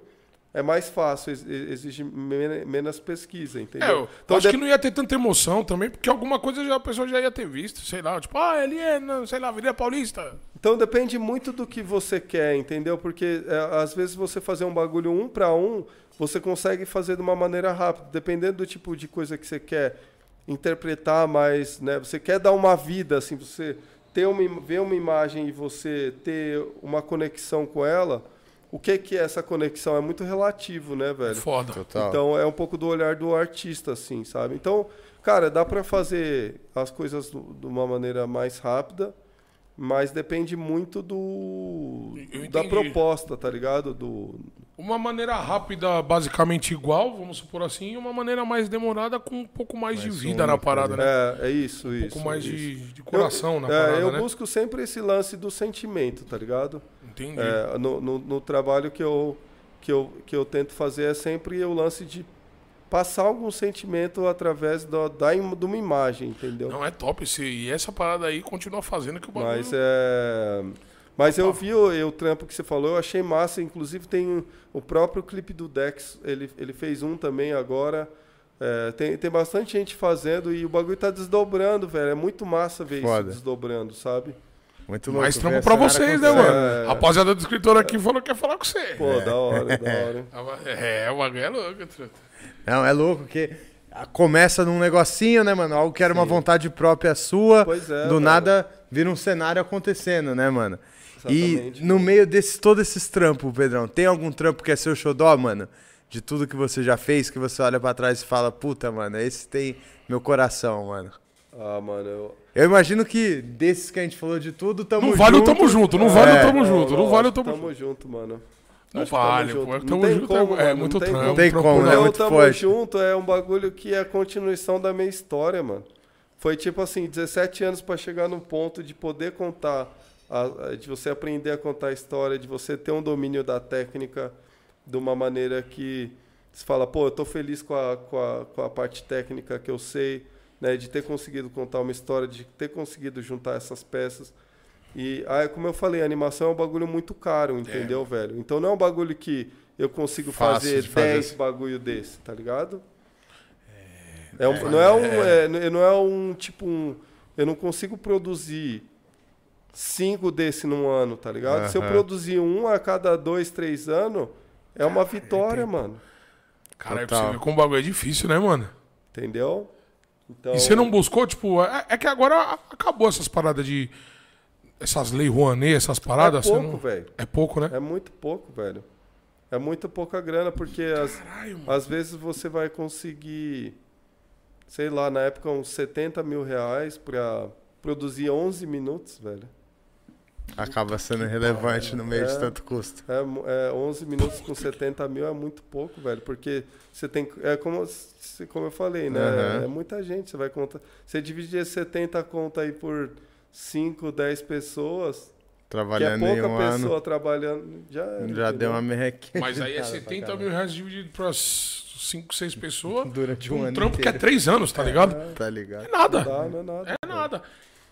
é mais fácil, ex- exige men- menos pesquisa,
É, eu
entendeu?
acho
Então, de-
que não ia ter tanta emoção também, porque alguma coisa já, a pessoa já ia ter visto, sei lá, tipo, ah, ele é, não, sei lá, Avenida Paulista.
Então depende muito do que você quer, entendeu? Porque é, às vezes você fazer um bagulho um para um, você consegue fazer de uma maneira rápida, dependendo do tipo de coisa que você quer interpretar mais, né? Você quer dar uma vida, assim, você ter uma, im- ver uma imagem e você ter uma conexão com ela. O que que é essa conexão? É muito relativo, né, velho?
Foda.
Total.
Então é um pouco do olhar do artista, assim, sabe? Então, cara, dá pra fazer as coisas do- de uma maneira mais rápida, mas depende muito do
Eu
da
entendi.
proposta, tá ligado? Do
Uma maneira rápida, basicamente igual, vamos supor assim, e uma maneira mais demorada com um pouco mais de vida na parada, né?
é, é isso,
Um
isso.
pouco mais
isso.
de, de coração
eu,
na
é,
parada,
eu
né?
busco sempre esse lance do sentimento, tá ligado?
Entendi.
É, no, no- no trabalho que eu, que, eu, que eu tento fazer é sempre o lance de passar algum sentimento através da, da im- de uma imagem, entendeu?
Não, é top esse. E essa parada aí continua fazendo que o bagulho...
Mas é. Mas eu vi o, o trampo que você falou, eu achei massa. Inclusive tem um, o próprio clipe do Dex, ele, ele fez um também agora. É, tem, tem bastante gente fazendo e o bagulho tá desdobrando, velho. É muito massa ver
Foda.
isso desdobrando, sabe?
Muito louco.
Mais
ver
trampo
essa
pra
área
vocês, né,
acontecer.
mano? Rapaziada do escritor aqui falou que quer falar com você.
Pô, da hora, da hora.
É, o bagulho é louco, truta.
Não, é louco, porque ah, começa num negocinho, né, mano? Algo que era uma vontade própria sua.
Pois é,
Do
mano.
nada vira um cenário acontecendo, né, mano?
Exatamente.
E no meio desses todos esses trampos, Pedrão, tem algum trampo que é seu xodó, mano? De tudo que você já fez, que você olha pra trás e fala, puta, mano, esse tem meu coração, mano.
Ah, mano, eu-
Eu imagino que desses que a gente falou de tudo, tamo
Não vale o
junto.
tamo junto, não vale
É.
o tamo junto, não vale o
acho que
tamo junto.
tamo junto, mano.
Não
Acho que tamo
vale,
junto.
pô. é que
Não
Tamo
tem
junto
como,
é- é
mano,
muito
não tem
trampo.
como.
Não tem como, né?
trampo.
É
Não,
muito
um Tamo
forte.
Junto é um bagulho que é a continuação da minha história, mano. Foi tipo assim, 17 anos pra chegar no ponto de poder contar, a- a- de você aprender a contar a história, de você ter um domínio da técnica de uma maneira que você fala, pô, eu tô feliz com a, com a, com a parte técnica que eu sei, né? De ter conseguido contar uma história, de ter conseguido juntar essas peças. E aí, como eu falei, a animação é um bagulho muito caro, entendeu, velho? Então não é um bagulho que eu consigo
Fácil
fazer
de fazer
10
assim.
bagulho desse, tá ligado? É um- não é um, é, n- não é um tipo um, eu não consigo produzir cinco desse num ano, tá ligado? Se eu
Aham.
produzir um a cada dois, três anos, é uma vitória, mano.
Caralho, pra
Total.
você ver como o bagulho é difícil, né, mano?
Entendeu? Então,
é E você não buscou, tipo, é, é que agora acabou essas paradas de essas leis Rouanet, essas paradas?
É
você
pouco,
não-
velho.
É pouco, né?
É muito pouco, velho. É muito pouca grana, porque as,
Caralho, mano.
às vezes você vai conseguir, sei lá, na época uns 70 mil reais pra produzir 11 minutos, velho.
Acaba sendo relevante no meio de
É.
tanto custo.
É, mu- é, 11 minutos com 70 mil é muito pouco, velho, porque você tem, que- é como, se- como eu falei, né?
Aham.
É muita gente, você vai contar, você divide esses 70 conta aí por 5, 10 pessoas,
Trabalhando
que é
em
pouca
um
pessoa
ano,
trabalhando, já era,
já
entendeu?
deu uma merrequinha.
Mas aí é
Cara, pra
70
caralho.
mil reais dividido para 5, 6 pessoas.
Durante um
Um
ano
trampo que é
inteiro.
3 anos, tá ligado?
Tá ligado?
É nada.
Não dá, não é nada.
É nada.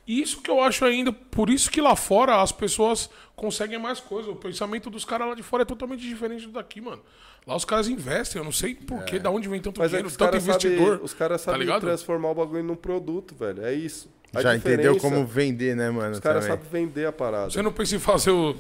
E isso que eu acho ainda, por isso que lá fora as pessoas conseguem mais coisas. O pensamento dos caras lá de fora é totalmente diferente do daqui, mano. Lá os caras investem, eu não sei por que, da onde vem tanto
Mas é que
dinheiro,
os
tanto
caras
investidor.
sabem
tá
cara sabe
ligado?
transformar o bagulho num produto, velho. É isso. A
Já entendeu
diferença,
como vender, né, mano?
Os caras
também.
sabem vender a parada.
Você não pensa em fazer o-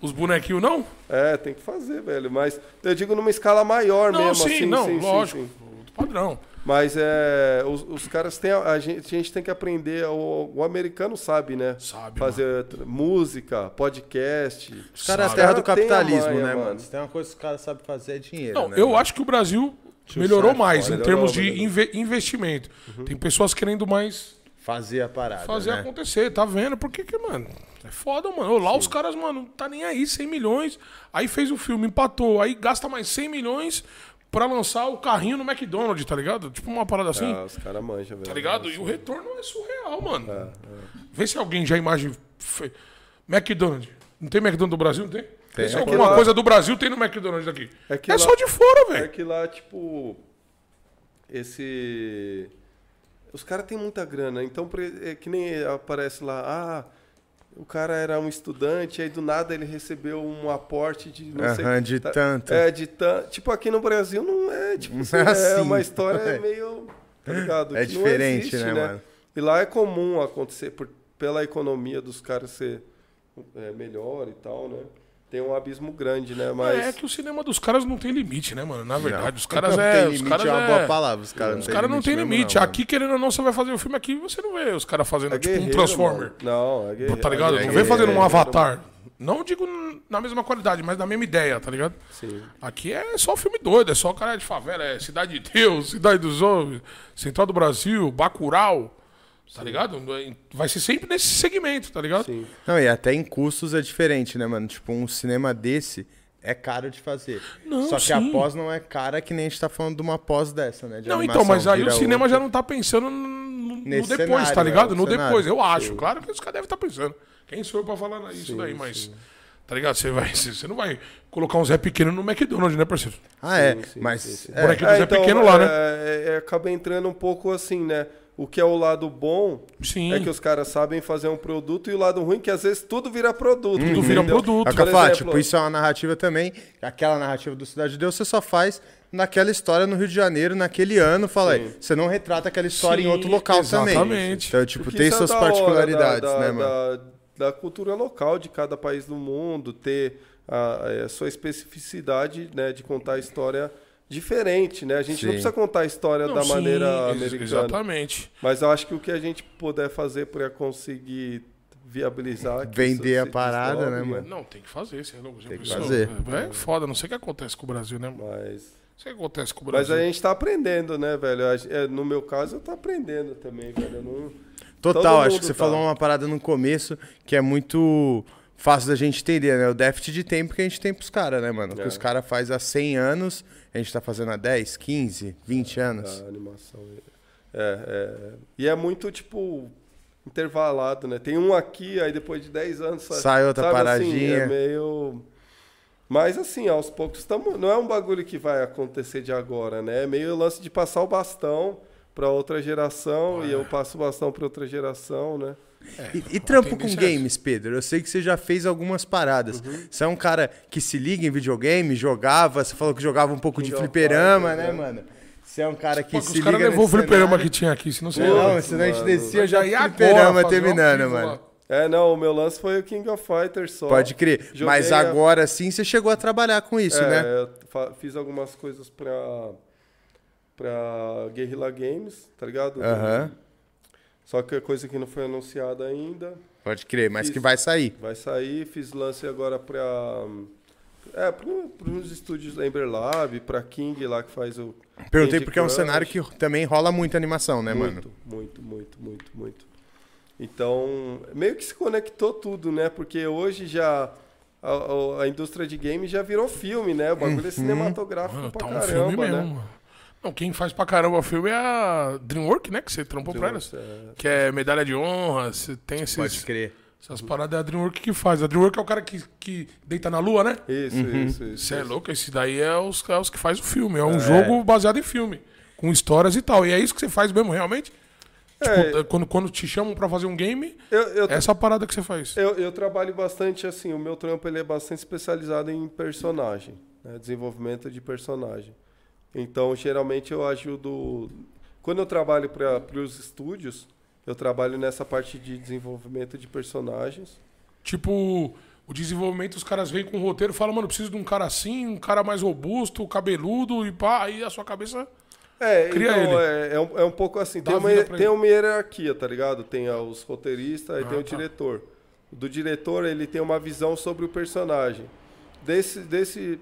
os bonequinhos, não?
É, tem que fazer, velho. Mas eu digo numa escala maior
não,
mesmo.
sim,
assim,
não,
sim, sim,
lógico.
sim.
Outro padrão.
Mas é, os, os caras têm. A, a gente, a gente tem que aprender. O, o americano sabe, né?
Sabe,
Fazer tra- música, podcast.
Os caras é a
Sabe?
terra do
Os caras têm a
capitalismo,
manha,
né,
mano.
mano? Se tem uma coisa que os caras sabem fazer é dinheiro.
Não,
né,
eu
mano?
acho que o Brasil melhorou
Sartre,
mais
melhorou,
em termos de
melhorou. Uhum.
inve- investimento. Tem pessoas querendo mais
Fazer a parada.
fazer
né?
acontecer, tá vendo? Porque que, mano, é foda, mano. Lá os caras, mano, não tá nem aí, 100 milhões. Aí fez o filme, empatou. Aí gasta mais 100 milhões pra lançar o carrinho no McDonald's, tá ligado? Tipo uma parada assim,
É.
Ah, os caras manjam, velho.
tá ligado? E o retorno é surreal, mano.
é.
Vê se alguém já imagina... fe- McDonald's. Não tem McDonald's do Brasil? Não tem? Vê se
É
que
alguma
lá-
coisa do Brasil tem no McDonald's daqui.
É
É,
que lá-
só de fora, velho.
É que lá, tipo, esse. Os caras têm muita grana, então pre- é que nem aparece lá, ah, o cara era um estudante, aí do nada ele recebeu um aporte de não sei
Aham, de
tá-
tanto.
É, de tanto. Tipo, aqui no Brasil não é, tipo,
Não é
assim, é
assim.
uma história meio. Tá ligado?
É
Que não
diferente,
existe,
né, mano?
E lá é comum acontecer, por- pela economia dos caras ser é, melhor e tal, né? Tem um abismo grande, né? Mas.
É que o cinema dos caras não tem limite, né, mano? Na verdade,
Não.
os caras
não
é.
Tem
os
limite
caras
é uma
é-
boa palavra. Os caras não,
Os caras não tem
mesmo,
limite.
não, mano.
aqui, querendo ou não, você vai fazer o filme aqui você não vê os caras fazendo
É
tipo um
guerreiro,
Transformer.
mano. Não, é guerreiro.
Tá ligado?
é
Não vem
guerreiro,
fazendo
é
um
guerreiro.
avatar. Não digo na mesma qualidade, mas na mesma ideia, tá ligado?
Sim.
Aqui é só filme doido, é só cara de favela, é Cidade de Deus, Cidade dos Homens, Central do Brasil, Bacurau, tá ligado? Vai ser sempre nesse segmento, tá ligado?
Sim.
Não, e até em custos é diferente, né, mano? Tipo, um cinema desse é caro de fazer.
Não,
Só que
sim.
a pós não é cara que nem a gente tá falando de uma pós dessa, né? de
Não,
animação,
então, mas aí o
vira
cinema
outra.
já não tá pensando no, no depois,
Nesse
tá
cenário,
ligado?
é,
No
o cenário.
depois, eu acho. Claro que os caras devem estar tá pensando. Quem sou eu pra falar isso daí, mas. Tá ligado? Você, vai, você você não vai colocar um Zé Pequeno no McDonald's, né, parceiro?
Ah, é.
Sim, sim,
mas.
sim, sim.
é,
Bonequinho do Zé Pequeno lá, né?
então, é, é, acaba entrando um pouco assim, né? O que é o lado bom
Sim.
é que os caras sabem fazer um produto e o lado ruim é que às vezes tudo vira produto. Uhum.
Tudo vira
entendeu?
produto.
É o que eu
Por
falo,
exemplo,
tipo, isso é uma narrativa também. Aquela narrativa do Cidade de Deus você só faz naquela história no Rio de Janeiro, naquele ano. Fala aí, você não retrata aquela história
Sim,
em outro local também.
exatamente.
Então, tipo,
porque
tem
isso é
suas
da hora
particularidades,
da- da-
né, mano?
Da, da cultura local de cada país do mundo, ter a, a sua especificidade né, de contar a história diferente, né? A gente não
Sim.
precisa contar a história
Não,
da
sim,
maneira
ex-
americana.
Exatamente.
Mas eu acho que o que a gente puder fazer para conseguir viabilizar. que
Vender
isso
a
se
parada,
desdobre,
né, mano?
Não, tem que fazer, você é louco. já
Tem que
pensou?
fazer.
É foda, não sei o que acontece com o Brasil, né, mano?
Mas,
Não sei o que acontece com o
mas
Brasil.
a gente tá aprendendo, né, velho? A gen- é, No meu caso, eu tô aprendendo também, velho. Eu não- Todo
Total, acho
mundo
que você
tá.
falou uma parada no começo que é muito fácil da gente entender, né? O déficit de tempo que a gente tem pros caras, né, mano? O
É.
que os caras fazem há 100 anos, a gente tá fazendo há 10, 15, 20 anos.
A animação. É, é. E é muito, tipo, intervalado, né? Tem um aqui, aí depois de 10 anos. sa-
Sai outra
sabe, Assim,
paradinha.
é meio. Mas assim, aos poucos estamos. Não é um bagulho que vai acontecer de agora, né? É meio lance de passar o bastão para outra geração
Ah.
e eu passo o bastão para outra geração, né?
E, e trampo com
tendência é
games, Pedro? Eu sei que você já fez algumas paradas.
Uhum.
Você é um cara que se liga em videogame, jogava, você falou que jogava um pouco de
Kingdom
fliperama,
Fighters,
né,
né?
mano? Você é um cara que
Pô,
se
os
liga
caras levou o
nesse
fliperama
cenário.
que tinha aqui, se não sei lá.
Não, senão a gente
Mano.
descia já
E agora,
fliperama
fazer um
terminando,
vivo lá.
mano.
É, não, o meu lance foi o King of Fighters só.
Pode crer.
Joguei
Mas
a-
agora sim você chegou a trabalhar com isso,
é,
né?
eu fa- fiz algumas coisas pra, pra Guerrilla Games, tá ligado?
Aham.
Só que é coisa que não foi anunciada ainda.
Pode crer, mas que vai sair.
Vai sair, fiz lance agora pra. É, pro, pros estúdios da Emberlab, pra King lá que faz o.
Perguntei
Candy
porque é um
Crush.
cenário que também rola muita animação, né, mano?
Muito, muito, muito, muito, muito. Então, meio que se conectou tudo, né? Porque hoje já. A, a- a indústria de game já virou filme, né? O bagulho
Uhum.
é cinematográfico
Mano,
pra
tá um
caramba,
filme mesmo,
né?
mano. Não, quem faz pra caramba filme é a DreamWorks, né? Que você trampou
Tipo,
pra elas.
Nossa,
Que é medalha de honra, você tem esses,
Pode crer.
essas paradas, é a DreamWorks que faz. A DreamWorks é o cara que, que deita na lua, né?
é. Isso,
Uhum.
isso, isso.
Você é
isso.
louco, esse daí é os, é os que faz o filme. É um jogo baseado em filme, com histórias e tal. E é isso que você faz mesmo, realmente?
É.
Tipo, quando, quando te chamam pra fazer um game,
Eu, eu,
é essa a parada que você faz.
eu, eu trabalho bastante assim, o meu trampo ele é bastante especializado em personagem, né? desenvolvimento de personagem. Então, geralmente eu ajudo. Quando eu trabalho para os estúdios, eu trabalho nessa parte de desenvolvimento de personagens.
Tipo, o desenvolvimento, os caras vêm com o roteiro e falam, mano, preciso de um cara assim, um cara mais robusto, cabeludo e pá, aí a sua cabeça.
É,
Cria
então,
ele.
É, é um, é um pouco assim.
Dá
Tem uma,
vida pra
tem
ele.
uma hierarquia, tá ligado? Tem ah, os roteiristas e
Ah,
tem o
tá.
diretor. Do diretor, ele tem uma visão sobre o personagem. Desse. desse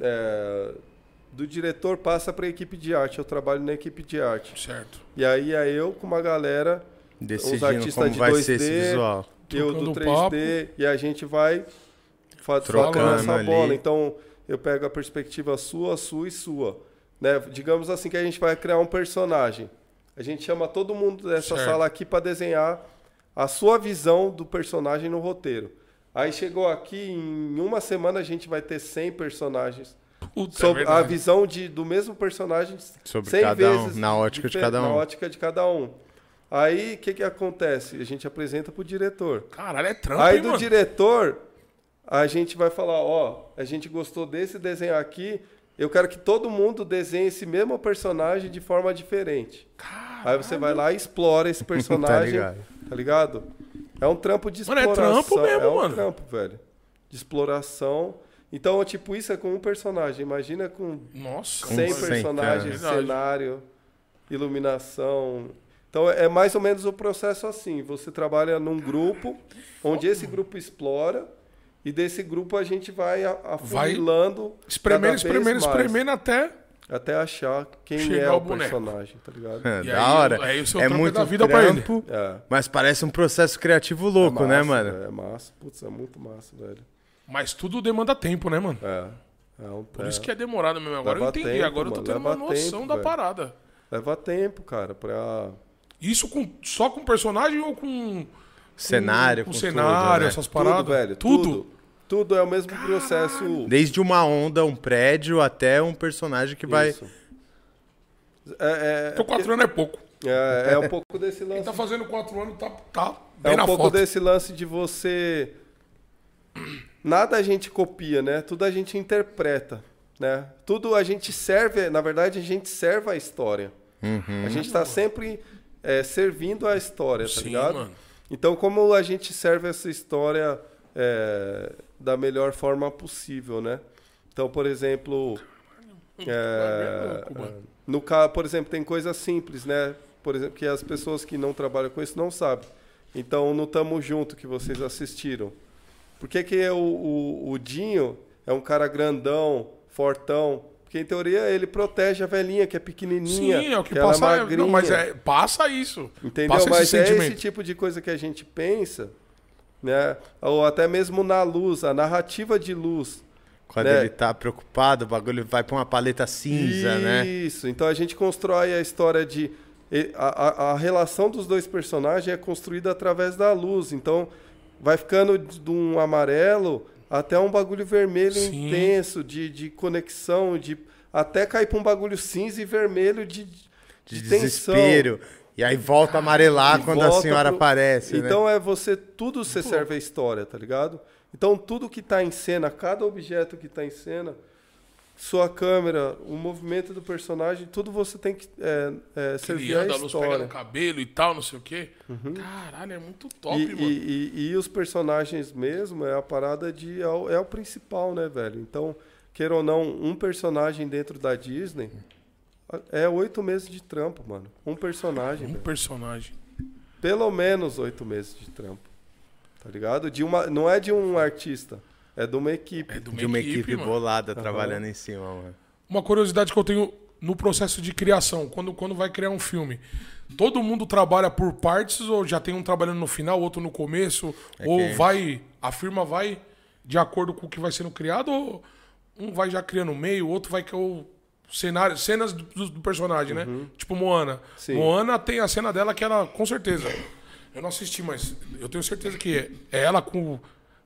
é, do diretor passa pra equipe de arte. Eu trabalho na equipe de arte.
Certo.
E aí é eu com uma galera,
Decidindo
artistas
como
de
vai
2D,
ser esse visual.
eu
Trocando
do
um
o
3D,
papo.
e a gente vai fa-
Trocando
trocando essa
ali.
bola. Então, eu pego a perspectiva sua, sua e sua. Né? Digamos assim que a gente vai criar um personagem. A gente chama todo mundo dessa
Certo.
sala aqui para desenhar a sua visão do personagem no roteiro. Aí chegou aqui, em uma semana a gente vai ter 100 personagens.
Puta,
Sobre
é
a
verdade.
visão de, do mesmo personagem
Sobre
100
cada um,
vezes
na ótica de
difer-
cada um.
Na ótica de cada um. Aí, o que, que acontece? A gente apresenta para o diretor.
Caralho, é trampo,
Aí
hein,
do
mano?
diretor, a gente vai falar, ó, a gente gostou desse desenho aqui, eu quero que todo mundo desenhe esse mesmo personagem de forma diferente. Aí você vai lá e explora esse personagem, tá,
ligado.
ligado. É um trampo de
Mano, é
exploração.
trampo mesmo,
é um
mano.
trampo, velho. De exploração. Então, tipo, isso é com um personagem. Imagina com
Nossa,
Com
100
cem,
personagens,
cara.
cenário, iluminação. Então é mais ou menos o processo assim. Você trabalha num grupo, onde esse grupo explora, e desse grupo a gente vai a- afunilando.
espremendo,
cada vez
espremendo,
mais,
espremendo até.
Até achar quem
Chegar
é
ao
o
boneco.
personagem, tá ligado?
É,
E
da
aí,
hora.
aí o seu
é
trampo é
muito
dar vida pra ele.
trampo,
É.
mas parece um processo criativo
É
louco, né,
massa,
mano?
velho, É massa. Putz, é muito massa, velho.
Mas tudo demanda tempo, né, mano?
É. É um
Por
é.
isso que é demorado mesmo. Agora eu
Leva
entendi.
tempo,
Agora eu tô
mano,
tendo uma
leva
noção
tempo,
da
velho.
parada.
Leva tempo, cara, pra.
Isso com, só com personagem ou com.
Cenário,
com,
com,
com
tudo,
Um cenário,
né?
essas paradas?
Tudo, velho.
Tudo.
Tudo. Tudo é o mesmo processo.
Desde uma onda, um prédio, até um personagem que vai.
Isso. É, é,
Então, quatro anos é pouco.
É, é um pouco desse
Quem
lance.
tá fazendo quatro anos tá, tá bem
É
na
um pouco
foto.
desse lance de você. Nada a gente copia, né? Tudo a gente interpreta, né? Tudo a gente serve, na verdade a gente serve a história. A gente tá sempre é, servindo a história, tá
Sim,
ligado?
mano.
Então como a gente serve essa história é, da melhor forma possível, né? Então, por exemplo, é,
louco, mano.
no caso, por exemplo, tem coisas simples, né? Por exemplo, que as pessoas que não trabalham com isso não sabem. Então, no Tamo Junto que vocês assistiram. Por que, que o, o- o Dinho é um cara grandão, fortão? Porque, em teoria, ele protege a velhinha, que é pequenininha.
Sim, é o que,
ela
passa.
magrinha.
não, mas é, passa isso.
Entendeu?
Passa
Mas
esse
é esse
sentimento.
tipo de coisa que a gente pensa, né? Ou até mesmo na luz, a narrativa de luz.
Quando
né?
ele tá preocupado, o bagulho vai pra uma paleta cinza, né?
Isso. Então a gente constrói a história de. e- A, a- a relação dos dois personagens é construída através da luz. Então vai ficando de de um amarelo até um bagulho vermelho
Sim.
intenso, de, de conexão, de até cair para um bagulho cinza e vermelho de, de,
De
tensão.
desespero. E aí volta a amarelar
E
quando a
volta
senhora
pro-
aparece. né?
Então é você, tudo você serve a história, tá ligado? Então tudo que tá em cena, cada objeto que tá em cena, sua câmera, o movimento do personagem, tudo você tem que é, é, servir a
Criando a luz pegando
história. Uhum.
o cabelo e tal, não sei o quê. Caralho, é muito top,
e,
mano.
e- e- e os personagens mesmo é a parada de. É o, é o principal, né, velho? Então, queira ou não, um personagem dentro da Disney é oito meses de trampo, mano. Um personagem,
Um
velho.
personagem.
Pelo menos oito meses de trampo. Tá ligado? De uma, não é de um artista, é de uma equipe.
É de uma,
De uma equipe,
mano.
bolada trabalhando em cima, mano.
Uma curiosidade que eu tenho no processo de criação, quando, quando vai criar um filme, todo mundo trabalha por partes ou já tem um trabalhando no final, outro no começo, ou
que-
vai a firma vai de acordo com o que vai sendo criado ou um vai já criando o meio, o outro vai que é o cenário, cenas do, do- do personagem, né? Tipo Moana.
Sim.
Moana tem a cena dela que ela com certeza. Eu não assisti, mas eu tenho certeza que é, é ela com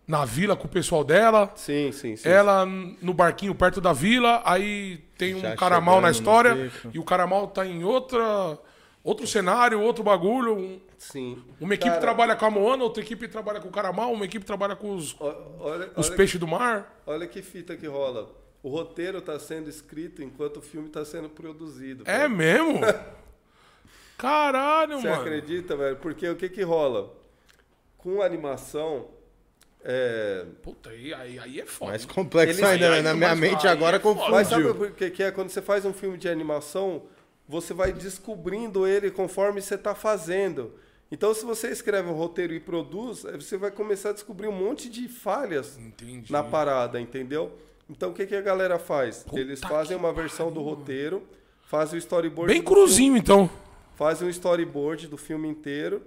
na vila com o pessoal dela.
Sim, sim, sim.
Ela n- no barquinho perto da vila, aí tem um
Já
cara mal na
chegando no
história
pico.
e o cara mal tá em outra outro cenário, outro bagulho. um-
Sim.
uma equipe
Cara,
trabalha com a Moana, outra equipe trabalha com o cara mal, uma equipe trabalha com os,
ó- Olha,
os
olha,
peixes do mar.
olha que fita que rola. O roteiro tá sendo escrito enquanto o filme tá sendo produzido.
É
velho.
mesmo? Caralho,
Você
mano.
acredita, velho? Porque o que que rola? Com animação, é...
Puta, aí, aí, aí é foda.
Mais complexo
Eles-
ainda, né?
aí,
Na
mas
minha
aí
mente
é
agora
foda.
confundiu.
Mas sabe o que, que é? Quando você faz um filme de animação, você vai descobrindo ele conforme você está fazendo. Então, se você escreve um roteiro e produz, aí você vai começar a descobrir um monte de falhas
Entendi.
na parada, entendeu? Então, o que, que a galera faz? Eles fazem uma versão do roteiro, fazem o storyboard.
Bem
do filme
cruzinho, então.
fazem um storyboard do filme inteiro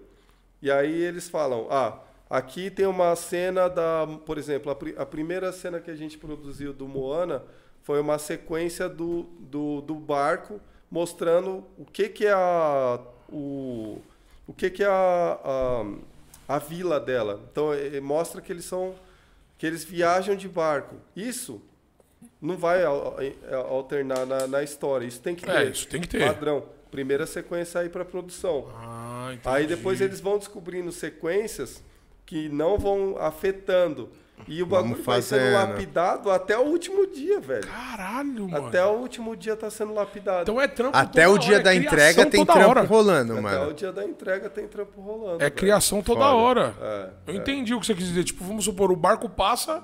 e aí eles falam, ah, aqui tem uma cena da, por exemplo, a, pri- a primeira cena que a gente produziu do Moana foi uma sequência do, do, do barco mostrando o que que é a o, o que que é a, a, a vila dela. Então eh, eh, mostra que eles são que eles viajam de barco. Isso não vai al- al- alternar na, na história. Isso tem que ter.
É, isso tem que ter.
Padrão. Primeira sequência aí para produção.
Ah, entendi.
Aí depois eles vão descobrindo sequências que não vão afetando. E o
Vamos
bagulho vai sendo
fazendo.
né?
lapidado até o último dia, velho.
Caralho, mano.
Até o último dia tá sendo lapidado.
Então é trampo
Até
toda
o dia
hora, é
da
criação
entrega tem
toda
trampo
hora.
rolando,
até o
mano.
dia da entrega tem trampo rolando.
É
velho.
criação toda
Foda.
hora.
É,
Eu entendi o que você quis dizer. Tipo, vamos supor, o barco passa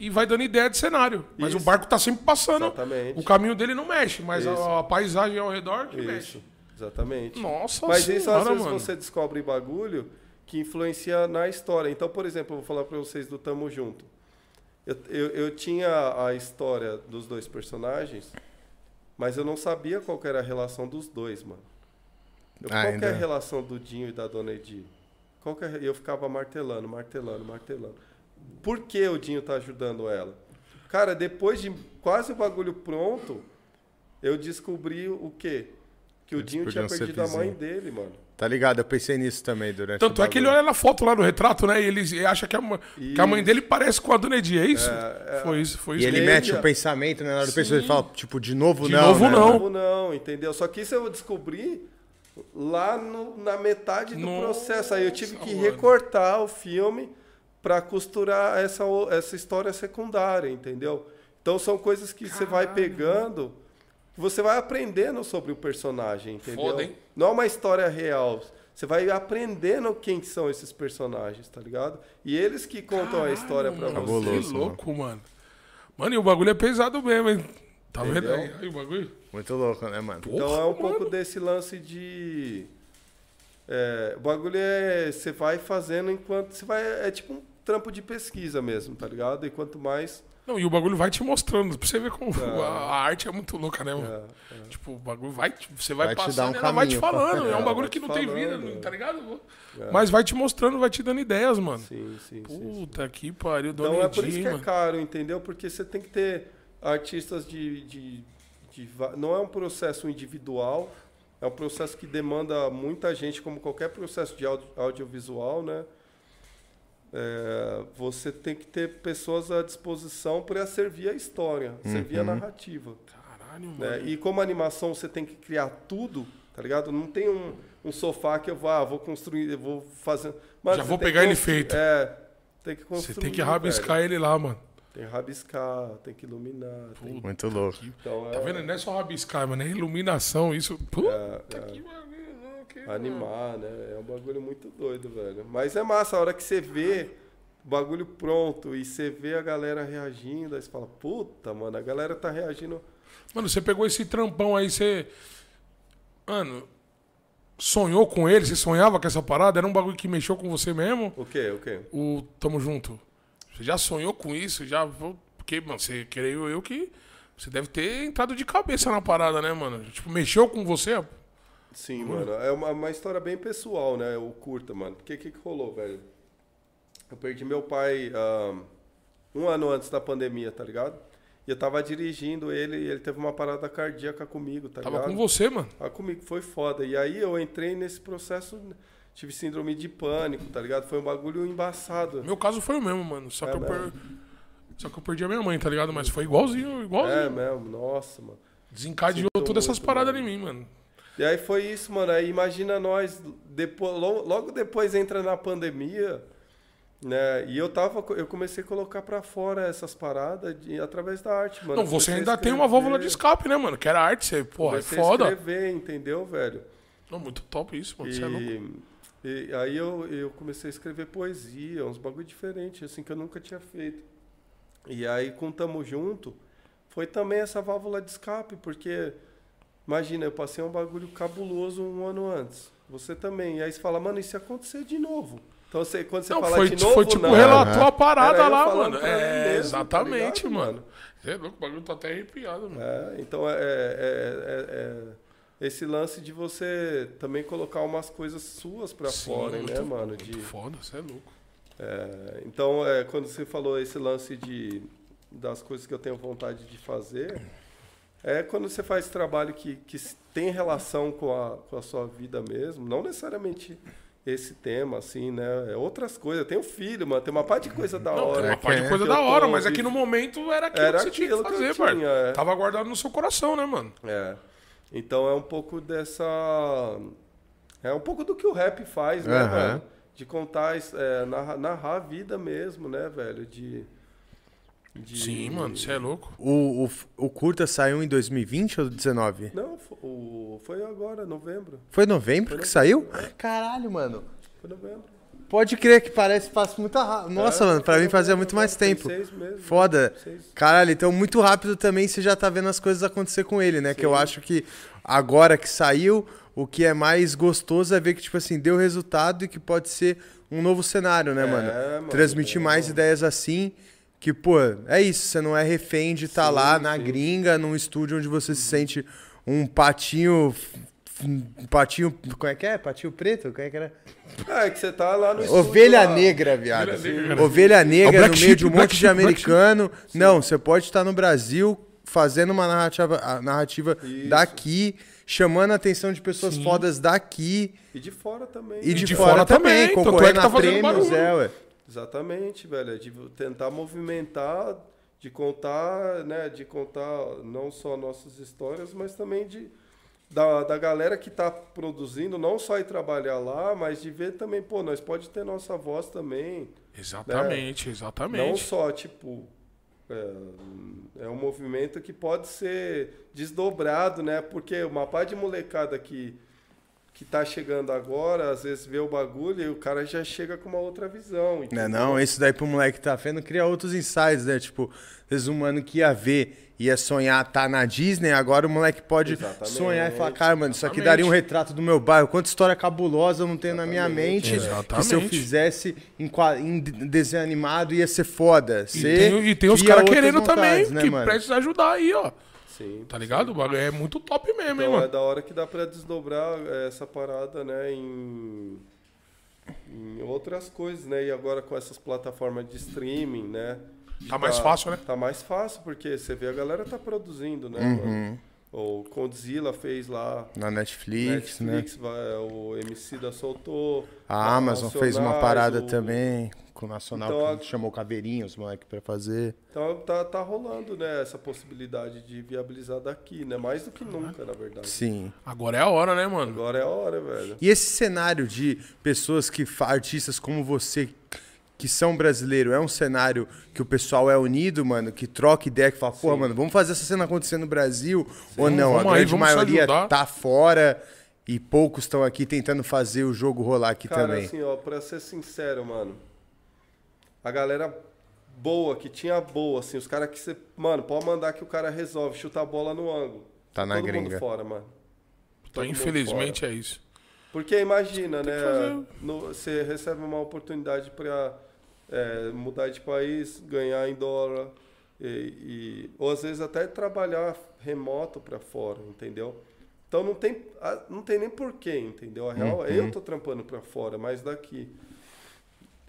e vai dando ideia de cenário. Mas
Isso.
o barco tá sempre passando.
Exatamente.
O caminho dele não mexe, mas
Isso.
a, a paisagem ao redor que mexe.
Isso. Exatamente.
Nossa
Mas
assim.
senhora,
isso às vezes
mano.
você descobre bagulho que influencia na história. Então, por exemplo, eu vou falar pra vocês do Tamo Junto. Eu, eu, eu tinha a história dos dois personagens, mas eu não sabia qual que era a relação dos dois, mano.
Ah,
Eu, qual que é
ainda.
a relação do Dinho e da Dona Edi? Qual que é, a re- eu ficava martelando, martelando, martelando. Por que o Dinho tá ajudando ela? Cara, depois de quase o bagulho pronto, eu descobri o quê? Que o
Eles
Dinho tinha
podiam ser
perdido a mãe
vizinho.
dele, mano.
Tá ligado? Eu pensei nisso também durante
Tanto
o
é que ele
bagulho.
olha na foto lá no retrato, né? E ele acha que a, ma- que a mãe dele parece com a Dona Edi, é isso?
É, é.
Foi isso, foi
E
isso. é.
ele
Ele
mete
já-
o pensamento, né? Na hora do pensamento, ele fala, tipo, de novo
De
não.
novo
né,
não.
mano?
Ou não, entendeu? Só que isso eu descobri lá no- na metade do
Nossa,
processo. Aí eu tive que
mano.
recortar o filme para costurar essa, o- essa história secundária, entendeu? Então são coisas que você vai pegando, que você vai aprendendo sobre o personagem, entendeu?
Foda, hein?
Não é uma história real. Você vai aprendendo quem são esses personagens, tá ligado? E eles que contam a história para
Mano,
Cabuloso,
Que
você.
Cabuloso. mano.
louco, mano. Mano, e o bagulho é pesado mesmo, hein? Tá vendo
Entendeu?
aí, aí o bagulho?
Muito louco, né, mano?
Então
Porra,
é um
mano.
pouco desse lance de. é, o bagulho é. Você vai fazendo enquanto. Você vai. É tipo um trampo de pesquisa mesmo, tá ligado? E quanto mais.
Não, e o bagulho vai te mostrando, pra você ver como a, a arte é muito louca, né, mano?
é,
Tipo, o bagulho vai, te- você vai,
Vai te dar
passando
um
e ela vai te
caminho.
falando. É, um
É,
bagulho
vai
que
te
não tem vida,
falando,
não-
é.
tá ligado? Mas vai te mostrando, vai te dando ideias, mano.
Sim, sim, sim. sim.
Puta que pariu, Dona
Então é por
Edinha,
isso que é
mano.
caro, entendeu? Porque você tem que ter artistas de. de, de va- não é um processo individual, é um processo que demanda muita gente, como qualquer processo de audio- audiovisual, né? É, você tem que ter pessoas à disposição para servir a história,
Uhum.
servir a narrativa.
Caralho, mano.
Né? E como animação você tem que criar tudo, tá ligado? Não tem um, um sofá que eu vá, vou construir, eu vou fazer. Mas
Já
você
vou
tem que
pegar ele
constru-
feito.
É, tem que construir.
Você tem que
velho.
rabiscar ele lá, mano.
Tem que rabiscar, tem que iluminar. Tem... que-
Muito louco.
Então,
Tá
é,
vendo? Não é só rabiscar, mano. É iluminação, isso. Puta
É, é.
que bagulho, mano, que-
Animar, né? É um bagulho muito doido, velho. Mas é massa, a hora que você vê o bagulho pronto e você vê a galera reagindo, aí você fala, puta, mano, a galera tá reagindo.
Mano, você pegou esse trampão aí, você. Mano, sonhou com ele? Você sonhava com essa parada? Era um bagulho que mexeu com você mesmo?
O quê? O quê?
O Tamo Junto? Você já sonhou com isso? Já. Porque, mano, você creio eu que. Você deve ter entrado de cabeça na parada, né, mano? Tipo, mexeu com você?
Tá Sim, mano. É uma, uma história bem pessoal, né? O curta, mano. Porque o que, que rolou, velho? Eu perdi meu pai ah, um ano antes da pandemia, tá ligado? E eu tava dirigindo ele e ele teve uma parada cardíaca comigo, tá
Tava
ligado?
com você, mano.
Ah, comigo foi foda. E aí eu entrei nesse processo, tive síndrome de pânico, tá ligado? Foi um bagulho embaçado.
Meu caso foi o mesmo, mano. Só,
É
que eu per-
mesmo?
Só que eu perdi a minha mãe, tá ligado? Mas foi igualzinho,
É
igualzinho.
mesmo, nossa, mano.
Desencadeou
Sinto
todas essas
muito,
paradas
mano.
em mim, mano.
E aí foi isso, mano. Aí imagina nós, depois, lo- logo depois entra na pandemia, né? E eu tava, co- eu comecei a colocar pra fora essas paradas de- através da arte, mano.
Não, você ainda tem uma válvula de escape, né, mano? Que era arte, você, porra, é
A
foda.
escrever, entendeu, velho?
Não, muito top isso, mano. Você é louco.
E, e aí eu, eu comecei a escrever poesia, uns bagulho diferente, assim, que eu nunca tinha feito. E aí, com Tamo Junto, foi também essa válvula de escape, porque, imagina, eu passei um bagulho cabuloso um ano antes. Você também. E aí você fala, mano, e se acontecer de novo? Então, você, quando você
Não,
fala
foi,
de novo,
foi tipo,
não.
relatou
Uhum.
a parada
Era eu
lá,
falando
mano.
pra mim
É,
mesmo, tá
exatamente,
ligado,
mano.
mano?
Você é louco, o bagulho tá até arrepiado, mano.
É, então é, é- é- é esse lance de você também colocar umas coisas suas pra
Sim,
fora,
muito-
né, mano?
Muito
De,
foda, você é louco.
É, então, é, quando você falou esse lance de, das coisas que eu tenho vontade de fazer, é quando você faz trabalho que, que s- tem relação com a, com a sua vida mesmo, não necessariamente esse tema, assim, né? É outras coisas. Eu tenho filho, mano, tem uma parte de coisa da
Não, tem
hora.
uma
É
parte
que
de
é
coisa
que eu
da hora,
tô
mas aqui
vivo.
no momento era é aquilo
Era
que você tinha que
aquilo que eu
fazer,
tinha,
parceiro.
é.
Tava guardado no seu coração, né, mano?
É. Então é um pouco dessa. É um pouco do que o rap faz, né,
Aham.
velho? De contar, es- é, narra- narrar a vida mesmo, né, velho? De. de-
Sim, mano, você é louco.
O, o, o curta saiu em 2020 ou 19?
Não, fo- o- foi agora, novembro.
Foi novembro que saiu? Caralho, mano.
Foi novembro.
Pode crer que parece que passa muito rápido. Nossa,
É,
mano, pra
foi
mim fazia
novembro,
muito mais
tem
tempo.
seis meses, né?
Foda.
Seis.
Caralho, então muito rápido também você já tá vendo as coisas acontecer com ele, né? Que eu acho que agora que saiu, o que é mais gostoso é ver que, tipo assim, deu resultado e que pode ser um novo cenário, né,
É,
mano?
mano,
Transmitir
é,
mais
mano.
ideias assim. Que, pô, é isso, você não é refém de estar
Sim,
lá na
sim.
gringa, num estúdio onde você se sente um patinho. Um patinho. Como é que é? Patinho preto? Como é que era?
Ah, é que você tá lá no estúdio,
Ovelha
lá.
negra, viado.
Ovelha negra, cara.
Ovelha negra
É o
no
Black
meio
Sheep,
de um
Black
monte de
Sheep, Black Sheep.
americano. Não, você pode estar no Brasil fazendo uma narrativa, a narrativa
Isso.
daqui, chamando a atenção de pessoas fodas daqui
E de fora também.
e,
né,
de,
de
cara?
fora,
fora
também,
também, tanto é
concorrendo
que tá
a
fazendo
prêmios,
barulho.
é, ué.
Exatamente, velho. é De tentar movimentar, de contar, né? De contar não só nossas histórias, mas também de. Da, da galera que tá produzindo, não só ir trabalhar lá, mas de ver também, pô, nós pode ter nossa voz também.
Exatamente,
Né? Não
exatamente.
só, tipo, é, é um movimento que pode ser desdobrado, né? Porque uma pá de molecada que, que tá chegando agora, às vezes vê o bagulho e o cara já chega com uma outra visão.
Né,
entendeu?
não, isso daí pro moleque que tá vendo cria outros insights, né? Tipo, às vezes um mano que ia ver, ia sonhar tá na Disney, agora o moleque pode
Exatamente.
sonhar e falar, cara, mano, isso aqui
Exatamente.
daria um retrato do meu bairro, quanta história cabulosa eu não tenho na minha mente, que se eu
Exatamente.
fizesse em, qua- em de- desenho animado ia ser foda.
E
Você
tem, e tem os
cria
caras
outras
querendo
vontades, né,
né,
também, que
mano?
precisa ajudar aí, ó.
Sim.
Tá ligado? O bagulho É muito top mesmo, hein,
Então é
mano.
da hora que dá pra desdobrar eh, essa parada, né, em, em outras coisas, né? E agora com essas plataformas de streaming, né?
Tá mais fácil, né?
Tá mais fácil, porque você vê a galera tá produzindo, né?
Uhum.
mano? O Condzilla fez lá.
Na Netflix,
Netflix,
né?
vai- o MC da soltou.
A Amazon fez uma
Racionais,
parada
o-
também com o Nacional,
Então,
que
a-
chamou Caveirinho, os moleque pra fazer.
Então tá, tá rolando, né? Essa possibilidade de viabilizar daqui, né? Mais do que nunca, na verdade.
Sim.
Agora é a hora, né, mano?
Agora é a hora, velho.
E esse cenário de pessoas que fa- artistas como você que são brasileiro, é um cenário que o pessoal é unido, mano, que troca ideia, que fala, pô, mano, vamos fazer essa cena acontecer no Brasil ou não?
vamos
a
aí,
grande
vamos se
maioria
ajudar.
tá fora e poucos estão aqui tentando fazer o jogo rolar aqui
Cara,
também.
assim, ó, pra ser sincero, mano, a galera boa, que tinha boa, assim, os caras que você. Mano, pode mandar que o cara resolve chutar a bola no ângulo.
Tá na
Todo
gringa.
mundo fora, mano. Todo
Então,
tá mundo
infelizmente é isso.
fora. Porque imagina,
Tem que
né?
fazer.
no- você recebe uma oportunidade para mudar de país, ganhar em dólar, e, e- ou às vezes até trabalhar remoto para fora, entendeu? Então não tem, a- não tem nem porquê, entendeu? A
Uhum.
real, é eu tô trampando para fora, mas daqui.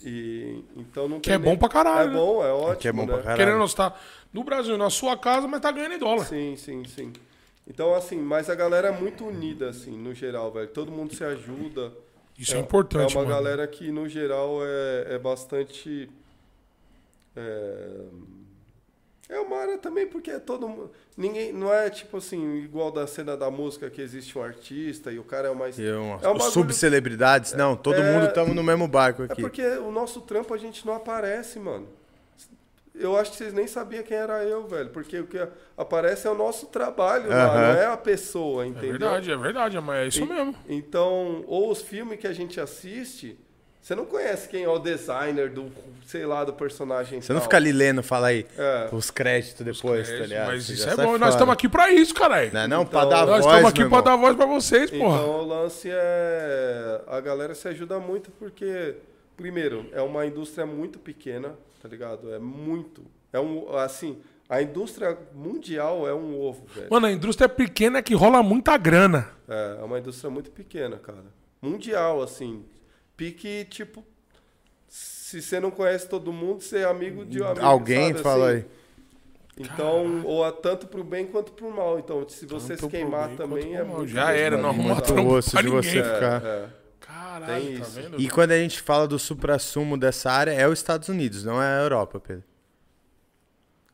E, então não
Que
tem
é bom
nem-
pra caralho,
É
né?
bom, é ótimo.
que é bom
né?
pra caralho.
Querendo ou não, você tá no Brasil, na sua casa, mas tá ganhando em dólar.
Sim, sim, sim. Então, assim, mas a galera é muito unida, assim, no geral, velho. Todo mundo se ajuda.
Isso é, importante,
É uma
mano.
galera que, no geral, é, é bastante. É... é uma área também, porque é todo mundo. Ninguém. Não é tipo assim, igual da cena da música que existe um artista e o cara é o mais.
E um-
É um bagulho-
subcelebridades, não, todo
É-
mundo estamos no mesmo barco
É
aqui.
porque o nosso trampo a gente não aparece, mano. Eu acho que vocês nem sabiam quem era eu, velho. Porque o que aparece é o nosso trabalho, lá,
Aham.
não é a pessoa,
É
entendeu?
verdade, é verdade, mas é isso
E-
mesmo.
Então, ou os filmes que a gente assiste, você não conhece quem é o designer do, sei lá, do personagem.
Você não
tal.
fica ali lendo, fala aí,
É.
os créditos depois, tá ligado?
mas
Você
isso
já
é
sai
bom, nós
fora.
estamos aqui pra isso, caralho.
Não, é não, pra
Então,
dar
Nós
voz,
estamos aqui
meu
pra
irmão.
dar voz pra vocês, porra.
Então, o lance é. A galera se ajuda muito porque, primeiro, é uma indústria muito pequena, tá ligado? É muito. É um. Assim, a indústria mundial é um ovo, velho.
Mano, a indústria pequena é que rola muita grana.
É, é uma indústria muito pequena, cara. Mundial, assim. Pique, tipo. Se você não conhece todo mundo, você é amigo de um amigo.
Alguém
sabe,
fala
assim?
aí.
Então, ou a tanto pro bem quanto pro mal. Então, se você se
Tanto pro
queimar
bem
também
quanto
é
pro mal.
muito.
Já era, não arruma
Muito
trampo
osso
pra
de
ninguém.
tá você
É,
ficar.
É,
Caralho,
Tem
tá
isso.
vendo?
E quando a gente fala do supra-sumo dessa área, é os Estados Unidos, não é a Europa, Pedro.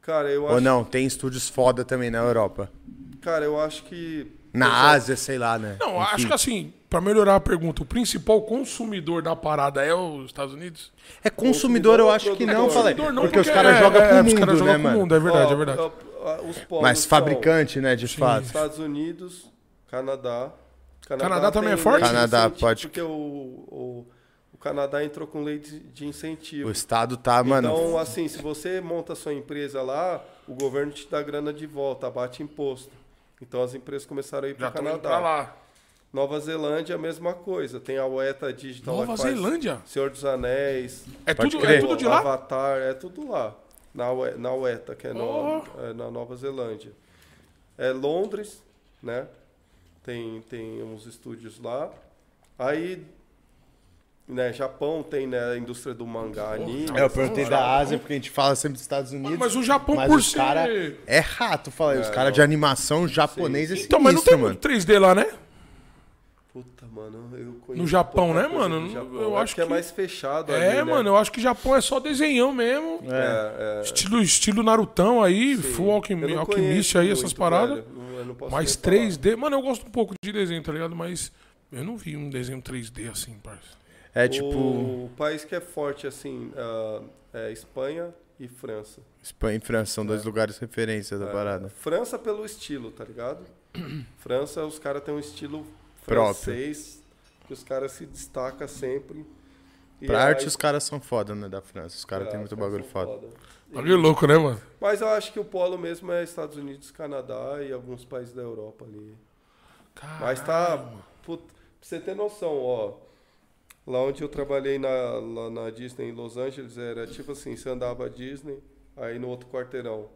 Cara, eu
Ou
acho,
não, tem estúdios foda também na Europa.
cara, eu acho que.
Na
pessoal,
Ásia, sei lá, né?
Não,
Enfim.
acho que assim, pra melhorar a pergunta, o principal consumidor da parada é os Estados Unidos?
É consumidor, eu
ou
acho que
produtor.
não, falei.
Consumidor é não,
Porque os caras jogam
é,
pro
os
mundo,
caras jogam
né,
pro
mano?
mundo, é verdade, é
ó,
verdade.
ó, ó, Os polos
Mas
são
fabricante, né, de fato.
Estados Unidos, Canadá.
Canadá também
tem
é forte?
lei de
Canadá
incentivo,
pode-
Porque o, o, o Canadá entrou com lei de, de incentivo.
O Estado tá, mano.
Então, assim, se você monta a sua empresa lá, o governo te dá grana de volta, abate imposto. Então as empresas começaram a ir para
Já
o
estão indo
Canadá.
tá.
pra lá.
Nova Zelândia, a mesma coisa. Tem a UETA Digital.
Nova
que faz
Zelândia?
Senhor dos Anéis.
É
Pode
tudo,
crer.
é tudo de lá?
Avatar, é tudo lá. Na, Ue- na UETA, que é, no- é na Nova Zelândia. É Londres, né? Tem, tem uns estúdios lá. Aí, né, Japão tem né, a indústria do mangá, anime.
É, eu perguntei da Ásia, porque a gente fala sempre dos Estados Unidos.
Ah, Mas o Japão,
mas
por
os
ser.
cara É rato, fala aí. Os caras de animação japonês é
Então, mas não tem
sinistro,
muito
mano.
3D lá, né?
Puta, mano, eu conheço
No Japão,
pouca
né,
coisa
mano?
do Japão.
Eu
É
acho
porque é
que-
mais fechado
Tá
ali,
É,
né?
mano, eu acho que Japão é só desenhão mesmo.
É, é.
Estilo, estilo Narutão aí, Full
Eu
alquim,
não
Alquimista
conheço
aí,
muito,
essas paradas.
velho. Eu não posso
Mas
nem falar.
3D, mano, eu gosto um pouco de desenho, tá ligado? Mas eu não vi um desenho 3D assim, parça.
É tipo.
O país que é forte, assim, ah, é Espanha e França. Ah,
Espanha e França são
É.
dois lugares referência da parada.
França pelo estilo, tá ligado? França, os caras têm um estilo
Próprio.
francês, que os caras se destacam sempre. E
Pra
aí-
arte, os caras são foda, né, da França. Os caras
é,
têm muito
os caras
bagulho
são
foda.
Bagulho louco, né, mano?
Mas eu acho que o polo mesmo é Estados Unidos, Canadá e alguns países da Europa ali. Mas tá. Put... Pra você ter noção, ó. Lá onde eu trabalhei na, lá na Disney em Los Angeles, era tipo assim: você andava a Disney, aí no outro quarteirão.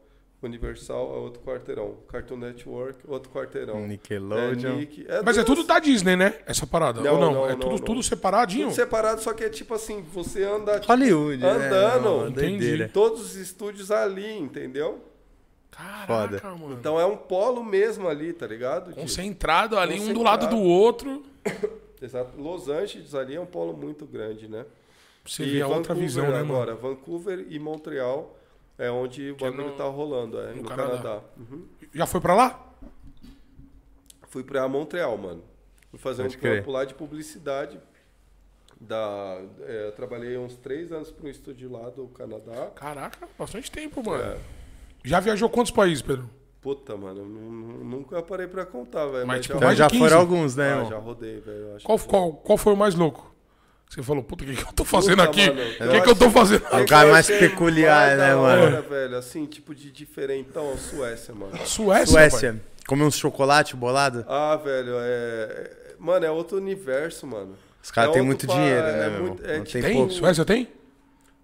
Universal é outro quarteirão. Cartoon Network, outro quarteirão. É,
Nickelodeon.
Nick-
Mas é
tudo
tudo da Disney, né? Essa parada.
Não,
Ou não?
não,
é
não,
tudo,
não.
tudo separadinho.
tudo separado, só que é tipo assim: você anda
Hollywood, né?
Andando.
É uma
Entendi.
doideira.
todos os estúdios ali, entendeu?
Caraca,
Foda.
mano.
Então é um polo mesmo ali, tá ligado? De-
Concentrado ali, um do
Concentrado.
lado do outro.
Exato. Los Angeles ali é um polo muito grande, né?
Você vê a outra
Vancouver
visão, né, mano?
agora, Vancouver e Montreal é onde
é
o bagulho
no-
tá rolando, é,
no
no,
Canadá.
Canadá. Uhum.
Já foi pra lá?
Fui pra Montreal, mano. Fui fazer
Pode
um
crer.
trampo lá de publicidade. Da, é, eu trabalhei uns três anos para um estúdio lá do Canadá.
Caraca, bastante tempo, mano.
É.
Já viajou quantos países, Pedro?
Puta, mano, eu nu- nu- nunca parei pra contar,
Mas,
velho. mas
tipo,
já,
Então
mais de
já
15.
foram alguns, né,
ah,
irmão?
já rodei, velho. eu acho
Qual,
que-
qual, qual foi o mais louco? Você falou, puta, o que, que eu tô fazendo
Puta,
aqui?
mano,
O
eu
que, que eu tô
acho-
fazendo?
É o cara mais peculiar, né, mano?
velho, assim, tipo de diferentão, Suécia, mano.
Suécia, Suécia.
Suécia. Comer um chocolate bolado?
Ah, velho, é. Mano, é outro universo, mano.
Os caras
É
têm muito
outro pa-
dinheiro,
é
né, meu
muito-
irmão?
é
Não
tipo-
tem
Tem?
pouco.
Suécia tem?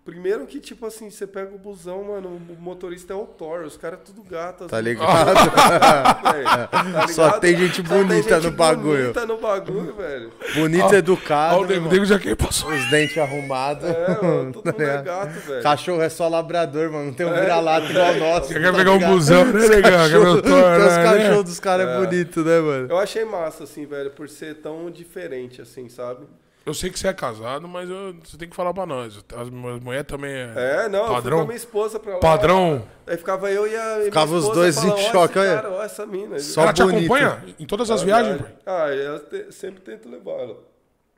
Primeiro que, tipo assim, você pega o busão, mano, o motorista é o Thor, os caras tudo gatas.
Tá
né,
ligado?
velho? Tá
Só
ligado?
tem gente bonita no bagulho.
bonita no bagulho, velho.
Bonito, educado.
Ah, o
né,
Nego,
mano?
o Nego já que passou.
Os dentes arrumados.
É, mano, todo
Tá
mundo é
ligado?
gato, velho.
Cachorro é só labrador, mano. Não tem um
É.
vira-lata igual o nosso.
Você
tá
quer pegar um
ligado?
busão, né, Negão? Quer ver o
Cachorro-
Thor,
Tem os
né?
cachorros dos caras é. bonitos, né, mano?
Eu achei massa, assim, velho, por ser tão diferente, assim, sabe?
Eu sei que você é casado, mas eu- você tem que falar pra nós. As mulheres também é,
É, não, eu fui com
Padrão?
a minha esposa pra lá.
padrão.
Aí ficava eu e a. e
Ficava
minha
os
esposa
dois em
falando, "Ó,
choque,
esse
olha."
cara, ó, essa mina.
Só
Ela te
bonito.
acompanha em todas as
Ah,
viagens,
viagem.
velho?
Ah, eu te- sempre tento levá-la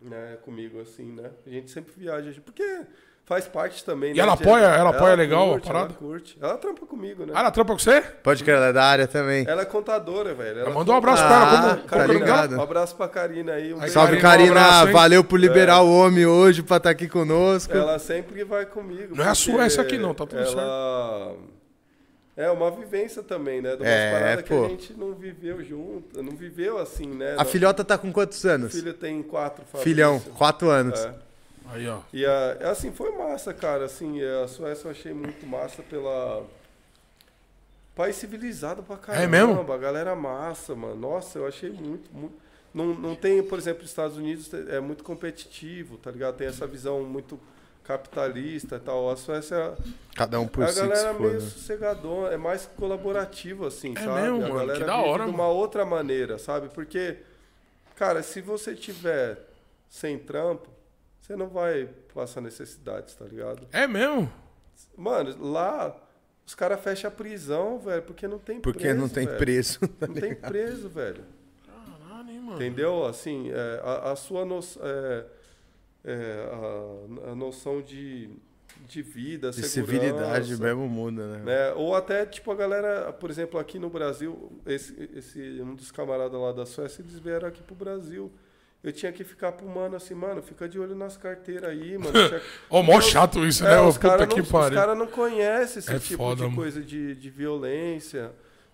né, comigo, assim, né? A gente sempre viaja, porque faz parte também, né?
ela
de-
apoia? Ela apoia legal a parada?
Ela curte. Ela trampa comigo, né?
Ah, ela trampa com você?
Pode crer, ela é da área também.
Ela é contadora, velho. Ela
Manda um
conta-
abraço
Ah,
pra ela. Como,
tá
como que é o nome dela?
ligado.
Um abraço pra Karina aí. Um
Aí,
beijo.
Salve,
Karina, um
Karina.
abraço, hein?
Valeu por liberar o homem hoje pra estar aqui conosco.
É. Ela sempre vai comigo.
Não é a
porque
Suécia aqui não, tá tudo
ela... É uma vivência também, né? De umas
É,
paradas que
pô.
a gente não viveu junto, não viveu assim, né?
A filhota tá com quantos
O
anos?
filho tem quatro, Fabrício.
Filhão, quatro anos.
É.
Aí, ó.
E a- assim, foi massa, cara. Assim, a Suécia eu achei muito massa pela. País civilizado pra caramba.
mesmo?
A galera é massa, mano. Nossa, eu achei muito. muito... Não, não tem, por exemplo, os Estados Unidos é muito competitivo, tá ligado? Tem essa visão muito capitalista e tal. A Suécia
Cada um
é
por
a
si que
galera
se
é
for.
meio
né?
sossegadona, é mais colaborativa, assim,
É
sabe?
mesmo,
a
mano, que
galera
da
vive
hora,
de uma outra maneira, sabe? Porque, cara, se você tiver sem trampo, você não vai passar necessidades, tá ligado?
É mesmo?
Mano, lá os caras fecham a prisão, velho, porque não tem
Porque
preso.
não tem tá
velho.
preço.
Não tem preso, velho.
Caralho, hein, mano.
Entendeu? Assim, é, a, a sua noção. É, é, a, a noção de, de vida,
De
segurança,
civilidade mesmo muda, né?
né? Ou até, tipo, a galera, por exemplo, aqui no Brasil, esse, esse um dos camaradas lá da Suécia, eles vieram aqui pro Brasil. Eu tinha que ficar pro mano assim, mano, fica de olho nas carteiras aí, mano. Tinha-
Ó, mó chato isso, né?
É,
Ô,
os
Puta
caras
que
não, os
pariu.
cara não conhecem esse
É
tipo
foda,
de
mano.
coisa de, de violência.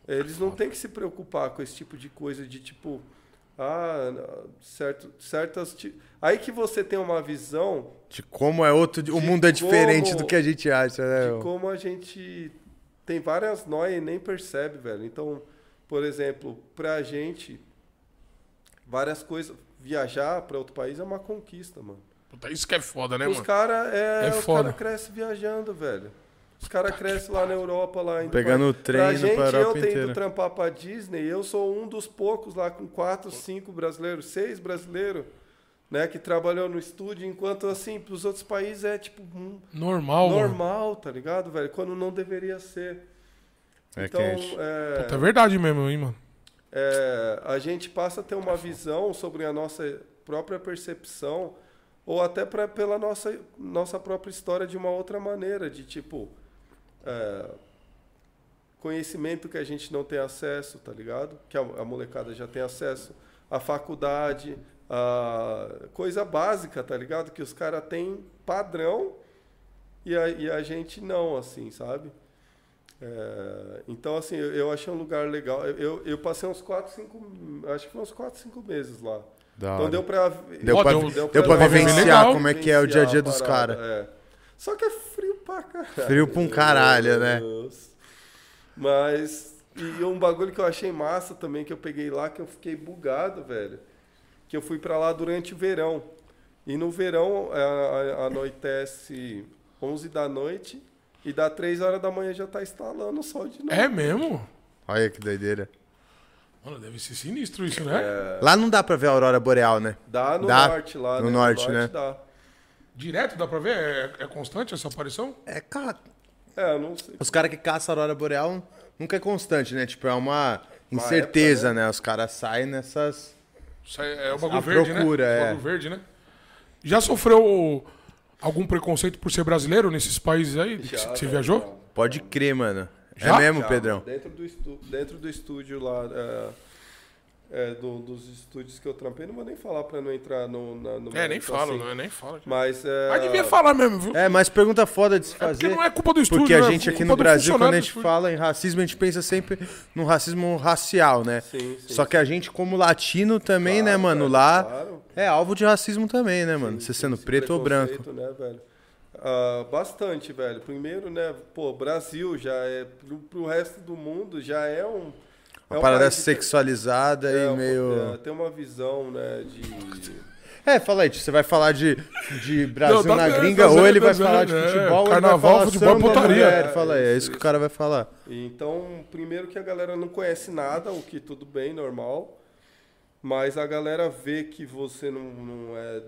É, Eles não têm que se preocupar com esse tipo de coisa de tipo. Ah, certo, certas. ti- Aí que você tem uma visão
De como é outro. O
De
mundo é diferente
como-
do que a gente acha, né?
de
meu?
como a gente tem várias noias e nem percebe, velho. Então, por exemplo, pra gente, várias coisas. Viajar pra outro país é uma conquista, mano.
Puta, isso que é foda, né,
os
mano?
caras é,
É
os
foda.
cara crescem viajando, velho. Os caras crescem lá na Europa, lá indo
Pegando o trem,
pra
indo
gente,
pra
eu
Europa
tento
inteira.
trampar pra Disney, eu sou um dos poucos lá com quatro, cinco brasileiros, seis brasileiros, né, que trabalhou no estúdio, enquanto assim, pros outros países é tipo um,
Normal, mano.
normal, tá ligado, velho? Quando não deveria ser.
É
então,
quente.
é,
Puta, é verdade mesmo, hein, mano.
é, a gente passa a ter uma visão sobre a nossa própria percepção ou até pra, pela nossa, nossa própria história de uma outra maneira, de tipo é, conhecimento que a gente não tem acesso, tá ligado? Que a, a molecada já tem acesso à faculdade, a coisa básica, tá ligado? Que os caras têm padrão e a, e a gente não, assim, sabe? É, então, assim, eu, eu achei um lugar legal. Eu, eu, eu passei uns 4, 5, acho que foi uns 4, 5 meses lá.
Da
Então
hora.
deu pra...
Ah, Deu
Ó,
pra,
deu-
vi-
deu
deu
pra
pra
dar uma
vivenciar
legal.
como é que é o dia a dia
vivenciar
dos
a parada,
caras.
é. Só que é frio pra caralho.
Frio pra um caralho, né?
Meu Deus. Mas. E um bagulho que eu achei massa também, que eu peguei lá, que eu fiquei bugado, velho. Que eu fui pra lá durante o verão. E no verão é, a- a- anoitece 11 da noite e dá 3 horas da manhã já tá instalando o sol de novo.
É mesmo?
Olha que doideira.
Mano, deve ser sinistro isso, né?
É.
Lá não dá pra ver a aurora boreal, né?
Dá no
Dá.
norte lá,
No
né?
norte, né?
dá.
Direto, dá pra ver? É, é constante essa aparição?
É, cara.
É, eu não sei.
Os caras que caçam a aurora boreal nunca é constante, né? Tipo, é uma incerteza, né? Os caras saem nessas.
Isso é, é o bagulho
A
verde,
procura,
né?
é.
O bagulho verde, né? Já sofreu algum preconceito por ser brasileiro nesses países aí que
Já,
você
né?
viajou?
Pode crer, mano.
Já?
É mesmo,
Já,
Pedrão?
Dentro do, estu- dentro do estúdio lá. é, é, do- dos estúdios que eu trampei, não vou nem falar pra não entrar no. Na, no
É, nem
mérito,
falo,
assim.
não, nem falo.
Mas. É,
Mas devia falar mesmo, viu?
É, mas pergunta foda de se
É porque
fazer.
não é culpa do estúdio,
Porque a
né?
gente
É
aqui
culpa
no
do
Brasil, quando a
funcionário
gente
do estúdio.
fala em racismo, a gente pensa sempre no racismo racial, né?
Sim, sim,
Só que a gente, como latino também, né,
Claro,
mano,
velho,
lá
claro.
é alvo de racismo também, né, mano? Você
esse
sendo preto ou branco.
preconceito, né, velho? Ah, bastante, velho. Primeiro, né, pô, Brasil já é. Pro, pro resto do mundo já é um. é
Uma
um
parada
país de-
sexualizada
é,
e
um- é,
meio.
tem uma visão, né, de.
É, fala aí, tio, você vai falar de, de Brasil
tá
na
bem,
gringa,
tá
ou
bem,
ele
tá
vai
bem,
falar de
é,
futebol, ou ele vai
carnaval,
falar
futebol é
samba,
putaria.
mulher, fala aí, é isso que o cara vai falar.
Então, primeiro que a galera não conhece nada, o que tudo bem, normal. Mas a galera vê que você não, não é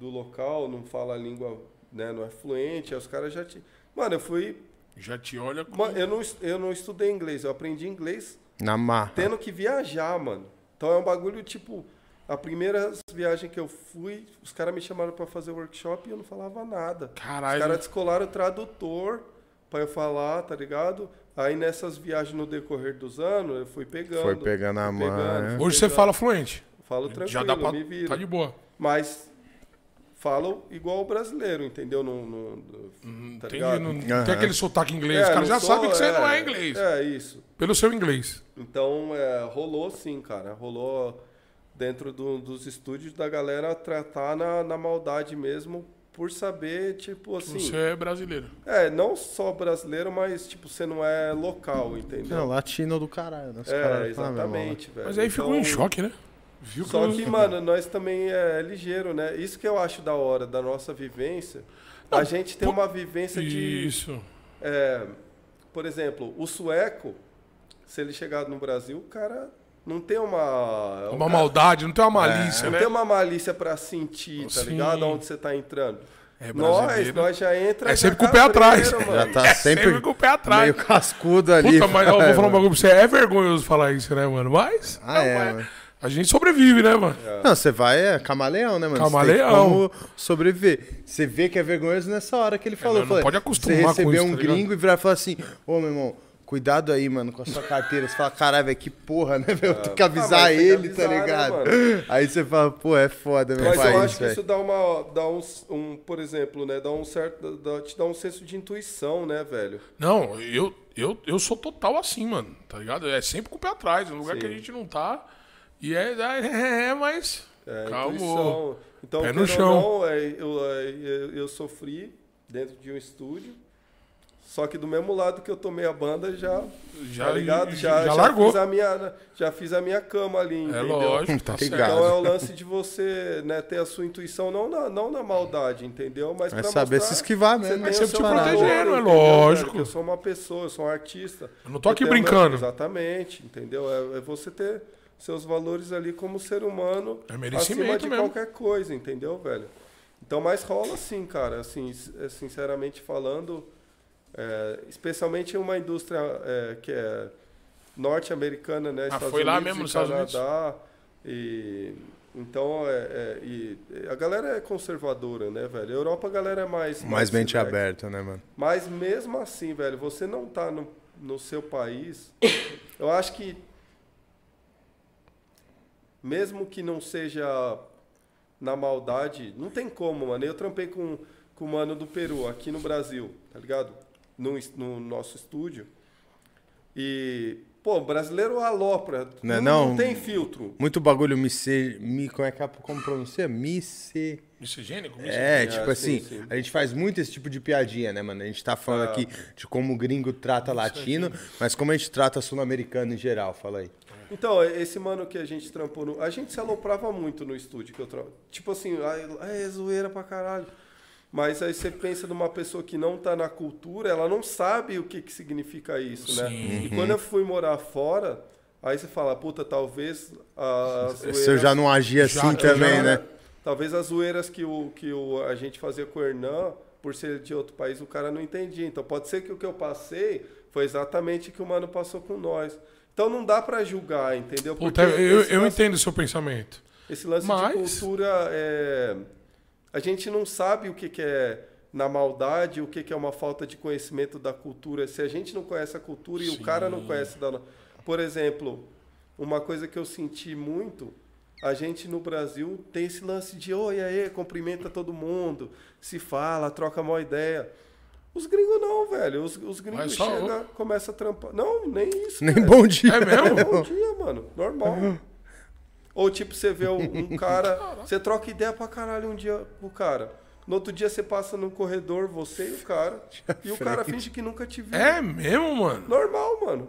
do local, não fala a língua, né, não é fluente, aí os caras já te. Mano, eu fui.
Já te olha com...
Mano, eu não, es- eu não estudei inglês, eu aprendi inglês
Na marra.
tendo que viajar, mano. Então é um bagulho tipo. A primeira viagem que eu fui, os caras me chamaram pra fazer workshop e eu não falava nada. Os
Caralho.
caras descolaram o tradutor pra eu falar, tá ligado? Aí nessas viagens no decorrer dos anos, eu fui pegando.
Foi pegando a
fui
mão, né?
fui
Hoje você
pegando.
fala fluente.
Falo tranquilo,
Já dá pra...
me viro.
Tá de boa.
Mas falo igual o brasileiro, entendeu? Não, não, tá
Entendi,
ligado? É,
não, não
Aham.
tem aquele sotaque inglês. Os
não
caras já
sou-
sabem que você não é inglês.
É, isso.
Pelo seu inglês.
Então, é, rolou sim, cara. Rolou dentro do- dos estúdios da galera tratar na, na maldade mesmo por saber, tipo assim...
Você é brasileiro.
É, não só brasileiro, mas, tipo, você não é local, entendeu?
Não, latino do caralho, né? Os caras falam, "Ah, meu
é,
irmão,
exatamente, velho.
Mas aí ficou em
Então,
choque, né? Viu
Só
eu-
que, mano, nós também é ligeiro, né? Isso que eu acho da hora da nossa vivência. a
Não,
gente tem
por-
uma vivência de.
Isso.
é, por exemplo, o sueco, se ele chegar no Brasil, o cara não tem uma. o
Uma
cara
maldade, não tem uma malícia,
Não
né?
tem uma malícia pra sentir, tá
Sim.
ligado? Onde você tá entrando.
É
nós,
brasileiro.
nós já entra.
É
já
sempre com o pé atrás.
cabreiro,
Já
mano.
tá sempre,
É sempre com o pé atrás.
Meio cascudo ali.
Puta, mas ó,
É,
vou falar um
mano.
bagulho pra você. É vergonhoso falar isso, né, mano? Mas.
Ah,
não,
é,
mas
mano.
A gente sobrevive, né, mano?
Não, você vai, é camaleão, né, mano? Você tem
Camaleão.
como sobreviver. Você vê que é vergonhoso nessa hora que ele falou.
mas É, não
Falei,
pode acostumar com
Você receber
isso,
um
tá ligado?
gringo e virar e falar assim, ô, meu irmão, cuidado aí, mano, com a sua carteira. Você fala, caralho, velho, que porra, né, velho? Eu tenho
Ah,
que avisar
mas tem que
ele,
avisar,
tá
né,
ligado?
mano?
aí você fala, pô, é foda, meu
Mas
país,
eu acho que
velho.
isso dá uma. Dá um, um, por exemplo, né? Dá um certo. dá- te dá um senso de intuição, né, velho?
Não, eu, eu, eu sou total assim, mano. Tá ligado? É sempre com o pé atrás. No lugar que a gente não tá. E é. É, é, mas.
É,
calma.
intuição. Então,
Pé no
querendo ou
chão.
não, é, eu, é, eu, eu sofri dentro de um estúdio. Só que do mesmo lado que eu tomei a banda, já.
Já-
tá ligado?
já largou.
Fiz a minha, já fiz a minha cama ali,
É
entendeu?
lógico, tá
Tá
certo.
ligado.
Então é o lance de você né, ter a sua intuição, não na, não na maldade, entendeu? Mas
É
pra
saber
mostrar
se esquivar
que
mesmo,
você
né?
tem
Sempre
o seu
te
valor,
protegendo, é
entendeu, velho?
lógico.
Que Eu sou uma pessoa, eu sou um artista.
Eu não tô aqui
Eu tenho-
brincando.
Exatamente, entendeu? É, é você ter seus valores ali como ser humano
É merecimento
acima de
mesmo.
qualquer coisa, entendeu, velho? Então, mas rola sim, cara. Assim, s- é, sinceramente falando, é, especialmente em uma indústria é, que é norte-americana, né? Estados
Ah, foi lá
Unidos
mesmo,
e
nos Estados Unidos?
Canadá, E, então, é, é, e- a galera é conservadora, né, velho? A Europa, a galera é mais...
Mais mente
relax.
aberta, né, mano?
Mas mesmo assim, velho, você não tá no, no seu país. Eu acho que. Mesmo que não seja na maldade, não tem como, mano. Eu trampei com, com o mano do Peru, aqui no Brasil, tá ligado? No, es- no nosso estúdio. E. Pô, brasileiro alopra.
Né, não?
tem filtro.
Muito bagulho mice... Mi, como é que é, como pronuncia? Mice...
Misogênico?
É,
É,
tipo
sim,
assim,
sim. Ah.
a gente faz muito esse tipo de piadinha, né, mano? A gente tá falando aqui de como o gringo trata latino, mas como a gente trata sul-americano em geral, fala aí.
Então, esse mano que a gente trampou no. A gente se aloprava muito no estúdio que eu trampo. Tipo assim, "Ai, é zoeira pra caralho. Mas aí você pensa numa pessoa que não tá na cultura, ela não sabe o que, que significa isso, né? E quando eu fui morar fora, aí você fala, puta, talvez a zoeira.
Se eu já não agir assim
Já- eu
também,
já-
né?
é, Talvez as zoeiras que, o, que o, a gente fazia com o Hernan, por ser de outro país, o cara não entendia. Então pode ser que o que eu passei foi exatamente o que o mano passou com nós. Então não dá pra julgar, entendeu?
Puta, eu,
esse
eu
lance-
entendo o seu pensamento.
Esse lance
Mas-
de cultura é. A gente não sabe o que, que é na maldade, o que, que é uma falta de conhecimento da cultura. Se a gente não conhece a cultura e o cara não conhece da. no- Por exemplo, o Uma coisa que eu senti muito, a gente no Brasil tem esse lance de oi, aê, cumprimenta todo mundo, se fala, troca uma ideia. Os gringos não, velho. Os, os
Mas
gringos
só
chegam, começa a trampar. Não, nem isso.
Nem
velho.
bom dia.
É mesmo?
né?
Bom dia, mano. Normal. Ou tipo, você vê um, um cara. Você troca ideia pra caralho um dia pro cara. No outro dia você passa no corredor, você e o cara. E o cara finge que nunca te viu.
É mesmo, mano?
Normal, mano.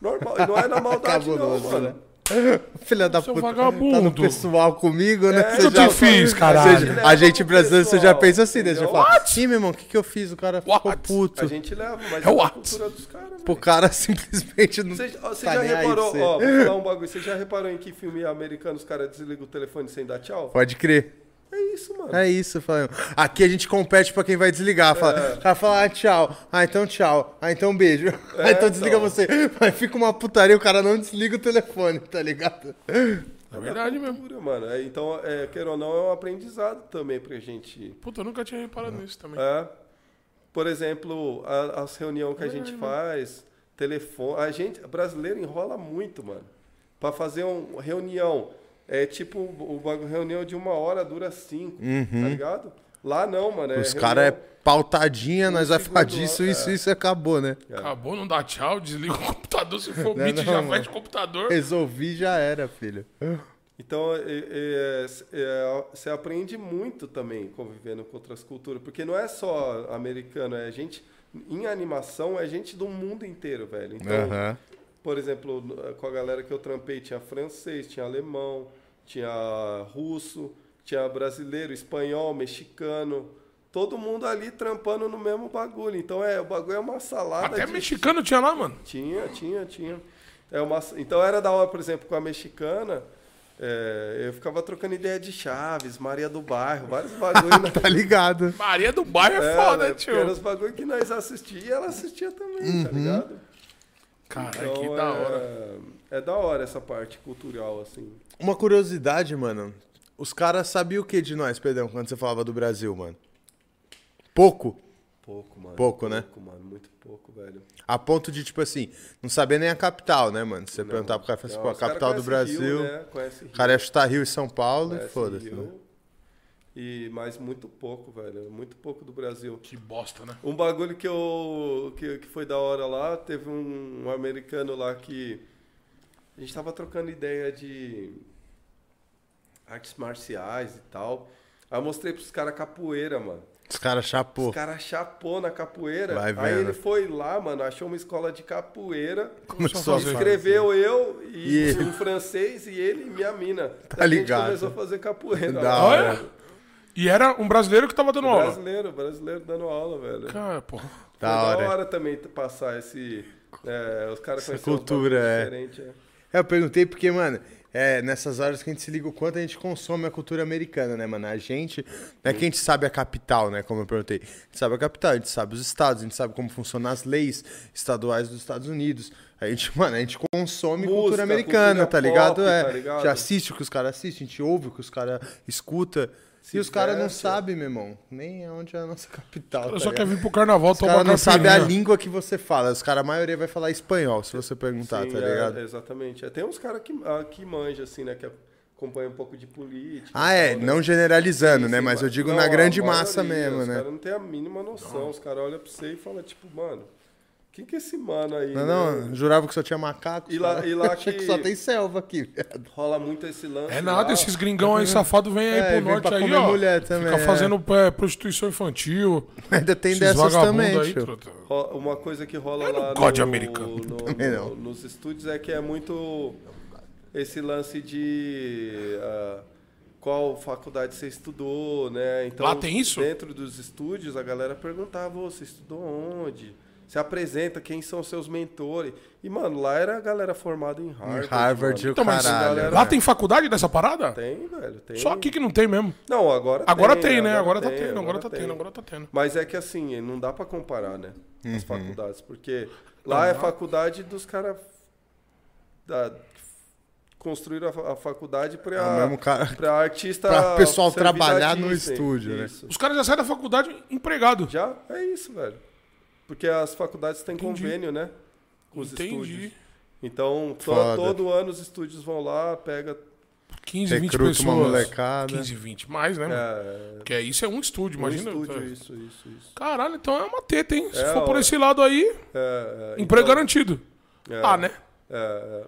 Normal. E não é na maldade,
Acabou
não,
nosso,
mano.
né? Filha da
Seu
puta. Tá no
vagabundo.
pessoal comigo, né?
É,
Você
eu
já-
te fiz,
Ou
caralho.
seja,
Leva
a gente
pro
brasileiro, você já
pessoal,
pensa assim, né? Você
entendeu?
fala, sim, meu irmão, o que, que eu fiz? O cara ficou
What?
puto.
A gente leva, mas
É
é,
o
a
ato.
cultura dos caras.
O cara simplesmente não.
Você, ó, você
tá
já
nem aí pra
reparou,
você.
ó, vou falar um bagulho. Você já reparou em que filme americano os caras desligam o telefone sem dar tchau?
Pode crer.
É isso, mano.
É isso, Flamengo. Aqui a gente compete pra quem vai desligar. Fala,
É.
O cara fala, ah, tchau. Ah, então tchau. Ah, então beijo. ah, então
então.
desliga você. Mas fica uma putaria, o cara não desliga o telefone, tá ligado?
É verdade mesmo.
cultura, mano. É, então, é, queira ou não, é um aprendizado também pra gente.
Puta, eu nunca tinha reparado nisso também.
É. Por exemplo, a- as reuniões que a gente faz, telefone. A gente, brasileiro, enrola muito, mano. Pra fazer uma reunião. É tipo, o bagulho, reunião de uma hora dura cinco, tá ligado? Lá não, mano.
Uhum. Os caras é pautadinha, nós vai falar
segundo,
disso,
é.
isso, isso e acabou, né?
Acabou, não dá tchau, desliga o computador. Se for
Não,
beat,
não,
já
mano.
fecha o computador.
Resolvi, já era, filho.
Então, é- é- é- você aprende muito também convivendo com outras culturas, porque não é só americano, é gente em animação, é gente do mundo inteiro, velho. Então,
Aham.
por exemplo, no- eh, com a galera que eu trampei, tinha francês, tinha alemão, tinha russo, tinha brasileiro, espanhol, mexicano, todo mundo ali trampando no mesmo bagulho. Então, é, o bagulho é uma salada
Até
de
mexicano tinha lá, mano.
tinha, tinha, tinha. É uma, então era da hora, por exemplo, com a mexicana. é, eu ficava trocando ideia de Chaves, Maria do Bairro, vários bagulho. né?
Tá ligado?
Maria do bairro é,
É,
foda,
né?
tio.
Porque Eram os bagulho que nós assistíamos e ela assistia também, tá ligado?
Caralho, que da hora.
Então, É, é da hora essa parte cultural, assim.
Uma curiosidade, mano. Os caras sabiam o que de nós, Pedrão, quando você falava do Brasil, mano? Pouco.
Pouco, mano.
Pouco, né?
Pouco, mano, muito pouco, velho.
A ponto de, tipo assim, não saber nem a capital, né, mano? Se você perguntar pro cara, fala assim,
Não, é
pô, a
os cara
capital do
conhece
Brasil.
Rio, né? Conhece Rio,
O cara ia chutar Rio e São Paulo e
conhece
foda-se.
Rio,
Né?
E, mas muito pouco, velho. Muito pouco do Brasil.
Que bosta, né?
Um bagulho que eu que, que foi da hora lá, teve um, um americano lá que a gente tava trocando ideia de artes marciais e tal. Aí eu mostrei pros caras capoeira, mano.
Os caras chapou.
Os caras chapou na capoeira.
Vai
Aí
vendo.
ele foi lá, mano, achou uma escola de capoeira.
Começou a
fazer.
fazer.
Escreveu eu e
E-
um francês e ele e minha mina.
Tá ligado.
A gente começou a fazer capoeira.
Da
lá.
hora.
Olha! E era um brasileiro que tava dando aula.
Brasileiro, brasileiro dando aula, velho.
Cara, porra.
Da
Foi
hora.
da hora também t- passar esse. é, os caras conheceram uns
cultura,
bagulho
é.
diferente, é.
É, eu perguntei porque, mano, é, nessas horas que a gente se liga o quanto a gente consome a cultura americana, né, mano? A gente. Não é que a gente sabe a capital, né? Como eu perguntei. A gente sabe a capital, a gente sabe os estados, a gente sabe como funcionam as leis estaduais dos Estados Unidos. A gente, mano, a gente consome
Música,
cultura americana,
cultura
tá ligado?
pop,
é.
tá ligado?
A gente assiste o que os caras assistem, a gente ouve o que os caras escutam. E os caras não
veste.
sabem, meu irmão, nem onde é a nossa capital.
Eu
tá
só quero
ligado?
vir pro carnaval
Os
tomar
caras não sabem a
caipirinha.
língua que você fala. Os caras, a maioria vai falar espanhol, se você perguntar,
Sim,
tá
é,
ligado?
exatamente. É, tem uns caras que, ah, que manjam, assim, né? Que acompanham um pouco de política.
Ah,
e
é,
tal, né?
não generalizando,
Sim,
né?
sim,
Mas eu digo
não,
na
a
grande
maioria,
massa mesmo,
os
né?
Os caras não têm a mínima noção. Os caras olham pra você e falam, tipo, mano, quem que é esse mano aí?
Não,
né?
não, eu jurava que só tinha macaco.
E lá-
cara.
e lá
Achei que
que-
só tem selva aqui, viado.
Rola muito esse lance. né?
É nada,
lá.
esses gringão aí safado vem aí
É,
pro
vem
norte
pra
aí,
comer
ó.
mulher também,
fica
é.
fazendo é, prostituição infantil.
Ainda tem
esses
dessas
vagabundo
também,
aí,
tio.
truta.
Ro- Uma coisa que rola
Eu não
lá
gosto de americano.
no-
Também
no-
não.
nos estúdios é que é muito esse lance de ah, qual faculdade você estudou, né? Então,
Lá tem isso?
Dentro dos estúdios, a galera perguntava, "Ô, você estudou onde? Se apresenta, quem são seus mentores? E, mano, lá era a galera formada em Harvard.
Harvard,
mano.
o
Então, mas
caralho.
galera-
lá tem faculdade dessa parada?
Tem, velho, tem.
Só aqui que não tem mesmo.
Não, agora
Agora tem,
tem.
né? Agora, tá tendo, agora, tá tendo, agora tá tendo.
Mas é que assim, não dá pra comparar, né?
Uhum.
As faculdades, porque lá é faculdade dos caras da construíram a fa- a faculdade
É o
para
mesmo cara-
para artista
pra pessoal
servir da
trabalhar no
Disney.
estúdio, né?
Isso.
Os caras já saem da faculdade empregado.
Já é isso, velho. Porque as faculdades têm
Entendi.
convênio, né? Com os
Entendi.
estúdios. Então, to-
Foda.
todo ano os estúdios vão lá, pega.
15, 20
Recruta
pessoas.
uma molecada.
15, 20 mais, né? mano?
É,
Porque isso é um estúdio,
um
imagina.
estúdio, isso, isso, isso.
Caralho, então é uma teta, hein? Se
É,
for por
ó.
esse lado aí,
É, é,
emprego
então-
garantido.
é,
Ah, né?
é, é.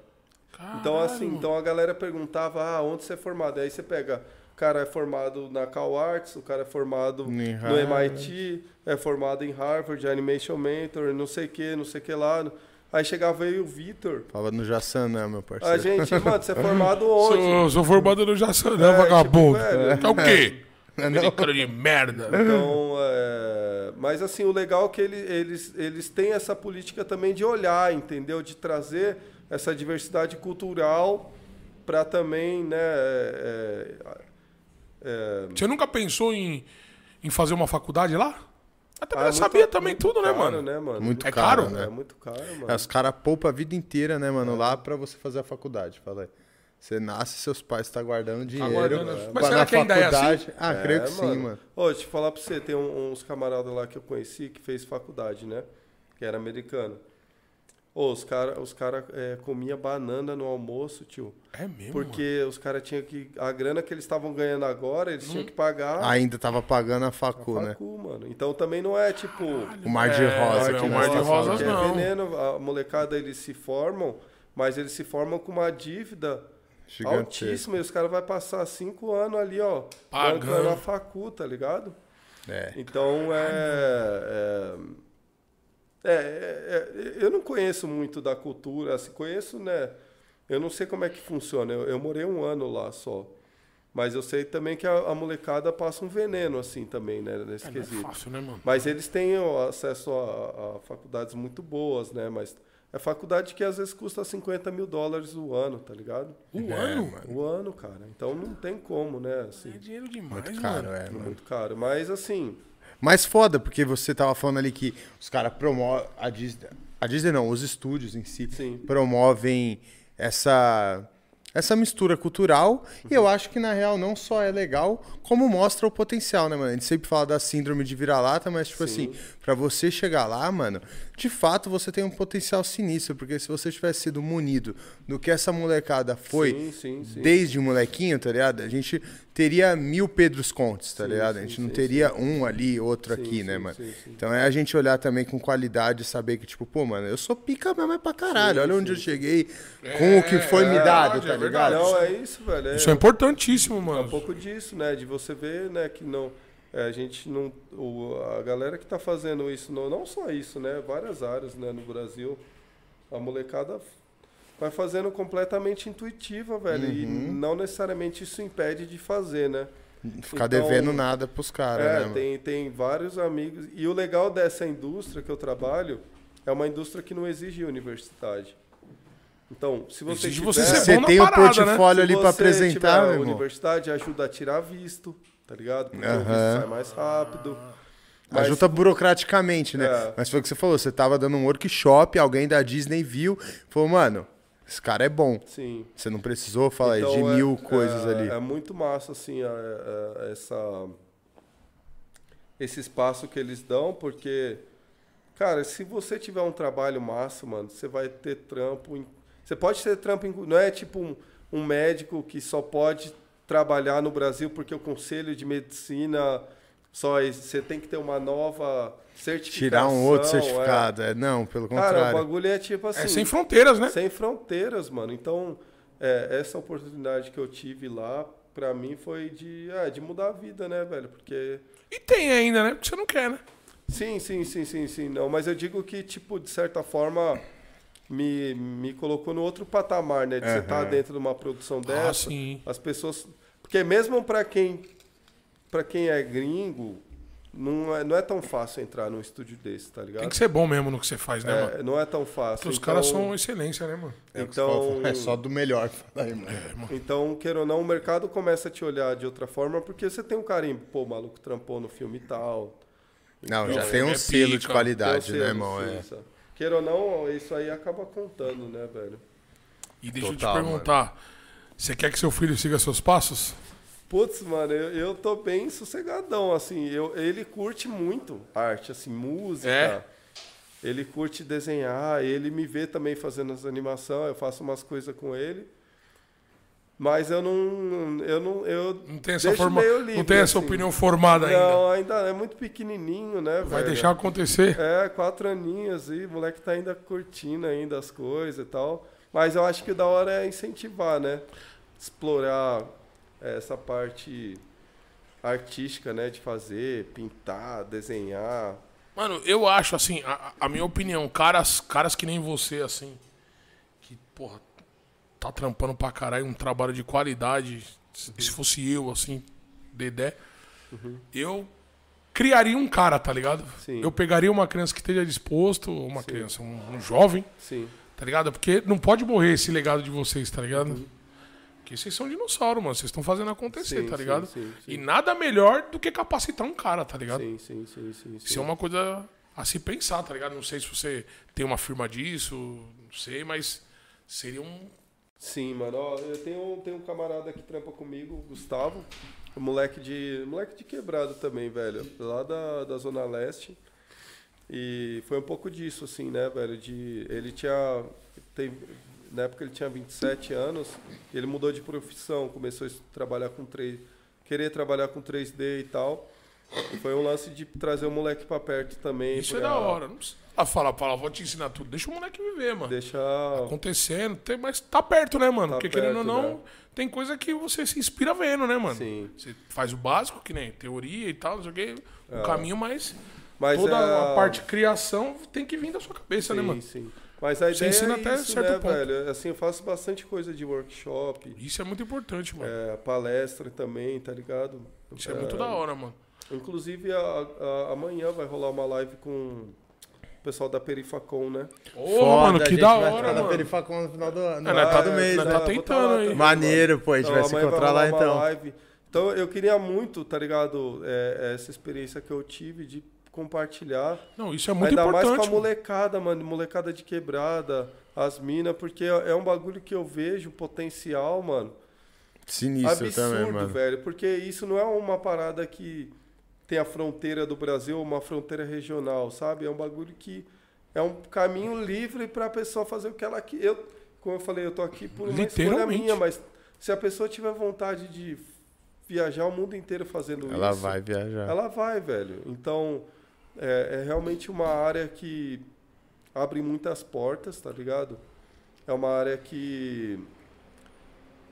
Caralho,
Então, assim,
mano.
então a galera perguntava, ah, onde você é formado? Aí você pega, o cara é formado na Cal Arts, o cara é formado
Em
no
Harvard.
MIT, é formado em Harvard, Animation Mentor, não sei o que, não sei o que lá. Aí chegava aí o Vitor.
Tava no Jassanã, meu
A
parceiro.
gente, mano, você é formado onde?
Sou, sou formado no Jaçanã,
É,
vagabundo.
tipo, velho.
Então o quê? Americano de merda.
Então, é, mas assim, o legal é que ele- eles, eles têm essa política também de olhar, entendeu? De trazer essa diversidade cultural para também, né? é, é,
Você nunca pensou em, em fazer uma faculdade lá? Até
Ah,
porque eu
muito-
sabia também
muito
tudo, né,
caro,
mano?
né, mano?
Muito
É
caro,
caro?
né?
É muito caro, É. mano.
É, os caras poupam a vida inteira, né, mano, lá pra você fazer a faculdade. Falei. Você nasce, seus pais estão guardando dinheiro.
guardando, né?
pra-
Mas será
na
que ainda é
faculdade. Ah,
É,
creio que sim, mano.
Ô, deixa eu falar pra você, tem um- uns camaradas lá que eu conheci que fez faculdade, né? Que era americano. Ô, os caras os cara, é, comia banana no almoço, tio.
É mesmo.
Porque os caras tinham que. A grana que eles estavam ganhando agora, eles
Hum.
tinham que pagar
Ainda tava pagando Ah. a facu,
pra
né?
cu, mano. Então também não é tipo.
O mar de
É,
rosa.
não é
que
o
nós
mar de
tá falando.
rosas,
que
não.
É veneno. A molecada, eles se formam, mas eles se formam com uma dívida
Gigantesco.
altíssima. E os caras vão passar cinco anos ali, ó,
Pagando.
bancando a facu, tá ligado?
É.
Então é. é, é, é, eu não conheço muito da cultura, assim, conheço, né? Eu não sei como é que funciona. Eu, eu morei um ano lá só. Mas eu sei também que a, a molecada passa um veneno, assim, também, né? Nesse
É, não é
quesito.
fácil, né, mano?
Mas eles têm ó, acesso a, a faculdades muito boas, né? Mas é faculdade que às vezes custa 50 mil dólares o ano, tá ligado?
O
É,
Um ano,
mano.
O ano, cara. Então não tem como,
É
né? Assim,
dinheiro demais,
Muito
mano.
caro, é, mano.
muito caro. Mas assim,
Mas foda, porque você tava falando ali que os caras promovem. A Disney. A Disney não, os estúdios em si
Sim.
promovem essa. Essa mistura cultural, e eu acho que na real não só é legal, como mostra o potencial, né, mano? A gente sempre fala da síndrome de vira-lata, mas, tipo
Sim.
assim, pra você chegar lá, mano, de fato você tem um potencial sinistro, porque se você tivesse sido munido do que essa molecada foi
Sim, sim, sim.
desde molequinho, tá ligado? A gente teria mil Pedros Contes, tá
Sim,
ligado? A
sim,
gente não
sim,
teria um ali, outro
Sim,
aqui,
sim,
né, mano?
sim, sim.
Então é a gente olhar também com qualidade e saber que, tipo, pô, mano, eu sou pica mesmo é pra caralho.
Sim,
Olha onde
sim,
eu cheguei com o que foi me
é
dado,
verdade,
tá
é
ligado?
verdade.
não é isso, velho. É,
Isso é importantíssimo, mano.
um pouco disso, né? De você ver, né, que não. é, a gente não. o- a galera que tá fazendo isso, não, não só isso, né? Várias áreas, né, no Brasil. A molecada f- vai fazendo completamente intuitiva, velho. E
Uhum.
não necessariamente isso impede de fazer, né?
Ficar
Então,
devendo nada pros caras, né,
É,
mano?
tem, tem vários amigos. E o legal dessa indústria que eu trabalho é uma indústria que não exige universidade. Então, se você
Exige
tiver,
você ser
Você
bom na
tem o
parada, né?
portfólio ali
se
pra
você
apresentar,
tiver
meu irmão.
universidade ajuda a tirar visto, tá ligado? Porque o
Aham.
visto sai mais rápido. Mas-
Ajuda burocraticamente, né?
É.
Mas foi o que você falou, você tava dando um workshop, alguém da Disney viu, falou, mano, esse cara é bom.
Sim.
Você não precisou falar
Então,
de
é-
mil coisas
é-
ali.
É muito massa, assim, a- a- essa, esse espaço que eles dão, porque, cara, se você tiver um trabalho massa, mano, você vai ter trampo. em- você pode ter trampo, em, não é tipo um, um médico que só pode trabalhar no Brasil porque o Conselho de Medicina só. ex- Você tem que ter uma nova certificação.
Tirar um outro
é.
certificado. É. não, pelo contrário.
Cara, o bagulho é tipo assim.
é sem fronteiras, né?
Sem fronteiras, mano. Então, é, essa oportunidade que eu tive lá, pra mim foi de, é, de mudar a vida, né, velho? Porque.
E tem ainda, né? Porque você não quer, né?
Sim, sim, sim, sim, sim. Não, mas eu digo que, tipo, de certa forma, me, me colocou no outro patamar, né? De você estar dentro de uma produção dessa.
Ah, sim.
As pessoas. Porque mesmo pra quem. para quem é gringo, não é, não é tão fácil entrar num estúdio desse, tá
Tem
ligado?
que ser bom mesmo no que você faz, né, mano?
É, não é tão
Porque
fácil.
os caras
então-
são excelência, né, mano?
É o que você
então-
falou, é só do melhor. Fala aí, mano.
É,
Então, queira ou não, o mercado começa a te olhar de outra forma, porque você tem um carimbo, pô, o maluco trampou no filme tal.
Não, já
Não,
tem um
é
selo
pica.
de
Tem um
qualidade,
selo,
né, irmão?
sim,
É.
sabe? Queira ou não, isso aí acaba contando, né, velho?
E deixa
Total,
eu te perguntar. Você quer que seu filho siga seus passos?
Putz, mano, eu, eu tô bem sossegadão, assim. Eu, ele curte muito arte, assim, música.
É?
Ele curte desenhar, ele me vê também fazendo as animações, eu faço umas coisas com ele. Mas eu não. Eu não. Eu
Não tem essa,
deixo
forma...
meio
não
livre,
tem essa
assim.
opinião formada ainda.
Não, ainda é muito pequenininho, né?
Vai
velho?
deixar acontecer.
É, quatro aninhos e o moleque tá ainda curtindo ainda as coisas e tal. Mas eu acho que o da hora é incentivar, né? Explorar eh, essa parte artística, né? De fazer, pintar, desenhar.
Mano, eu acho, assim, a, a minha opinião, caras, caras que nem você, assim, que, porra, tá trampando pra caralho um trabalho de qualidade. Se, se
Uhum.
fosse eu, assim, Dedé, eu criaria um cara, tá ligado?
Sim.
Eu pegaria uma criança que esteja disposto, uma criança, um, um jovem,
Sim,
tá ligado? Porque não pode morrer esse legado de vocês, tá ligado?
Uhum.
Porque vocês são dinossauro, mano. Vocês estão fazendo acontecer,
Sim,
tá
sim,
ligado?
sim, sim.
E nada melhor do que capacitar um cara, tá ligado?
sim, sim, sim, sim.
Isso
sim.
é uma coisa a se pensar, tá ligado? Não sei se você tem uma firma disso, não sei, mas seria um.
Sim, mano. Ó, eu tenho, tenho um camarada que trampa comigo, o Gustavo. Um moleque de. Moleque de quebrado também, velho. Lá da, da Zona Leste. E foi um pouco disso, assim, né, velho? De, ele tinha. Tem, na época ele tinha 27 anos. Ele mudou de profissão, começou a es- trabalhar com 3. Querer trabalhar com 3D e tal. E foi um lance de trazer o moleque pra perto também.
Isso é
pra
da hora. Não precisa falar, falar, vou te ensinar tudo. Deixa o moleque viver, mano.
Deixar.
Acontecendo, tem- mas tá perto, né, mano?
Tá
Porque querendo ou
perto,
não,
né?
tem coisa que você se inspira vendo, né, mano?
Sim.
Você faz o básico, que nem teoria e tal, não sei o quê, o caminho, mas,
É. Mas
toda
é-
a parte criação tem que vir da sua cabeça, né, mano?
Sim, sim. Mas a
Você
ideia
ensina
é
até
isso,
certo
né,
ponto.
velho? Assim, eu faço bastante coisa de workshop,
Isso é muito importante, mano.
é, palestra também, tá ligado?
Isso é muito da hora, mano.
Inclusive, a- a- amanhã vai rolar uma live com o pessoal da Perifacom, né?
Ô,
Foda,
mano,
a
que
gente
da
vai estar
hora,
na
mano.
Perifacom no final do ano.
É,
no
nós
final
tá-
do
Ah,
mês,
nós
né?
tá tentando aí.
também,
Maneiro, pô, a gente
Então,
vai se
amanhã
encontrar
rolar
lá
uma
então.
live. Então, eu queria muito, tá ligado? É, essa experiência que eu tive de compartilhar.
Não, isso é muito
Ainda
importante.
mais com a
mano.
molecada, mano, molecada de quebrada, as minas, porque é é um bagulho que eu vejo potencial, mano.
Sinistro
absurdo,
também, mano.
velho, porque isso não é uma parada que tem a fronteira do Brasil, uma fronteira regional, sabe? É um bagulho que é um caminho livre pra pessoa fazer o que ela quer. Eu, como eu falei, eu tô aqui por uma escolha
Literalmente.
minha, mas se a pessoa tiver vontade de viajar o mundo inteiro fazendo
Ela
isso,
vai viajar.
ela vai, velho. Então, é, é realmente uma área que abre muitas portas, tá ligado? É uma área que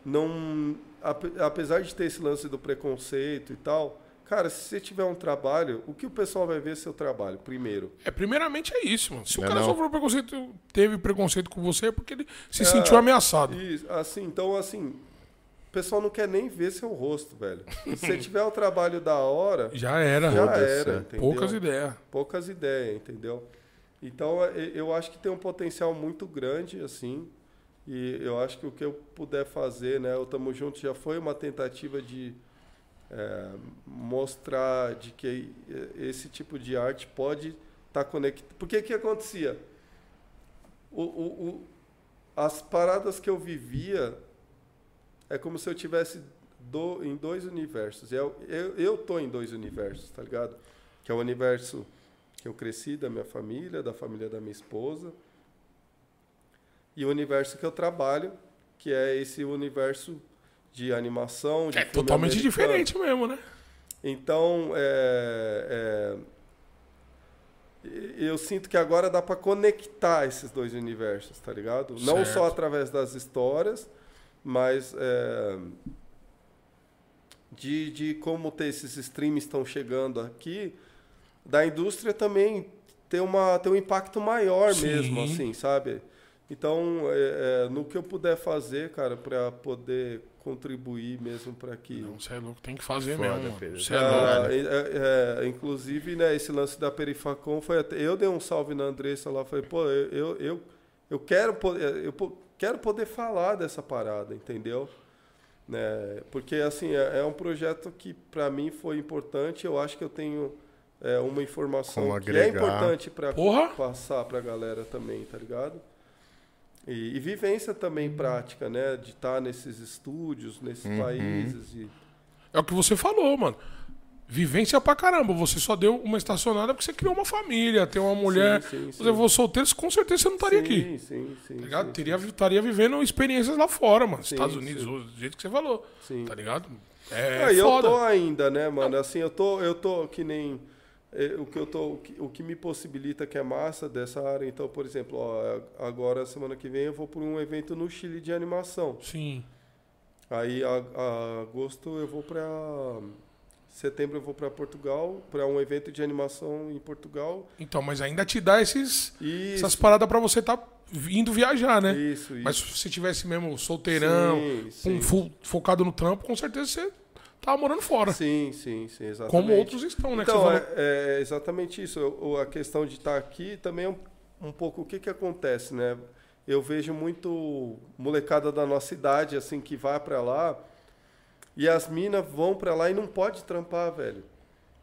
não. ape- Apesar de ter esse lance do preconceito e tal, cara, se você tiver um trabalho, o que o pessoal vai ver é seu trabalho, primeiro?
É, primeiramente é isso, mano. Se o
Não é
cara
não?
sofreu preconceito, teve preconceito com você, é porque ele se
É,
sentiu ameaçado.
E, assim, então, assim, o pessoal não quer nem ver seu rosto, velho. Se você tiver o trabalho da hora,
Já era.
já
Foda-se,
era,
é.
entendeu?
Poucas ideias.
poucas ideias, entendeu? Então e- eu acho que tem um potencial muito grande assim, e eu acho que o que eu puder fazer, né? O Tamo Junto já foi uma tentativa de é, mostrar de que eh, esse tipo de arte pode estar tá conectado. Porque que acontecia? O, o- o- as paradas que eu vivia é como se eu tivesse do- em dois universos. Eu, eu, eu tô em dois universos, tá ligado? Que é o universo que eu cresci, da minha família, da família da minha esposa. E o universo que eu trabalho, que é esse universo de animação, de
É
filme
totalmente
americano.
diferente mesmo, né?
Então, é, é, e- eu sinto que agora dá para conectar esses dois universos, tá ligado? Não só
Certo.
através das histórias, mas é, de, de como ter esses streams estão chegando aqui, da indústria também ter, uma, ter um impacto maior
Sim.
mesmo, assim, sabe? Então, é, é, no que eu puder fazer, cara, para poder contribuir mesmo para que
Não, você é louco, tem que fazer
Foda,
mesmo. Mano.
filho.
Você é louco.
ah, é, é, é, inclusive, né, esse lance da Perifacom foi até, eu dei um salve na Andressa lá, falei, pô, eu eu, eu, eu quero po- eu po- quero poder falar dessa parada, entendeu? Né? Porque assim, é, é um projeto que para mim foi importante, eu acho que eu tenho é, uma
Como
informação que é
agregar.
importante para
Porra!
passar para a galera também, tá ligado? E, e vivência também prática, né, de
Uhum.
estar nesses estúdios, nesses países e
É o que você falou, mano. vivência pra caramba. Você só deu uma estacionada porque você criou uma família, tem uma mulher.
sim,
Se
sim.
você fosse solteiro, com certeza você não estaria aqui.
Sim, sim, sim.
Tá ligado?
sim.
Teria, estaria vivendo experiências lá fora, mano. Estados
sim.
Unidos, do jeito que você falou.
Sim.
Tá ligado? É,
Ah, e eu
foda.
tô ainda, né, mano? Assim, eu tô, eu tô que nem eh, o que eu tô, o que, o que me possibilita que é massa dessa área. Então, por exemplo, ó, agora semana que vem eu vou para um evento no Chile de animação.
Sim.
Aí a, a agosto eu vou para setembro eu vou para Portugal para um evento de animação em Portugal.
Então, mas ainda te dá esses,
E
essas paradas pra você tá indo viajar, né?
isso, isso.
Mas se você tivesse mesmo solteirão,
Sim,
com
sim.
fo- focado no trampo, com certeza você tava morando fora.
Sim, sim, sim, exatamente.
Como outros estão, né? Que
Então,
você
é,
falou.
é exatamente isso. O- o- A questão de estar aqui também é um, um pouco o que, que acontece, né? Eu vejo muito molecada da nossa idade, assim, que vai para lá e as minas vão para lá e não pode trampar, velho.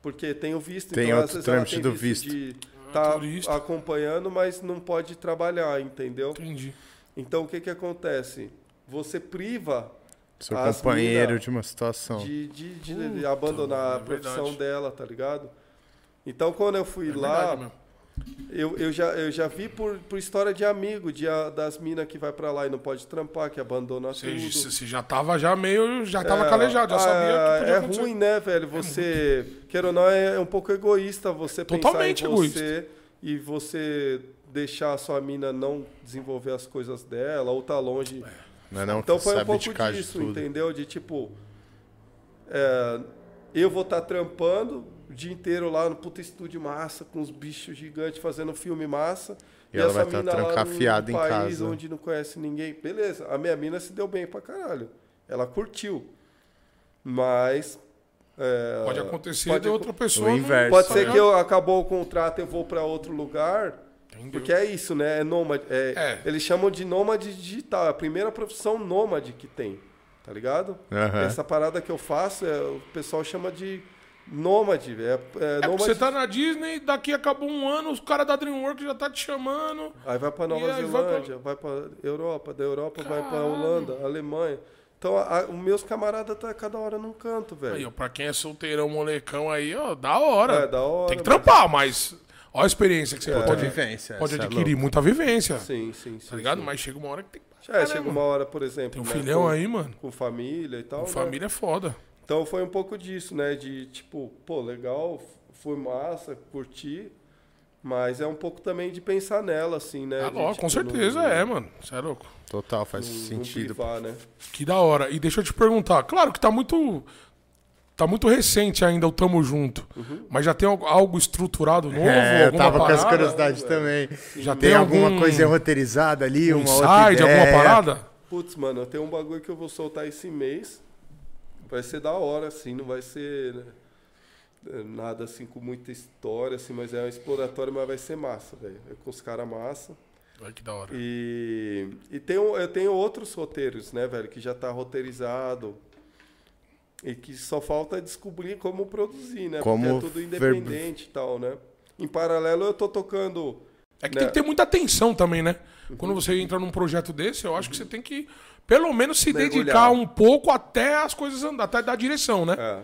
Porque tem o visto. então,
Tem
às
outro
vezes, ela
trâmite
tem
do visto.
de
Ah,
tá
turista.
acompanhando, mas não pode trabalhar, entendeu?
Entendi.
Então, o que, que acontece? Você priva
Sou
As
companheiro
mina
de uma situação.
Ah, de, de, de
Puta,
abandonar a
é
profissão
verdade.
dela, tá ligado? Então, quando eu fui
É
lá,
verdade mesmo.
eu, eu, já, eu já vi por, por história de amigo, de, a- das minas que vai pra lá e não pode trampar, que abandona
Você,
tudo.
você já tava já meio. Já tava
É,
calejado, já sabia
ah,
que podia
É
acontecer.
ruim, né, velho? Você, queira ou não, é um pouco egoísta você
Totalmente
pensar em você
egoísta.
e você deixar a sua mina não desenvolver as coisas dela ou tá longe.
Não é não
Então
que
foi
sabe
um pouco
de casa
disso,
de tudo.
entendeu? De tipo, é, eu vou estar trampando o dia inteiro lá no puta estúdio massa, com os bichos gigantes fazendo filme massa.
E ela
essa
vai tá
mina lá
trancafiada em
num país
casa.
onde não conhece ninguém. Beleza, a minha mina se deu bem pra caralho. Ela curtiu. Mas. é,
Pode acontecer
pode
de
acon-
outra pessoa.
O
não-
inverso.
Pode
tá
ser
ligado?
que eu acabou o contrato e eu vou pra outro lugar.
Entendeu?
Porque é isso, né? É nômade. É,
É.
Eles chamam de nômade digital. É a primeira profissão nômade que tem. Tá ligado?
Aham.
Essa parada que eu faço, é, o pessoal chama de nômade. É, é
É, porque
nômade.
você tá na Disney, daqui acabou um ano, os caras da Dreamworks já tá te chamando.
Aí vai pra Nova
E aí vai pra-
Zelândia, vai pra... Europa, da Europa vai pra Holanda, Alemanha. Então, a- a- os meus camaradas tá cada hora num canto, velho.
Aí, ó, pra quem é solteirão, molecão aí, ó, da hora.
É, da hora,
Tem que trampar, mas. Olha a experiência que você pode,
vivência,
pode
essa é
adquirir, muita vivência.
Sim, sim, sim.
Tá ligado?
sim.
Mas chega uma hora que tem que
É,
parar. né,
chega
mano?
uma hora, por exemplo.
Tem um
né,
filhão
com-
aí, mano.
Com família e tal. né?
Família é foda.
Então foi um pouco disso, né? De tipo, pô, legal, f- foi massa, curti, mas é um pouco também de pensar nela, assim, né?
Tá
de,
louco,
tipo,
com certeza
não-
é, mano. Você é louco.
Total, faz
não- não
sentido.
privar, né?
Que da hora. E deixa eu te perguntar. Claro que tá muito. Tá muito recente ainda o Tamo Junto. Mas já tem algo- algo estruturado novo?
É, eu
alguma
tava com essa
parada?
curiosidade também.
Já
tem
tem
alguma
algum-
coisa roteirizada ali, uma outra
Um Inside,
ideia.
alguma parada?
Putz, mano, eu tenho um bagulho que eu vou soltar esse mês. Vai ser da hora, assim, não vai ser né, eh, nada assim com muita história, assim, mas é um exploratório, mas vai ser massa, velho. É com os caras massa.
Olha que da hora.
E, e tem, o- eu tenho outros roteiros, né, velho, que já tá roteirizado. E que só falta descobrir como produzir, né?
Como
Porque é tudo
ver-
independente e tal, né? Em paralelo, eu tô tocando.
É que
né?
tem que ter muita atenção também, né? Quando você entra num projeto desse, eu acho que você tem que, pelo menos, se
Mergulhar.
dedicar um pouco até as coisas andar, até dar direção, né?
É,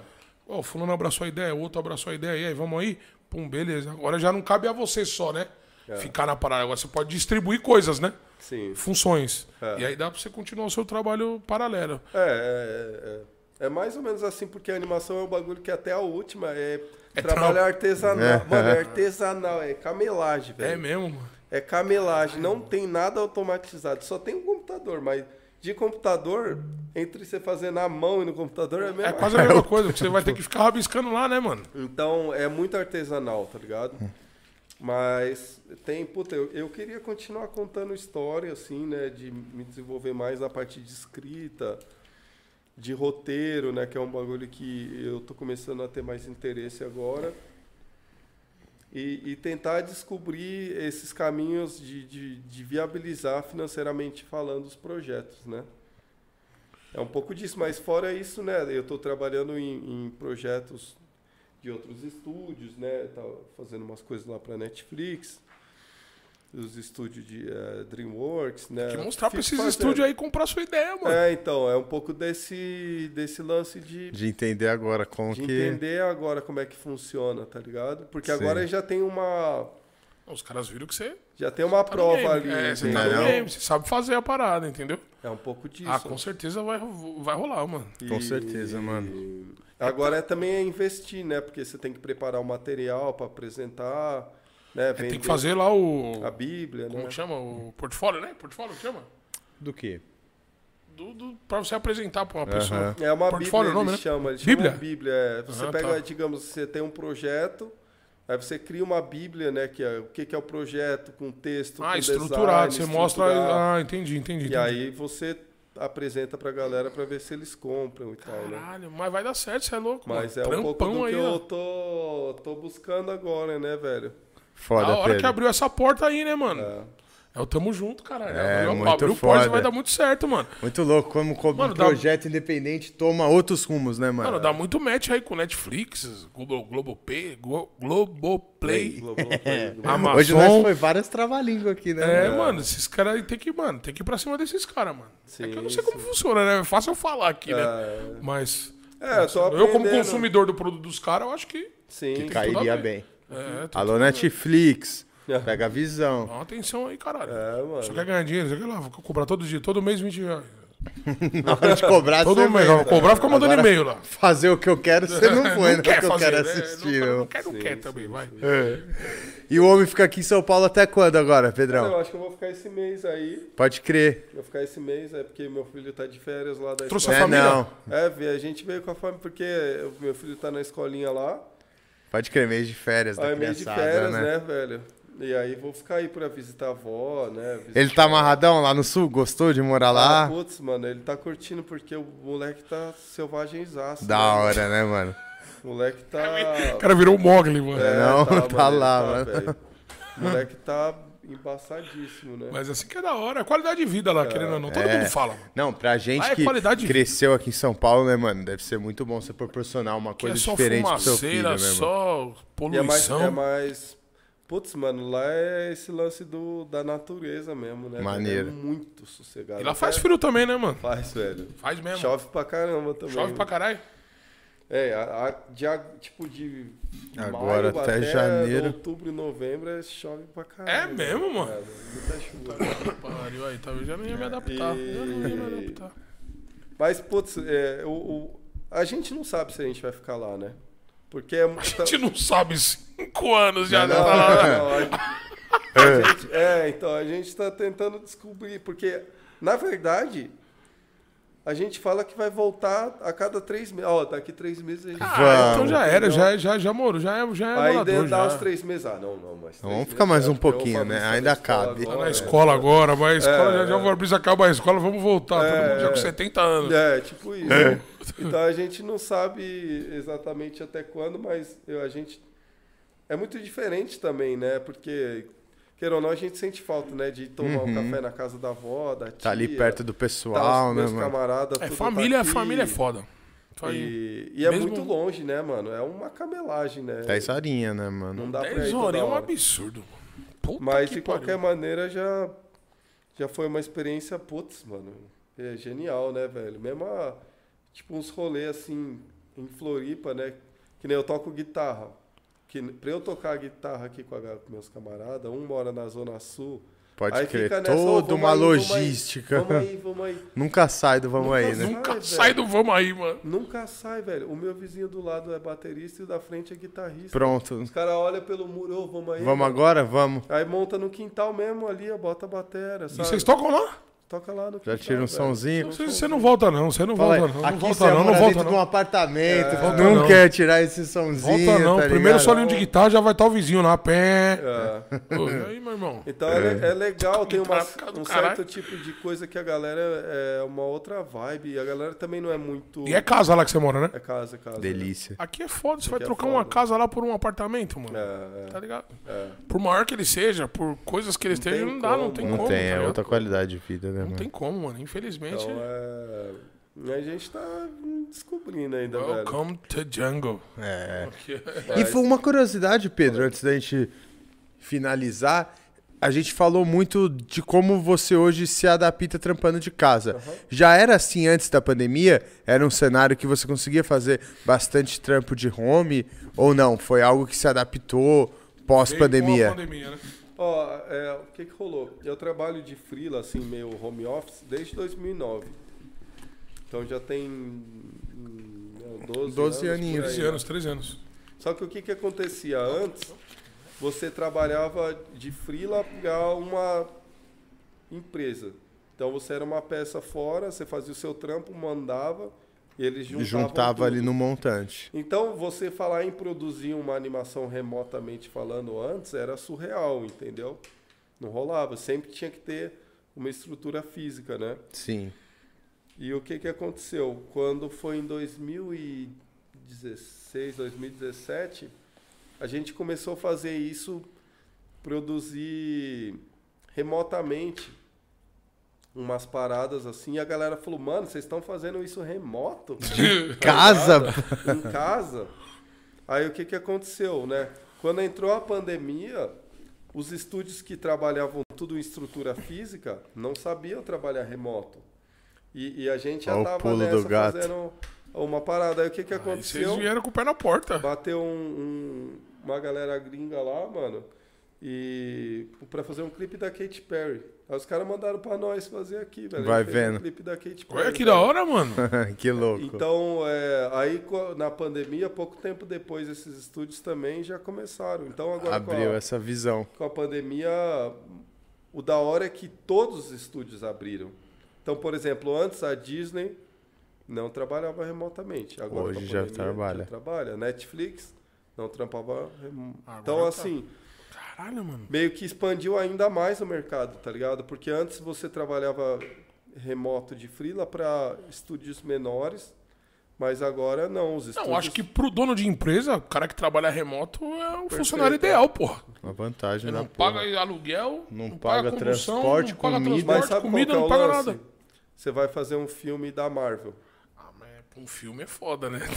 Ó, o fulano abraçou a ideia, o outro abraçou a ideia, e aí, vamos aí? Pum, beleza. Agora já não cabe a você só, né?
É.
Ficar na parada. Agora você pode distribuir coisas, né?
sim.
Funções.
É.
E aí dá pra você continuar o seu trabalho paralelo.
É, é, é, é mais ou menos assim, porque a animação é um bagulho que até a última é,
É
trabalhar
trampo.
artesanal. Mano, é artesanal, é camelagem, velho.
É mesmo, mano.
É camelagem, não tem nada automatizado, só tem um computador, mas de computador, entre você fazer na mão e no computador é a mesma
É quase a mesma coisa, porque você vai ter que ficar rabiscando lá, né, mano?
Então é muito artesanal, tá ligado? Mas tem, puta, eu, eu queria continuar contando história, assim, né? De me desenvolver mais na parte de escrita, de roteiro, né? Que é um bagulho que eu tô começando a ter mais interesse agora. E, e tentar descobrir esses caminhos de, de, de viabilizar financeiramente falando os projetos, né? É um pouco disso, mas fora isso, né? Eu tô trabalhando em, em projetos de outros estúdios, né? Tá fazendo umas coisas lá para Netflix. os estúdios de eh, DreamWorks, né?
Tem que mostrar pra
Fico
esses
fazendo.
estúdios aí comprar sua ideia, mano.
É, então, é um pouco desse, desse lance de,
De entender agora como
de
que.
entender agora como é que funciona, tá ligado? Porque agora
Sim.
já tem uma.
Os caras viram que você
Já tem uma
tá no
prova
game.
ali.
É, você tá
entendeu?
no game, você sabe fazer a parada, entendeu?
É um pouco disso.
Ah, com certeza vai, vai rolar, mano.
Com certeza, mano.
Agora é também é investir, né? Porque você tem que preparar o material para apresentar, né? Vender
É, Tem que fazer lá o.
a Bíblia, né?
Como é? que chama? O portfólio, né? Portfólio que chama?
Do que?
Do, do, pra você apresentar pra uma pessoa.
Aham.
É uma
Portfólio é
Bíblia,
o nome,
eles
né?
chamam. Eles
Bíblia?
chamam Bíblia. é. Você
Aham,
pega,
tá.
digamos, você tem um projeto, aí você cria uma Bíblia, né? Que é, o que que é o projeto, com texto,
Ah,
com
estruturado.
design,
Você mostra.
estruturar.
Ah, entendi, entendi.
E
entendi.
aí né? você apresenta pra galera pra ver se eles compram e tal, né?
Caralho, mas vai dar certo, você é louco.
Mas é
mano.
um pouco do
aí,
que
ó.
eu tô, tô buscando agora, né, velho?
Foda,
a hora
Pedro.
que abriu essa porta aí, né, mano? É,
É.
o tamo junto, caralho.
É,
Abriu-
muito
abriu porta
foda.
vai dar muito certo, mano.
Muito louco como, como
Mano,
um
dá-
projeto independente toma outros rumos, né, mano?
É.
Mano, dá muito match aí com Netflix, Globo, Globopay, Glo- Globoplay, Amazon.
Hoje
é
nós foi várias trava-língua aqui, né?
É,
mano?
mano, esses caras aí tem que, mano, tem que ir pra cima desses caras, mano. é
Sim,
que eu não sei como funciona, né? É fácil eu falar aqui, né? Mas.
É, eu tô
Tá
Eu, como
aprendendo.
consumidor do produto dos caras, eu acho que.
Sim.
Tem tudo a
Cairia
ver.
bem.
É, tem
Alô, Netflix.
É.
Pega a
Dá
visão.
uma atenção aí, caralho.
É, mano.
Você quer ganhar dinheiro, você quer lá, vou cobrar todo dia, todo mês 20 reais.
Na hora de cobrar,
Todo
você
mês,
vem,
ó,
né?
cobrar fica mandando
Agora,
e-mail lá.
Fazer o que eu quero, você não foi, né?
quer
o que eu
fazer,
quero
né?
assistir.
Não,
meu.
não quer, não quer também, vai.
E o homem fica aqui em São Paulo até quando agora,
Eu
Pedrão?
acho que eu vou ficar esse mês aí.
Pode crer.
Eu vou ficar esse mês, é porque meu filho tá de férias lá da
Trouxe
escola.
É,
família?
não.
É, vi- a gente veio com a família, porque o meu filho tá na escolinha lá.
Pode crer, mês de férias
Aí
da
é mês de
criançada,
férias,
né?
né? velho? E aí vou ficar aí pra visitar a avó, né? Visitar...
Ele tá amarradão lá no sul? Gostou de morar
Ah,
lá?
putz, mano, ele tá curtindo porque o moleque tá selvagemzaço.
da
mano.
hora, né, mano?
O moleque tá.
O cara virou o Mogli, mano.
É,
Não, tá
ele
lá, mano.
velho. O moleque tá embaçadíssimo, né?
Mas assim que é da hora, é qualidade de vida lá, querendo ou não. Todo
É.
mundo fala, mano.
Não, pra gente
Ah,
Lá é
que
qualidade de
cresceu aqui em São Paulo, né, mano? Deve ser muito bom você proporcionar uma
Que é
coisa
só
diferente pro seu filho,
fumaceira,
né, mano?
só
E é mais,
poluição.
é mais. Putz, mano, lá é esse lance do, da natureza mesmo, né? velho?
Maneiro.
É muito sossegado.
E lá faz
Até
frio também, né, mano?
Faz, velho.
Faz mesmo. Chove,
Chove pra caramba também. né?
pra caralho.
É, a, a, de, a- tipo de.
Agora
maio
até janeiro.
Outubro e novembro é chove pra caralho.
É mesmo, mano?
É, muita chuva.
Pariu aí, talvez eu já não ia me adaptar. Eu não ia me adaptar.
Mas, putz, é, o, o- a gente não sabe se a gente vai ficar lá, né? Porque é
A gente não sabe cinco anos já,
Não,
né?
não.
Tá lá, né?
a- a gente- é, então, a gente tá tentando descobrir, porque, na verdade, a gente fala que vai voltar a cada três meses. Ó, daqui três meses a gente
Ah,
Vamos.
então já era, já, já, já morou, já é, já é
Aí
morador,
dá
já.
os três meses. Ah, não, não, mas.
Então
três
vamos ficar mais
meses,
um
acho que é
pouquinho,
uma
né?
vista
Ainda
da escola
cabe. Tá
Tá
agora,
na
né?
escola agora, vai a escola, já,
é.
já vou abrir, acabar a escola, vamos voltar. todo
É,
mundo já com
é.
70 anos.
É, tipo isso. Então a gente não sabe exatamente até quando, mas eu- a gente. É muito diferente também, né? Porque, queira ou não, a gente sente falta, né? De tomar um café na casa da avó, da tia.
Uhum. Tá ali perto do
tá,
pessoal,
os
né,
meus
mano?
camaradas.
É,
tudo tá
família,
aqui.
família é foda. Isso aí.
E, e é
Mesmo-
muito longe, né, mano? É uma camelagem, né?
10 horinha, né,
Não
mano?
dá pra ir
10
toda
horas é um
hora.
absurdo, mano. Puta
Mas
que
de
pariu.
qualquer maneira já já foi uma experiência, putz, mano. É genial, né, velho? Mesmo a- tipo uns rolês assim em Floripa, né? Que nem eu toco guitarra. Que ne- pra eu tocar guitarra aqui com, a ga- com meus camaradas, um mora na zona sul.
Pode
aí
crer.
fica nessa, "Ô,
Toda
vamos
uma
aí, vamos aí,
logística.
Vamos aí, vamos aí.
Nunca sai do vamos
Nunca
aí, né?
sai.
Nunca
Ai,
sai do
velho.
vamos aí, mano.
Nunca sai, velho. O meu vizinho do lado é baterista e o da frente é guitarrista.
Pronto.
Os caras olham pelo muro, ô, vamos aí.
Vamos agora? Vamos.
Aí monta no quintal mesmo ali, ó, bota a batera,
E
sabe?
vocês tocam lá?
Toca lá no
Já
quintal,
tira um
velho.
somzinho.
Você, você não volta não, você não
Fala aí,
volta não. Não
aqui
volta
você
não, não
mora
volta
dentro de um
não. É.
apartamento,
volta
não,
não.
quer tirar esse somzinho,
Volta não.
tá
Primeiro
ligado?
solinho de guitarra já vai estar o vizinho lá, pé.
né?
É.
Pô, e aí, meu irmão?
Então é, le- é legal, tem uma-
Tráfico é do
um
caralho.
certo tipo de coisa que a galera é uma outra vibe. E a galera também não é muito.
E é casa lá que você mora, né?
É casa, casa. né?
Delícia.
Aqui é foda, você vai
é
trocar uma
foda.
casa lá por um apartamento, mano.
É,
Tá ligado?
É.
Por maior que ele seja, por coisas que ele
Não
esteja,
tem
não dá, não
como,
tem
Não
como.
tem,
tá
é
ligado?
outra qualidade de vida, né,
Não tem
mano?
como, mano.
é.
Infelizmente.
Então é. A gente tá descobrindo ainda, velho.
Welcome to Jungle.
É.
Aqui é-
E foi uma curiosidade, Pedro, antes da gente finalizar. a gente falou muito de como você hoje se adapta trampando de casa. Já era assim antes da pandemia? Era um cenário que você conseguia fazer bastante trampo de home? Ou não? Foi algo que se adaptou
Veio com
pós-pandemia?
a pandemia, né?
Ó, é, o que que rolou? Eu trabalho de freela, assim, meio home office, desde 2009. Então já tem hum, não, 12,
12
anos,
aninhos.
por aí.
13 anos, 13 anos.
Só que o que que acontecia antes? Você trabalhava de freela para uma empresa. Então você era uma peça fora, você fazia o seu trampo, mandava, e eles juntavam
Juntava ali
tudo.
no montante.
Então, você falar em produzir uma animação remotamente falando antes era surreal, entendeu? Não rolava. Sempre tinha que ter uma estrutura física, né?
Sim.
E o que, que aconteceu? Quando foi em 2016, 2017, a gente começou a fazer isso, produzir remotamente umas paradas assim. E a galera falou: mano, vocês estão fazendo isso remoto?
Casa?
Parada, em casa. Aí o que, que aconteceu, né? Quando entrou a pandemia, os estúdios que trabalhavam tudo em estrutura física não sabiam trabalhar remoto. E, e a gente já
Olha o
estava
pulo do
nessa
gato.
fazendo uma parada. Aí o que, que
Ah, Aí vocês
aconteceu?
vieram com o pé na porta.
Bateu um- um- uma galera gringa lá, mano, e para fazer um clipe da Katy Perry. Aí os caras mandaram para nós fazer aqui, velho. A gente
Vai
fez um
vendo.
clipe da Katy Perry.
Olha que
velho.
da hora, mano.
que louco.
Então, é, aí co- na pandemia, pouco tempo depois, esses estúdios também já começaram. Então, agora com
Abriu
a,
essa visão.
com a pandemia, o da hora é que todos os estúdios abriram. Então, por exemplo, antes a Disney não trabalhava remotamente. Agora, com a
Hoje já
pandemia,
trabalha.
Já trabalha. Netflix não trampava. remo-
Agora
Então,
tá.
assim,
Caralho, mano.
meio que expandiu ainda mais o mercado, tá ligado? Porque antes você trabalhava remoto de freela para estúdios menores, mas agora não, os estúdios...
Não, acho que pro dono de empresa, o cara que trabalha remoto é o funcionário
Perfeito,
ideal, porra.
Uma vantagem
Ele
na
não
porra.
paga aluguel,
Não
não,
paga
paga, condução,
transporte,
não paga
comida.
Mas
transporte,
sabe
comida,
qual
não
que é o
paga
lance?
nada.
Você vai fazer um filme da Marvel.
Ah, mas é pra um filme é foda, né?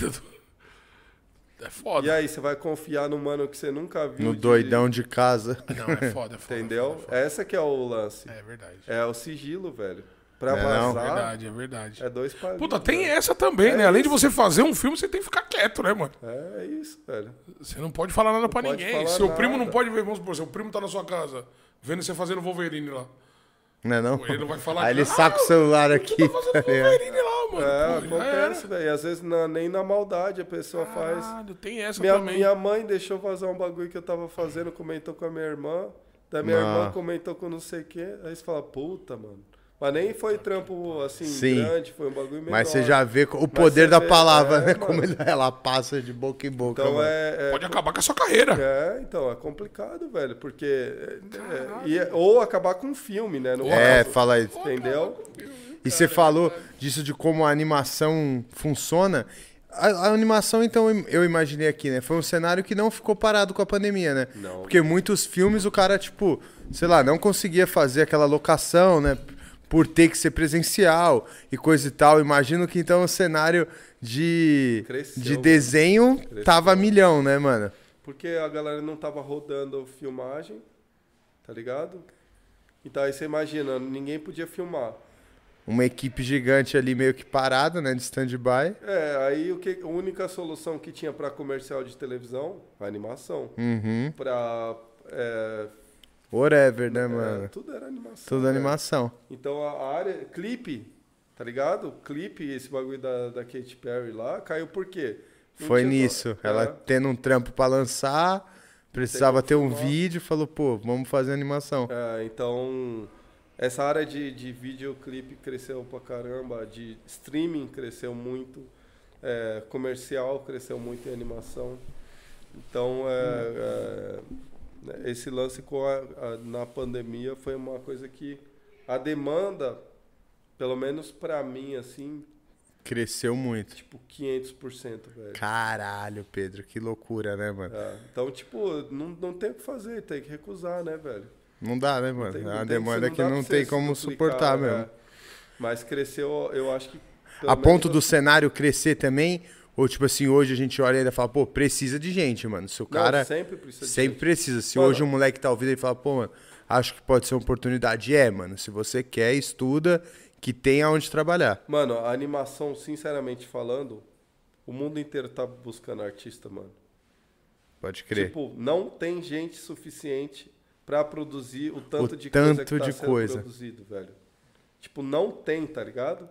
É
E
foda.
aí, você vai confiar num mano que você nunca viu.
No
de-
doidão de casa.
Não, é foda, é foda.
Entendeu?
É, foda,
Essa que é o lance.
é, foda. É verdade. É
É o sigilo, velho. Pra
É, não.
vazar,
verdade, é verdade.
Ah. é dois palinhos.
Puta, tem
velho.
essa também,
É
né? Além de
isso.
você fazer um filme, você tem que ficar quieto, né, mano?
É isso, velho.
Você não pode falar nada pra
pode
ninguém.
falar
Seu
nada.
primo não pode ver, vamos supor, seu primo tá na sua casa, vendo você fazendo Wolverine lá.
Não é não?
Ele não vai falar
Aí ele
nada.
saca o celular
Tu
aqui.
tá fazendo
tá ligado?
Wolverine lá, mano.
É,
Pô, já era.
acontece, velho. Às vezes na- nem na maldade a pessoa faz.
Caralho, tem essa
Minha,
também.
minha mãe deixou vazar um bagulho que eu tava fazendo, comentou com a minha irmã. Da minha
Ah.
irmã comentou com não sei o quê. Aí você fala, puta, mano. Mas nem foi trampo assim
Sim.
grande, foi um bagulho menor.
Mas você já vê co- o poder
você
da
vê,
palavra,
é,
né?
mano.
Como ele- ela passa de boca em boca.
Então
mano.
é. é-
Pode acabar com a sua carreira.
é, então, é complicado, velho, porque. é, é, e é- ou acabar com um filme, né? No
É,
caso,
fala aí.
entendeu?
E você
é
falou disso de como a animação funciona. A, a animação, então, im- eu imaginei aqui, né? Foi um cenário que não ficou parado com a pandemia, né?
Não.
Porque muitos filmes o cara, tipo, sei lá, não conseguia fazer aquela locação, né? Por ter que ser presencial e coisa e tal. Imagino que então o cenário de,
Cresceu, né?
de
mano.
desenho tava milhão, né, mano?
Porque a galera não tava rodando filmagem, tá ligado? Então aí você imagina, ninguém podia filmar.
Uma equipe gigante ali meio que parada, né? De stand-by.
É, aí o que, a única solução que tinha para comercial de televisão, a animação.
Uhum.
Pra. é,
Whatever, né,
é,
mano?
tudo era animação. né?
Tudo
velho.
animação.
Então a área. Clipe, tá ligado? Clipe, esse bagulho da, da Katy Perry lá, caiu por quê? Não
Foi
tinha-
nisso.
É,
Ela tendo um trampo pra lançar, precisava
Tem que
ter um
filmar.
vídeo, falou, pô, vamos fazer animação.
É, então, essa área de, de videoclipe cresceu pra caramba, de streaming cresceu muito, é, comercial cresceu muito em animação. Então, é, é, né, esse lance com a, a- na pandemia foi uma coisa que a demanda, pelo menos pra mim, assim,
Cresceu muito.
tipo 500%, velho.
Caralho, Pedro, que loucura, né, mano?
É, então, tipo, não, não tem o que fazer, tem que recusar, né, velho?
Não dá, né, mano?
Tem-
é uma
tem-
demanda
você
que
dá
não
pra
tem
você
como
duplicar,
suportar
né?
mesmo.
Mas cresceu, eu acho que. pelo
A ponto do
menos,
cenário crescer também, Ou tipo assim, hoje a gente olha e ainda fala, pô, precisa de gente, mano. Se o
Não,
cara.
sempre precisa de
Sempre
gente.
precisa. Se
Mano.
hoje um moleque tá ouvindo e fala, pô, mano, acho que pode ser uma oportunidade. É, mano. Se você quer, estuda, que tem aonde trabalhar.
Mano, a animação, sinceramente falando, o mundo inteiro tá buscando artista, mano.
Pode crer.
Tipo, não tem gente suficiente pra produzir o tanto
O
de coisa
tanto
que tá
de
sendo
coisa.
produzido, velho. Tipo, não tem, tá ligado?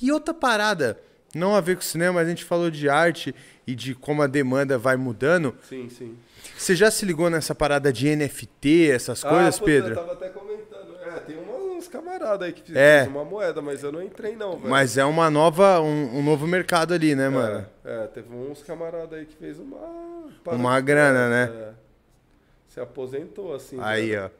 E outra parada, não a ver com cinema, mas a gente falou de arte e de como a demanda vai mudando.
Sim, sim.
Você já se ligou nessa parada de NFT, essas coisas,
ah, pô,
Pedro?
Eu tava até comentando. É, tem uma- uns camaradas aí que fizeram
É.
uma moeda, mas eu não entrei não, velho.
Mas é uma nova, um, um novo mercado ali, né,
é,
mano?
É, teve uns camaradas aí que fez uma...
Uma grana, né?
É. Se aposentou, assim.
Aí,
velho.
ó.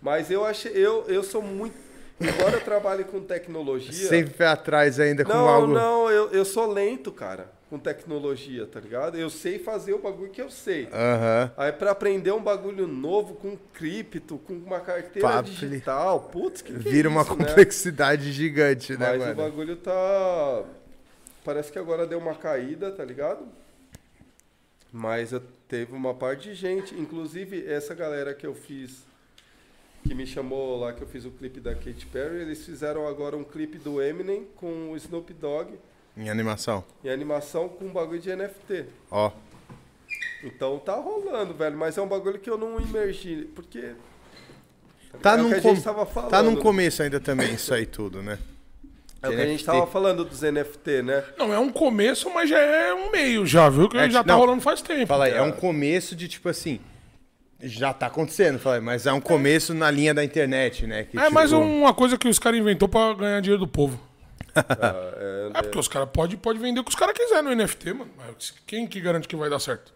Mas eu achei... Eu, eu sou muito... Embora eu trabalhe com tecnologia...
Sempre foi atrás ainda com
Não,
algo.
não, eu, eu sou lento, cara, com tecnologia, tá ligado? Eu sei fazer o bagulho que eu sei.
Ah. Aham.
Aí pra aprender um bagulho novo com cripto, com uma carteira
Papo, ele-
digital, putz, que que é
Vira uma
isso, né?
complexidade gigante, né,
Mas o
mano?
bagulho tá parece que agora deu uma caída, tá ligado? Mas eu- teve uma parte de gente, inclusive essa galera que eu fiz que me chamou lá que eu fiz o clipe da Katy Perry, eles fizeram agora um clipe do Eminem com o Snoop Dogg
Em animação.
em animação com um bagulho de NFT.
Ó.
Então tá rolando, velho, mas é um bagulho que eu não imergi, porque
Tá
É o
num,
que a
com-
gente tava falando,
tá num
né?
começo ainda também, isso aí tudo, né?
é o que a gente
NFT.
tava falando dos NFT, né?
Não, é um começo, mas já é um meio, já, viu? Que
É,
já tá
não.
rolando faz tempo.
Fala aí, é um começo de tipo assim. Já tá acontecendo, fala aí, mas é um começo na linha da internet, né? que,
É mais
tipo,
um-
uma coisa que os caras inventou pra ganhar dinheiro do povo.
Ah, é,
É porque os caras podem pode vender o que os caras quiserem no NFT, mano. Mas quem que garante que vai dar certo?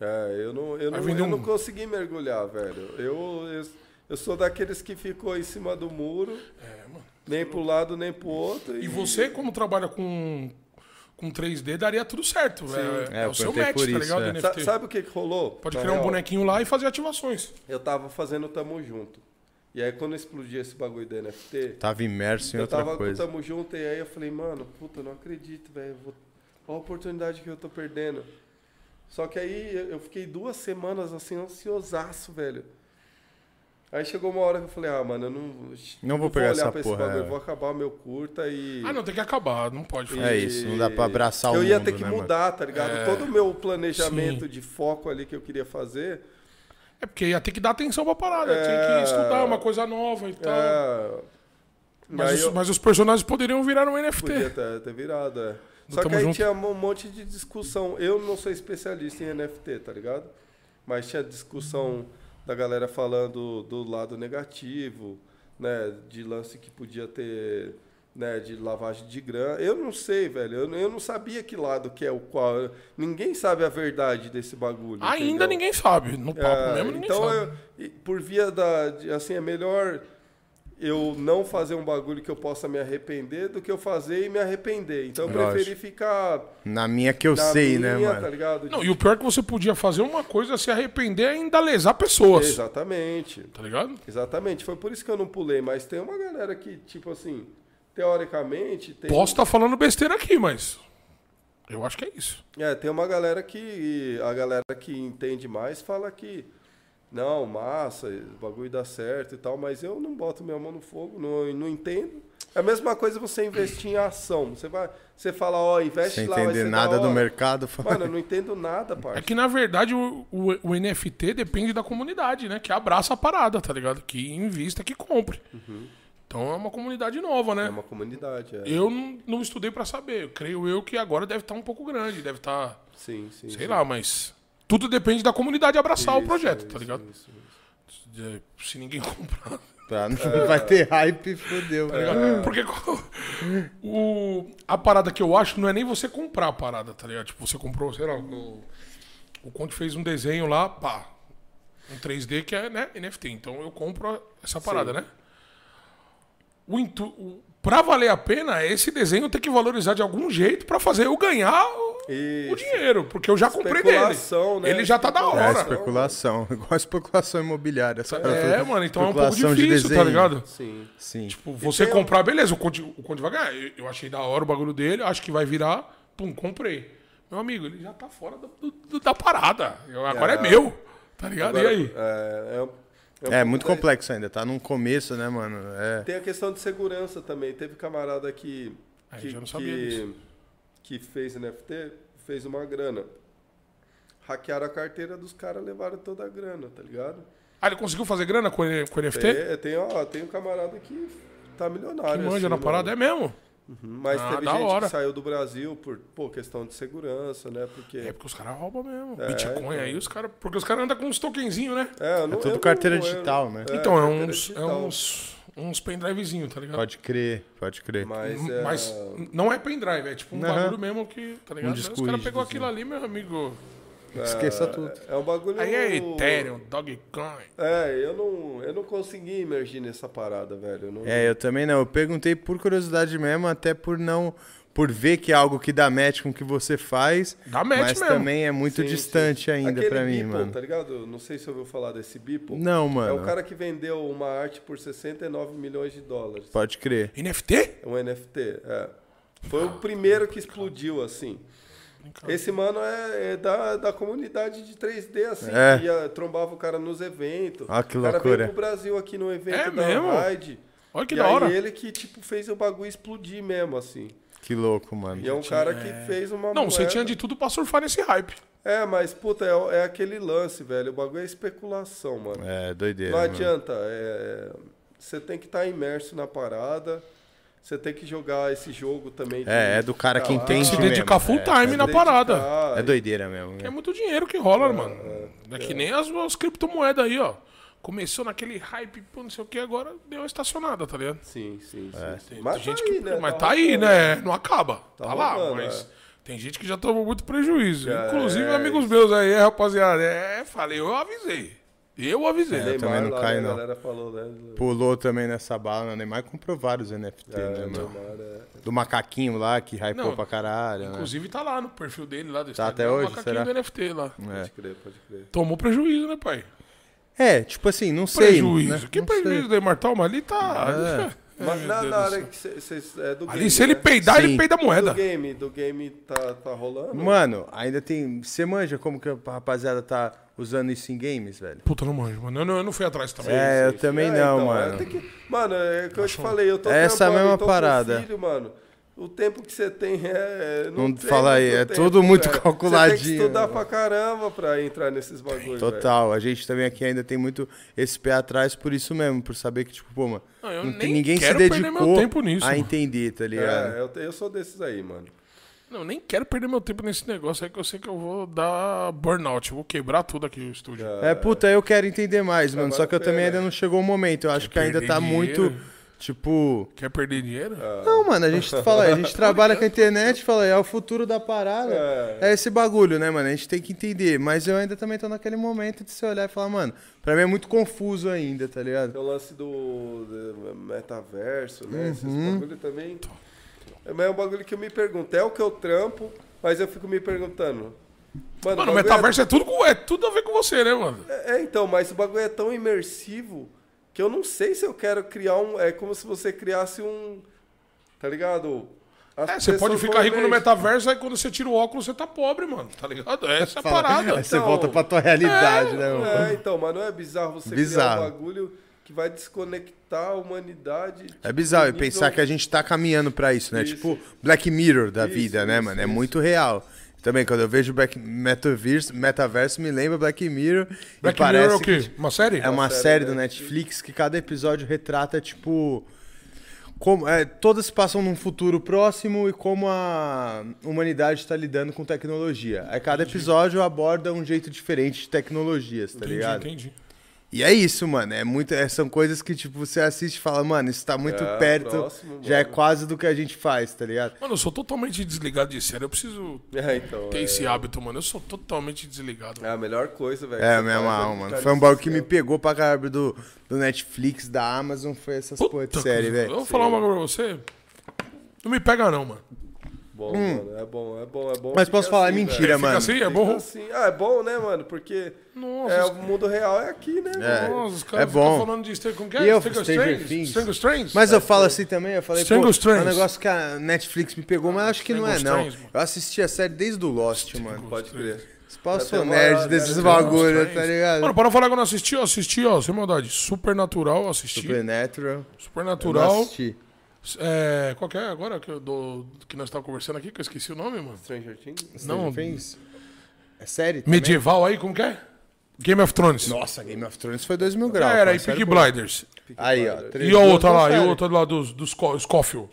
É, eu não, eu
Vai
não,
vender
eu
um-
não consegui mergulhar, velho. Eu, eu, eu sou daqueles que ficou em cima do muro,
É, mano.
nem pro lado nem pro outro.
E você, como trabalha com, com 3D, daria tudo certo. velho. É,
É,
o
eu
seu
perguntei
match, tá
por isso,
ligado?
é.
NFT.
Sa- sabe o que, que rolou?
Pode
Na
criar um
real,
bonequinho lá e fazer ativações. Ah,
Eu tava fazendo Tamo Junto. E aí quando explodiu esse bagulho da NFT,
Tava imerso em
eu
outra
tava
coisa.
com o Tamo Junto e aí eu falei, mano, puta, não acredito, velho. eu vou- Olha a oportunidade que eu tô perdendo. Só que aí eu- eu fiquei duas semanas assim, ansiosaço, velho. Aí chegou uma hora que eu falei, ah, mano, eu não,
Não vou pegar
olhar
essa
pra
porra,
esse bagulho,
é.
vou acabar meu curta e...
Ah, não, tem que acabar, não pode.
e-
fazer.
É isso, não dá pra abraçar o
Eu ia
mundo,
ter que
né, mano?
mudar, tá ligado?
É,
Todo o meu planejamento
sim.
de foco ali que eu queria fazer,
É porque ia ter que dar atenção pra parada,
É.
tinha que estudar uma coisa nova e tal.
é...
Tá. Mas,
aí
os,
eu-
mas os personagens poderiam virar um NFT.
Podia ter, ter virado, é. Só
Tamo
que aí
junto.
tinha um monte de discussão. Eu não sou especialista em NFT, tá ligado? Mas tinha discussão da galera falando do lado negativo, né? De lance que podia ter, né? De lavagem de grana. Eu não sei, velho. Eu, eu não sabia que lado que é o qual. Ninguém sabe a verdade desse bagulho.
Ainda
entendeu?
ninguém sabe. No papo
É,
mesmo, ninguém
então,
sabe.
eu- e por via da. de- Assim, é melhor eu não fazer um bagulho que eu possa me arrepender do que eu fazer e me arrepender. Então, eu
Lógico.
preferi ficar.
Na minha que eu
na
sei,
minha,
né,
Tá
mano?
ligado?
Não, e o pior é que você podia fazer uma coisa, se arrepender e ainda lesar pessoas.
Exatamente.
Tá ligado?
Exatamente. Foi por isso que eu não pulei. Mas tem uma galera que, tipo assim, teoricamente. Tem,
Posso estar falando besteira aqui, mas. Eu acho que é isso.
É, tem uma galera que. A galera que entende mais fala que. Não, massa, o bagulho dá certo e tal, mas eu não boto minha mão no fogo, não, não entendo. É a mesma coisa você investir em ação. Você vai, você fala, ó, investe
Sem
lá, vai
entender
ser
nada
da
do
hora.
mercado. fala-
Mano, eu não entendo nada,
É
parça.
que, na verdade, o, o- o NFT depende da comunidade, né? Que abraça a parada, tá ligado? Que invista, que compre.
Uhum.
Então é uma comunidade nova, né?
É uma comunidade, é.
Eu não, não estudei pra saber. Eu creio eu que agora deve estar um pouco grande, deve estar,
Sim, sim.
sei lá, mas tudo depende da comunidade abraçar o projeto, tá ligado?
Isso, isso.
De- Se ninguém comprar,
Tá, não vai ter hype,
É.
fodeu.
tá ligado? Porque co- o, a parada que eu acho não é nem você comprar a parada, tá ligado? Tipo, você comprou, sei lá, o, o Conte fez um desenho lá, pá, um 3D que é, né, NFT. Então eu compro essa parada, né? O, intu, o- pra valer a pena, esse desenho tem que valorizar de algum jeito pra fazer eu ganhar o, o
Isso.
dinheiro, porque eu já comprei dele.
Especulação, né?
Ele já tá da
É a
hora.
especulação, igual a especulação imobiliária. Essa
É, mano, então é um pouco
especulação de
difícil, tá
desenho.
ligado?
Sim.
Sim.
Tipo, você
um
comprar, beleza, o Conde, o Conde vai ganhar. Eu, eu achei da hora o bagulho dele, acho que vai virar, pum, comprei. Meu amigo, ele já tá fora do- do- do- da parada. Eu- agora é. meu, tá ligado?
Agora,
e aí?
É, é um- um
É,
pouco
muito
da-
complexo ainda, tá num começo, né, mano? É.
Tem a questão de segurança também. Teve camarada que.
Aí,
que,
já não sabia
que-
disso.
que fez NFT, fez uma grana. Hackearam a carteira dos caras, levaram toda a grana, tá ligado?
Ah, ele conseguiu fazer grana com, ele- com NFT?
Tem, tem, ó, tem um camarada que tá
que
milionário.
manja
assim,
na parada? É
mano.
mesmo.
Uhum, Mas
Ah,
teve
da
gente
hora.
que saiu do Brasil por pô, questão de segurança, né? Porque.
É porque os caras roubam mesmo.
É,
Bitcoin
então.
aí, os caras. Porque os caras andam com uns tokenzinhos, né?
É, eu não-
É tudo
eu não-
carteira
eu-
digital, né?
então, é
carteira
uns, é
digital.
uns, uns pendrivezinhos, tá ligado?
Pode crer, pode crer.
Mas, é, Um
M- Mas não é pendrive, é tipo um
Aham.
bagulho mesmo que. Tá ligado? Os
disco
caras
rígidozinho.
pegou aquilo ali, meu amigo.
Esqueça tudo.
é um bagulho.
Aí é Ethereum, Dogecoin.
É, eu não, eu não consegui emergir nessa parada, velho. Eu não-
É, eu também não. Eu perguntei por curiosidade mesmo, até por não. Por ver que é algo que dá match com o que você faz.
Dá match
mas
mesmo.
também é muito
Sim,
distante
sim.
ainda
Aquele
pra mim,
Beeple,
mano.
Tá ligado? Não sei se você ouviu falar desse Beeple.
Não,
É
mano.
o cara que vendeu uma arte por 69 milhões de dólares.
Pode crer.
NFT?
É um NFT, é. Foi o primeiro que explodiu, assim. Esse mano é, é da, da comunidade de 3D, assim,
É.
que ia- trombava o cara nos eventos.
Ah, que
O cara
loucura.
veio pro Brasil aqui no evento
É
da
mesmo?
Ride.
Olha que
e
da
aí
hora.
ele que, tipo, fez o bagulho explodir mesmo, assim.
Que louco, mano.
E é um cara que fez uma
Não, você
moeda.
tinha de tudo pra surfar nesse hype.
É, mas, puta, é, é aquele lance, velho. O bagulho é especulação, mano.
É, doideira.
Não
mano.
adianta. é, Você tem que estar imerso na parada. Você tem que jogar esse jogo também. de
É, é do cara que
ficar lá,
entende
Se
Isso
dedicar
mesmo,
full
é,
time
se
na
dedicar,
parada.
tá,
É doideira mesmo.
É
né?
muito dinheiro que rola, mano. É, que nem as, as criptomoedas aí, ó. Começou naquele hype, pô, não sei o que, agora deu uma estacionada, tá ligado?
Sim, sim, sim.
É.
sim.
Tem
Mas
gente
tá aí,
que,
né?
Mas tá, aí,
rolando.
né? Não acaba. Tá, lá,
rolando,
mas
é.
tem gente que já tomou muito prejuízo.
É,
Inclusive,
é
amigos meus aí, é, rapaziada. É, falei, eu avisei. Eu avisei.
É, eu também não
lá,
caio,
né,
não.
A galera falou, né?
Pulou também nessa bala, né? O Neymar comprou vários NFT, né, mano?
Neymar, é.
Do macaquinho lá, que hypou
Não,
pra caralho, né?
Inclusive, tá lá no perfil dele, lá do
até
o
hoje,
macaquinho
será?
do NFT lá.
Pode crer, pode crer.
Tomou prejuízo, né, pai?
É, tipo assim, não sei.
Prejuízo.
né?
Que
Não sei. É.
prejuízo da Imortal? Mas ali tá.
Mas né? na,
Deus
na
do
área
céu.
que vocês. É do
Ali,
game,
se ele
né?
peidar, ele
Sim.
peida a moeda.
Do game, do game tá, tá rolando?
Mano, ainda tem. Você manja como que a rapaziada tá usando isso em games, velho?
Puta, não manjo, mano. Eu não, eu não fui atrás também.
É, eu
Sim, sim.
também
É,
não,
então,
mano.
é, tem que- Mano, é o que eu te falei, eu tô
Essa
trampando,
mesma
tô
parada.
Com filho, mano. O tempo que você tem é. é-
Não
tem
fala aí,
muito
é
tempo,
tudo muito
velho. Você tem
calculadinho,
que estudar
mano.
pra caramba pra entrar nesses bagulhos.
Total, tá a gente também aqui ainda tem muito esse pé atrás por isso mesmo, por saber que, tipo, pô, mano,
Não, eu
não tem-
nem
ninguém se
quero perder
dedicou
meu tempo nisso,
a
mano.
entender, tá ligado?
velho. É, eu, te- eu sou desses aí, mano.
Não, nem quero perder meu tempo nesse negócio. É que eu sei que eu vou dar burnout. Eu vou quebrar tudo aqui o estúdio.
É, puta, eu quero entender mais, mano.
vale
Só que eu
a
também
pena.
ainda não chegou o momento. Eu acho né? que ainda
perder
tá
dinheiro.
muito. Tipo.
Quer perder dinheiro?
É.
Não, mano, a gente fala, a gente trabalha com a internet, fala, é o futuro da parada. É. esse bagulho, né, mano? A gente tem que entender. Mas eu ainda também tô naquele momento de você olhar e falar, mano, pra mim é muito confuso ainda, tá ligado?
Tem o lance do, do metaverso, né?
Uhum.
Esses bagulho também. É, Mas é um bagulho que eu me pergunto. É o que eu trampo, mas eu fico me perguntando.
Mano,
o
o
bagulho é-
metaverso é tudo, com- é tudo a ver com você, né, mano?
É, então, mas o bagulho é tão imersivo que eu não sei se eu quero criar um. É como se você criasse um. Tá ligado? As
É, você pode
pessoas
ficar
vão
rico no
emergir.
metaverso, aí quando você tira o óculos, você tá pobre, mano. Tá ligado? Essa é a parada.
Aí você
então-
volta pra tua realidade, né, mano?
É, então, mas não é bizarro você
Bizarro.
criar um bagulho que vai desconectar a humanidade.
É
tipo,
bizarro e
do nível-
pensar que a gente tá caminhando pra isso, né?
Isso.
Tipo Black Mirror da
Isso,
vida, né,
isso,
mano? É
isso.
muito real. Também, quando eu vejo Black Metaverse, Metaverse me lembra Black Mirror.
Black
e parece
Mirror é o
que,
quê? Uma série?
É uma série do Netflix que cada episódio retrata, tipo. Como, é, todas se passam num futuro próximo e como a humanidade está lidando com tecnologia. Aí cada episódio aborda um jeito diferente de tecnologias, tá
Entendi,
ligado?
entendi.
E é isso, mano. É muito, é- são coisas que, tipo, você assiste e fala, mano, isso tá muito
É,
perto.
próximo,
já é
mano."
quase do que a gente faz, tá ligado?
Mano, eu sou totalmente desligado de série. Eu preciso
É, então.
ter
é.
esse hábito, mano. Eu sou totalmente desligado.
É a melhor coisa, velho.
É,
Você assim,
mesmo
faz,
alma,
ficar
mano. Foi um
nesse
bagulho que me
céu.
pegou pra caralho do, do Netflix, da Amazon, foi essas porra de
Puta
série,
que- Eu
velho.
vou falar uma coisa pra você. Não me pega, não, mano.
Bom, mano, é bom, é bom, é bom.
Hum. Mas
Fica
posso falar, é
assim,
mentira,
velho.
Fica
mano.
assim, é
Fica
bom.
assim. Ah, é bom, né, mano? Porque
Nossa,
é,
os
o mundo real é aqui, né?
É.
mano?
Nossa, os caras
É bom.
ficam falando de Stranger Como que é?
E eu,
Stranger
Stranger
Strange?
Things.
Stranger Strange?
Mas eu falo assim também, eu falei, pô,
É, Strangle
é um
Strange.
negócio que a Netflix me pegou, mas acho que não é,
Strangle
não.
Strange, mano.
Eu assisti a série desde o Lost, mano.
Pode crer.
Se pá, eu sou
Até uma-
nerd desses
até uma-
bagulho, tá ligado?
Mano, para não falar que eu não assisti, eu assisti, ó, sem maldade. Supernatural, eu assisti.
Supernatural. eu não
Supernatural.
assisti.
É, qual que é agora que, eu dou- que nós estávamos conversando aqui, que eu esqueci o nome, mano?
Stranger Things?
Não,
Stranger Things. É série também?
medieval aí, como que é? Game of Thrones.
Nossa, Game of Thrones foi 2 mil graus.
Já era,
pô,
e
sério,
Peaky
pô.
Blinders.
Aí, ó. três
E a
duas
outra lá, e a
séries.
outra lá dos, dos Sco- Scofield.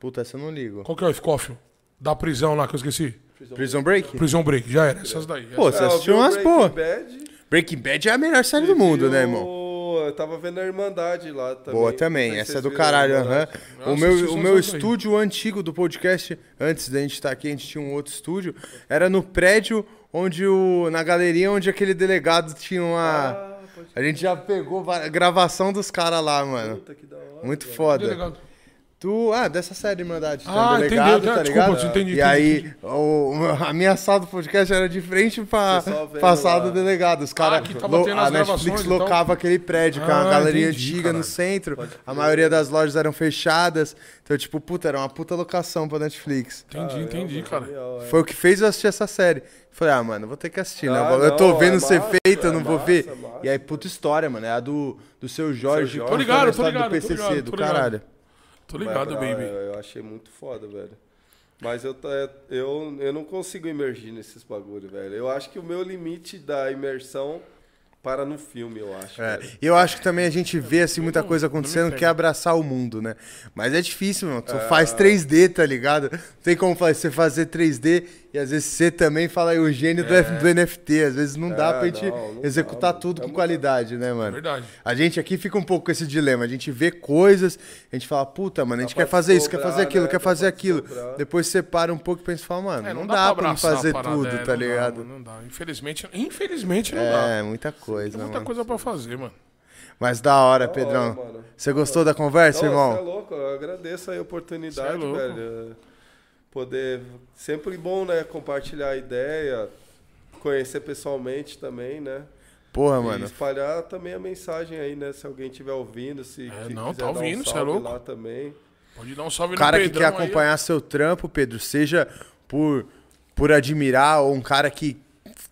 Puta, essa eu não ligo.
Qual que é o Scofield? Da prisão lá que eu esqueci.
Prison Break?
Prison Break, já era. Essas daí.
Pô, você
Ah, eu
assistiu
vi o
umas
Breaking
boas.
Bad,
Breaking Bad é a melhor série do mundo,
vi
né,
o-
irmão?
Eu tava vendo a Irmandade lá também.
Boa
Não
também,
sei se
essa é
vocês
do
viram né? a
caralho.
Irmandade.
aham.
Eu
O meu,
assisti
o
só
meu
essas aí.
estúdio antigo do podcast, antes da gente estar aqui, a gente tinha um outro estúdio, era no prédio onde o. na galeria onde aquele delegado tinha uma.
Ah, pode
A gente já pegou va- gravação dos caras lá, mano.
puta, que da hora.
Muito
Tá
foda.
ligado?
Tu, ah, dessa série, Irmandade. Tem
Ah,
um delegado,
entendeu,
tá
tá, desculpa,
ligado?
eu entendi,
e
entendi,
aí, o, o- a minha sala do podcast era de frente pra
Pessoal vendo
passada
lá.
do delegado. Os cara,
Ah, que tava
lo-
tendo
a
as
Netflix
gravações e tal.
locava aquele prédio, que é uma
Ah,
galeria
entendi,
antiga no
caralho.
centro. A maioria das lojas eram fechadas. Então, tipo, puta, era uma puta locação pra Netflix.
Entendi, entendi,
Realmente,
cara.
real, é.
Foi o que fez eu assistir essa série. Falei, ah, mano, vou ter que assistir, né?
Ah,
Eu tô
não,
vendo
é
ser
massa,
feito, eu
é
não vou
massa,
ver.
é massa.
E aí, puta história, mano. É a do, do seu Jorge.
Jorge.
contando
Tô
a
ligado, tô
história
ligado,
do
tô
PCC,
ligado,
do
tô ligado.
caralho.
Tô
Vai
ligado,
pra-
baby.
Eu achei muito foda, velho. Mas eu, tá- eu, eu não consigo imergir nesses bagulho, velho. Eu acho que o meu limite da imersão para no filme, eu acho.
É,
velho.
e eu acho que também a gente vê assim muita coisa
me
acontecendo
pega.
que é abraçar o mundo, né? Mas é difícil, mano. Tu faz 3D, tá ligado? Não tem como fa- você fazer 3D e às vezes você também fala aí o gênio do, F- do NFT. Às vezes não dá
É,
pra gente
não, não
executar
dá,
tudo
é
com
muito-
qualidade, né, mano?
Verdade.
A gente aqui fica um pouco com esse dilema. A gente vê coisas, a gente fala, puta, mano, a gente
Dá pra
quer fazer isso, quer
desdobrar,
fazer aquilo,
né?
quer
Dá
fazer
pra
aquilo.
desdobrar.
Depois você para um pouco e pensa, fala, mano,
É,
não, dá pra, mim
abraçar a
fazer
parada,
tudo,
é,
tá
não dá,
ligado?
mano, Não dá. Infelizmente, infelizmente não dá.
é, muita coisa,
Tem muita
mano.
coisa pra fazer, mano.
Mas da hora,
Da
Pedrão.
hora, mano.
Você gostou da conversa,
Não,
irmão?
cê é louco, eu agradeço aí
Cê
a
é
oportunidade,
louco.
velho. Poder. Sempre bom, né? Compartilhar ideia, conhecer pessoalmente também, né?
Porra,
E
mano.
espalhar também a mensagem aí, né? Se alguém estiver ouvindo, se
É,
qui-
não,
quiser
tá
dar um
ouvindo, cê é
salve
louco.
lá também.
Pode dar um salve
O cara
no
que quer
Pedrão aí, ó.
acompanhar seu trampo, Pedro, seja por, por admirar ou um cara que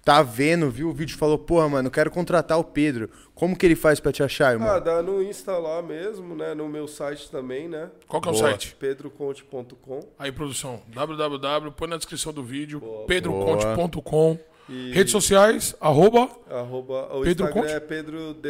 tá vendo, viu o vídeo e falou, porra, mano, eu quero contratar o Pedro. Como que ele faz pra te achar,
Ah,
irmão?
dá no Insta lá mesmo, né? No meu site também, né?
Qual que é o
Boa.
site?
pedroconte.com
Aí, produção. www, põe na descrição do vídeo.
Boa.
pedroconte.com.
e
Redes sociais, arroba
arroba, o
Pedro
Instagram
Conte?
é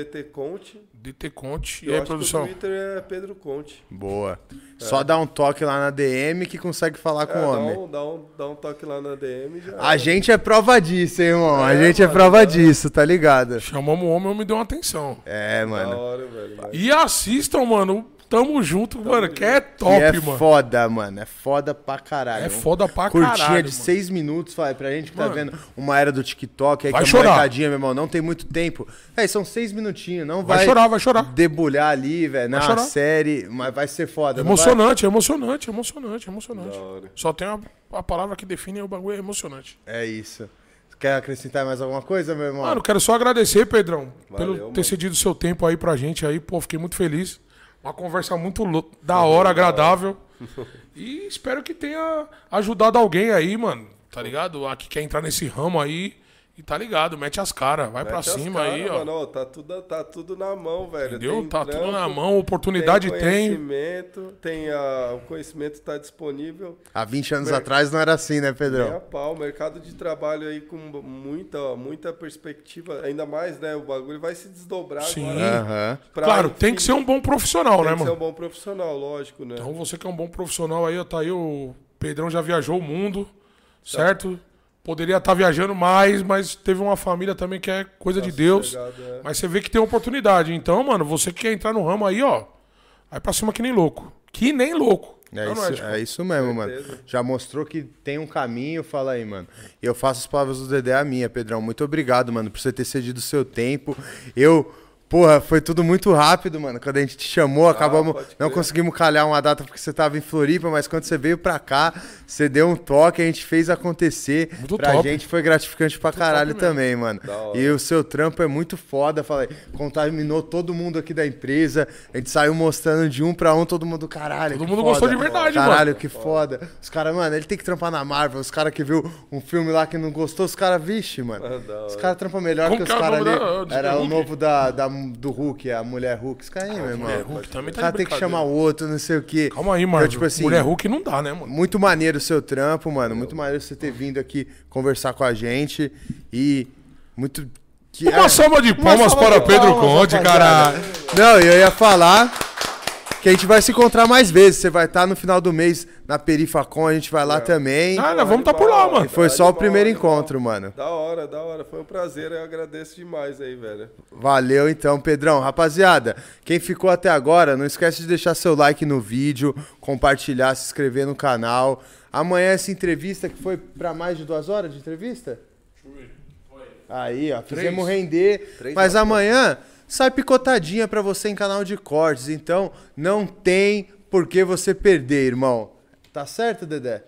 pedrodtconte.
dtconte.
E
E
eu
aí,
acho que o
produção.
Twitter é Pedro Conte.
Boa. Só dá um toque lá na DM que consegue falar com
É,
o homem.
Dá, um, dá, um, dá um toque lá na DM já.
A gente é prova disso, hein, irmão? a
É,
gente é
mano,
prova
é.
disso, tá ligado?
Chamamos o homem, o homem deu uma atenção.
É,
Da
mano.
hora, velho. mas-
E assistam, mano. Tamo junto, mano. Que é
E
top,
é
mano.
foda, mano. É foda pra caralho.
É
mano.
foda pra
Curtinha
caralho.
de
mano.
seis minutos, vai, pra gente que
Mano.
tá vendo uma era do TikTok, aí
Vai
que a
chorar.
molecadinha, meu irmão, não tem muito tempo. É, são seis minutinhos, não vai,
Vai chorar, vai chorar.
debulhar ali, velho, na
chorar.
série, mas vai ser foda. não
Emocionante, emocionante, emocionante, emocionante.
Da hora.
Só tem uma, a palavra que define o bagulho, é emocionante.
vai? É isso. Quer acrescentar mais alguma coisa, meu irmão?
Mano, quero só agradecer, Pedrão,
Valeu,
pelo ter
mano.
cedido seu tempo aí pra gente aí. Pô, fiquei muito feliz. Uma conversa muito lo- da hora, agradável. E espero que tenha ajudado alguém aí, mano. Tá ligado? A que quer entrar nesse ramo aí. E tá ligado, mete as caras, vai pra
Mete as
cima
cara,
aí, ó.
mano, Tá tudo, tá tudo na mão, velho.
Entendeu?
Tem
Tá tudo na
trampo,
mão, oportunidade
tem.
tem.
Conhecimento, tem a, o conhecimento tá disponível.
Há 20 anos atrás não era assim, né,
Tem É a
Pedrão?
pau, mercado de trabalho aí com muita, muita perspectiva, ainda mais, né? O bagulho vai se desdobrar
Sim.
agora. né?
Aham.
pra
Claro, tem que
infinito.
ser um bom profissional, né,
Tem que ser
mano?
um bom profissional, lógico, né?
Então você que é um bom profissional aí, ó, tá aí o Pedrão já viajou o mundo, certo? Poderia estar viajando mais, mas teve uma família também que é coisa
Tá
de Deus.
sossegado, é.
Mas você vê que tem oportunidade. Então, mano, você que quer entrar no ramo aí, ó, vai pra cima que nem louco. Que nem louco.
É
Então
Não, não
isso,
tipo,
é isso mesmo, mano.
Certeza.
Já mostrou que tem um caminho, fala aí, mano. Eu faço as palavras do Dedé a minha, Pedrão. Muito obrigado, mano, por você ter cedido o seu tempo. Eu Porra, foi tudo muito rápido, mano. Quando a gente te chamou, acabamos.
Ah, pode
Não
crer.
conseguimos calhar uma data porque você tava em Floripa, mas quando você veio pra cá, você deu um toque, a gente fez acontecer.
Muito
pra
top.
gente foi gratificante pra caralho também, mano.
Da hora.
E o seu trampo é muito foda, falei. Contaminou todo mundo aqui da empresa. A gente saiu mostrando de um pra um, todo mundo, caralho.
Todo
que
mundo
foda.
gostou de verdade,
caralho,
mano.
que foda. Os caras, mano, ele tem que trampar na Marvel. Os caras que viu um filme lá que não gostou, os caras, vixe, mano.
Ah, da hora.
Os caras trampam melhor
Como
que os
que é o
caras
nome
ali.
da- do
Era o
Hulk?
novo da, da- do Hulk, a mulher Hulk. Isso aí, meu irmão.
Mulher Hulk também
Ah, O
tá
cara
de
tem que
brincadeira.
chamar o outro, não sei o quê.
Calma aí,
Então,
mano.
tipo assim,
Mulher Hulk não dá, né, mano?
muito maneiro o seu trampo, mano. Muito maneiro você ter vindo aqui conversar com a gente. E muito. que-
Uma
é,
salva de palmas
salva
para
de
Pedro
palmas,
Conte,
rapaziada.
caralho.
Não, eu ia falar que a gente vai se encontrar mais vezes. Você vai estar no final do mês na Perifacon, a gente vai lá também.
Ah, nós vamos tá por lá, mano.
E foi só o
Animal,
primeiro
animal.
encontro, mano.
Da hora, da hora. Foi um prazer. Eu agradeço demais aí, velho.
Valeu então, Pedrão. Rapaziada, quem ficou até agora, não esquece de deixar seu like no vídeo, compartilhar, se inscrever no canal. Amanhã essa entrevista que foi pra mais de duas horas de entrevista? Aí, ó, fizemos render. mas amanhã sai picotadinha pra você em canal de cortes. Então não tem por que você perder, irmão. Tá certo, Dedé?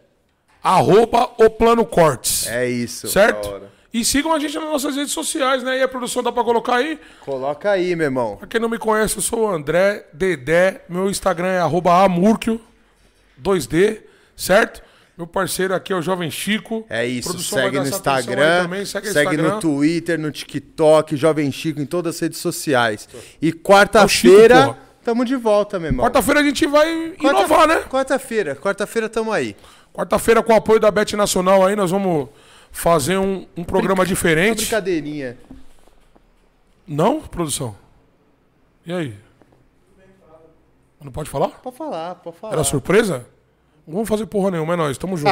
Arroba o Plano Cortes.
É isso.
Da
Certo?
hora.
E sigam a gente nas nossas redes sociais, né? E a produção dá pra colocar aí.
Coloca aí, meu irmão.
Pra quem não me conhece, eu sou o André Dedé. Meu Instagram é arroba amurquio 2D, certo? Meu parceiro aqui é o Jovem Chico.
É isso,
Produção vai
segue
dar
no
essa atenção aí
Instagram,
também,
segue,
o Instagram.
no Twitter, no TikTok, Jovem Chico, em todas as redes sociais. E
É o
quarta-feira,
Chico, Tá porra.
tamo de volta, meu irmão.
Quarta-feira a gente vai inovar, né?
Quarta-feira, quarta-feira tamo aí.
Quarta-feira, com o apoio da Bet Nacional aí, nós vamos fazer um, um programa
Uma
diferente.
brincadeirinha.
Não, produção? E aí? Não pode falar?
Pode falar, pode falar.
Era surpresa? Não vamos fazer porra nenhuma, é nóis, tamo junto.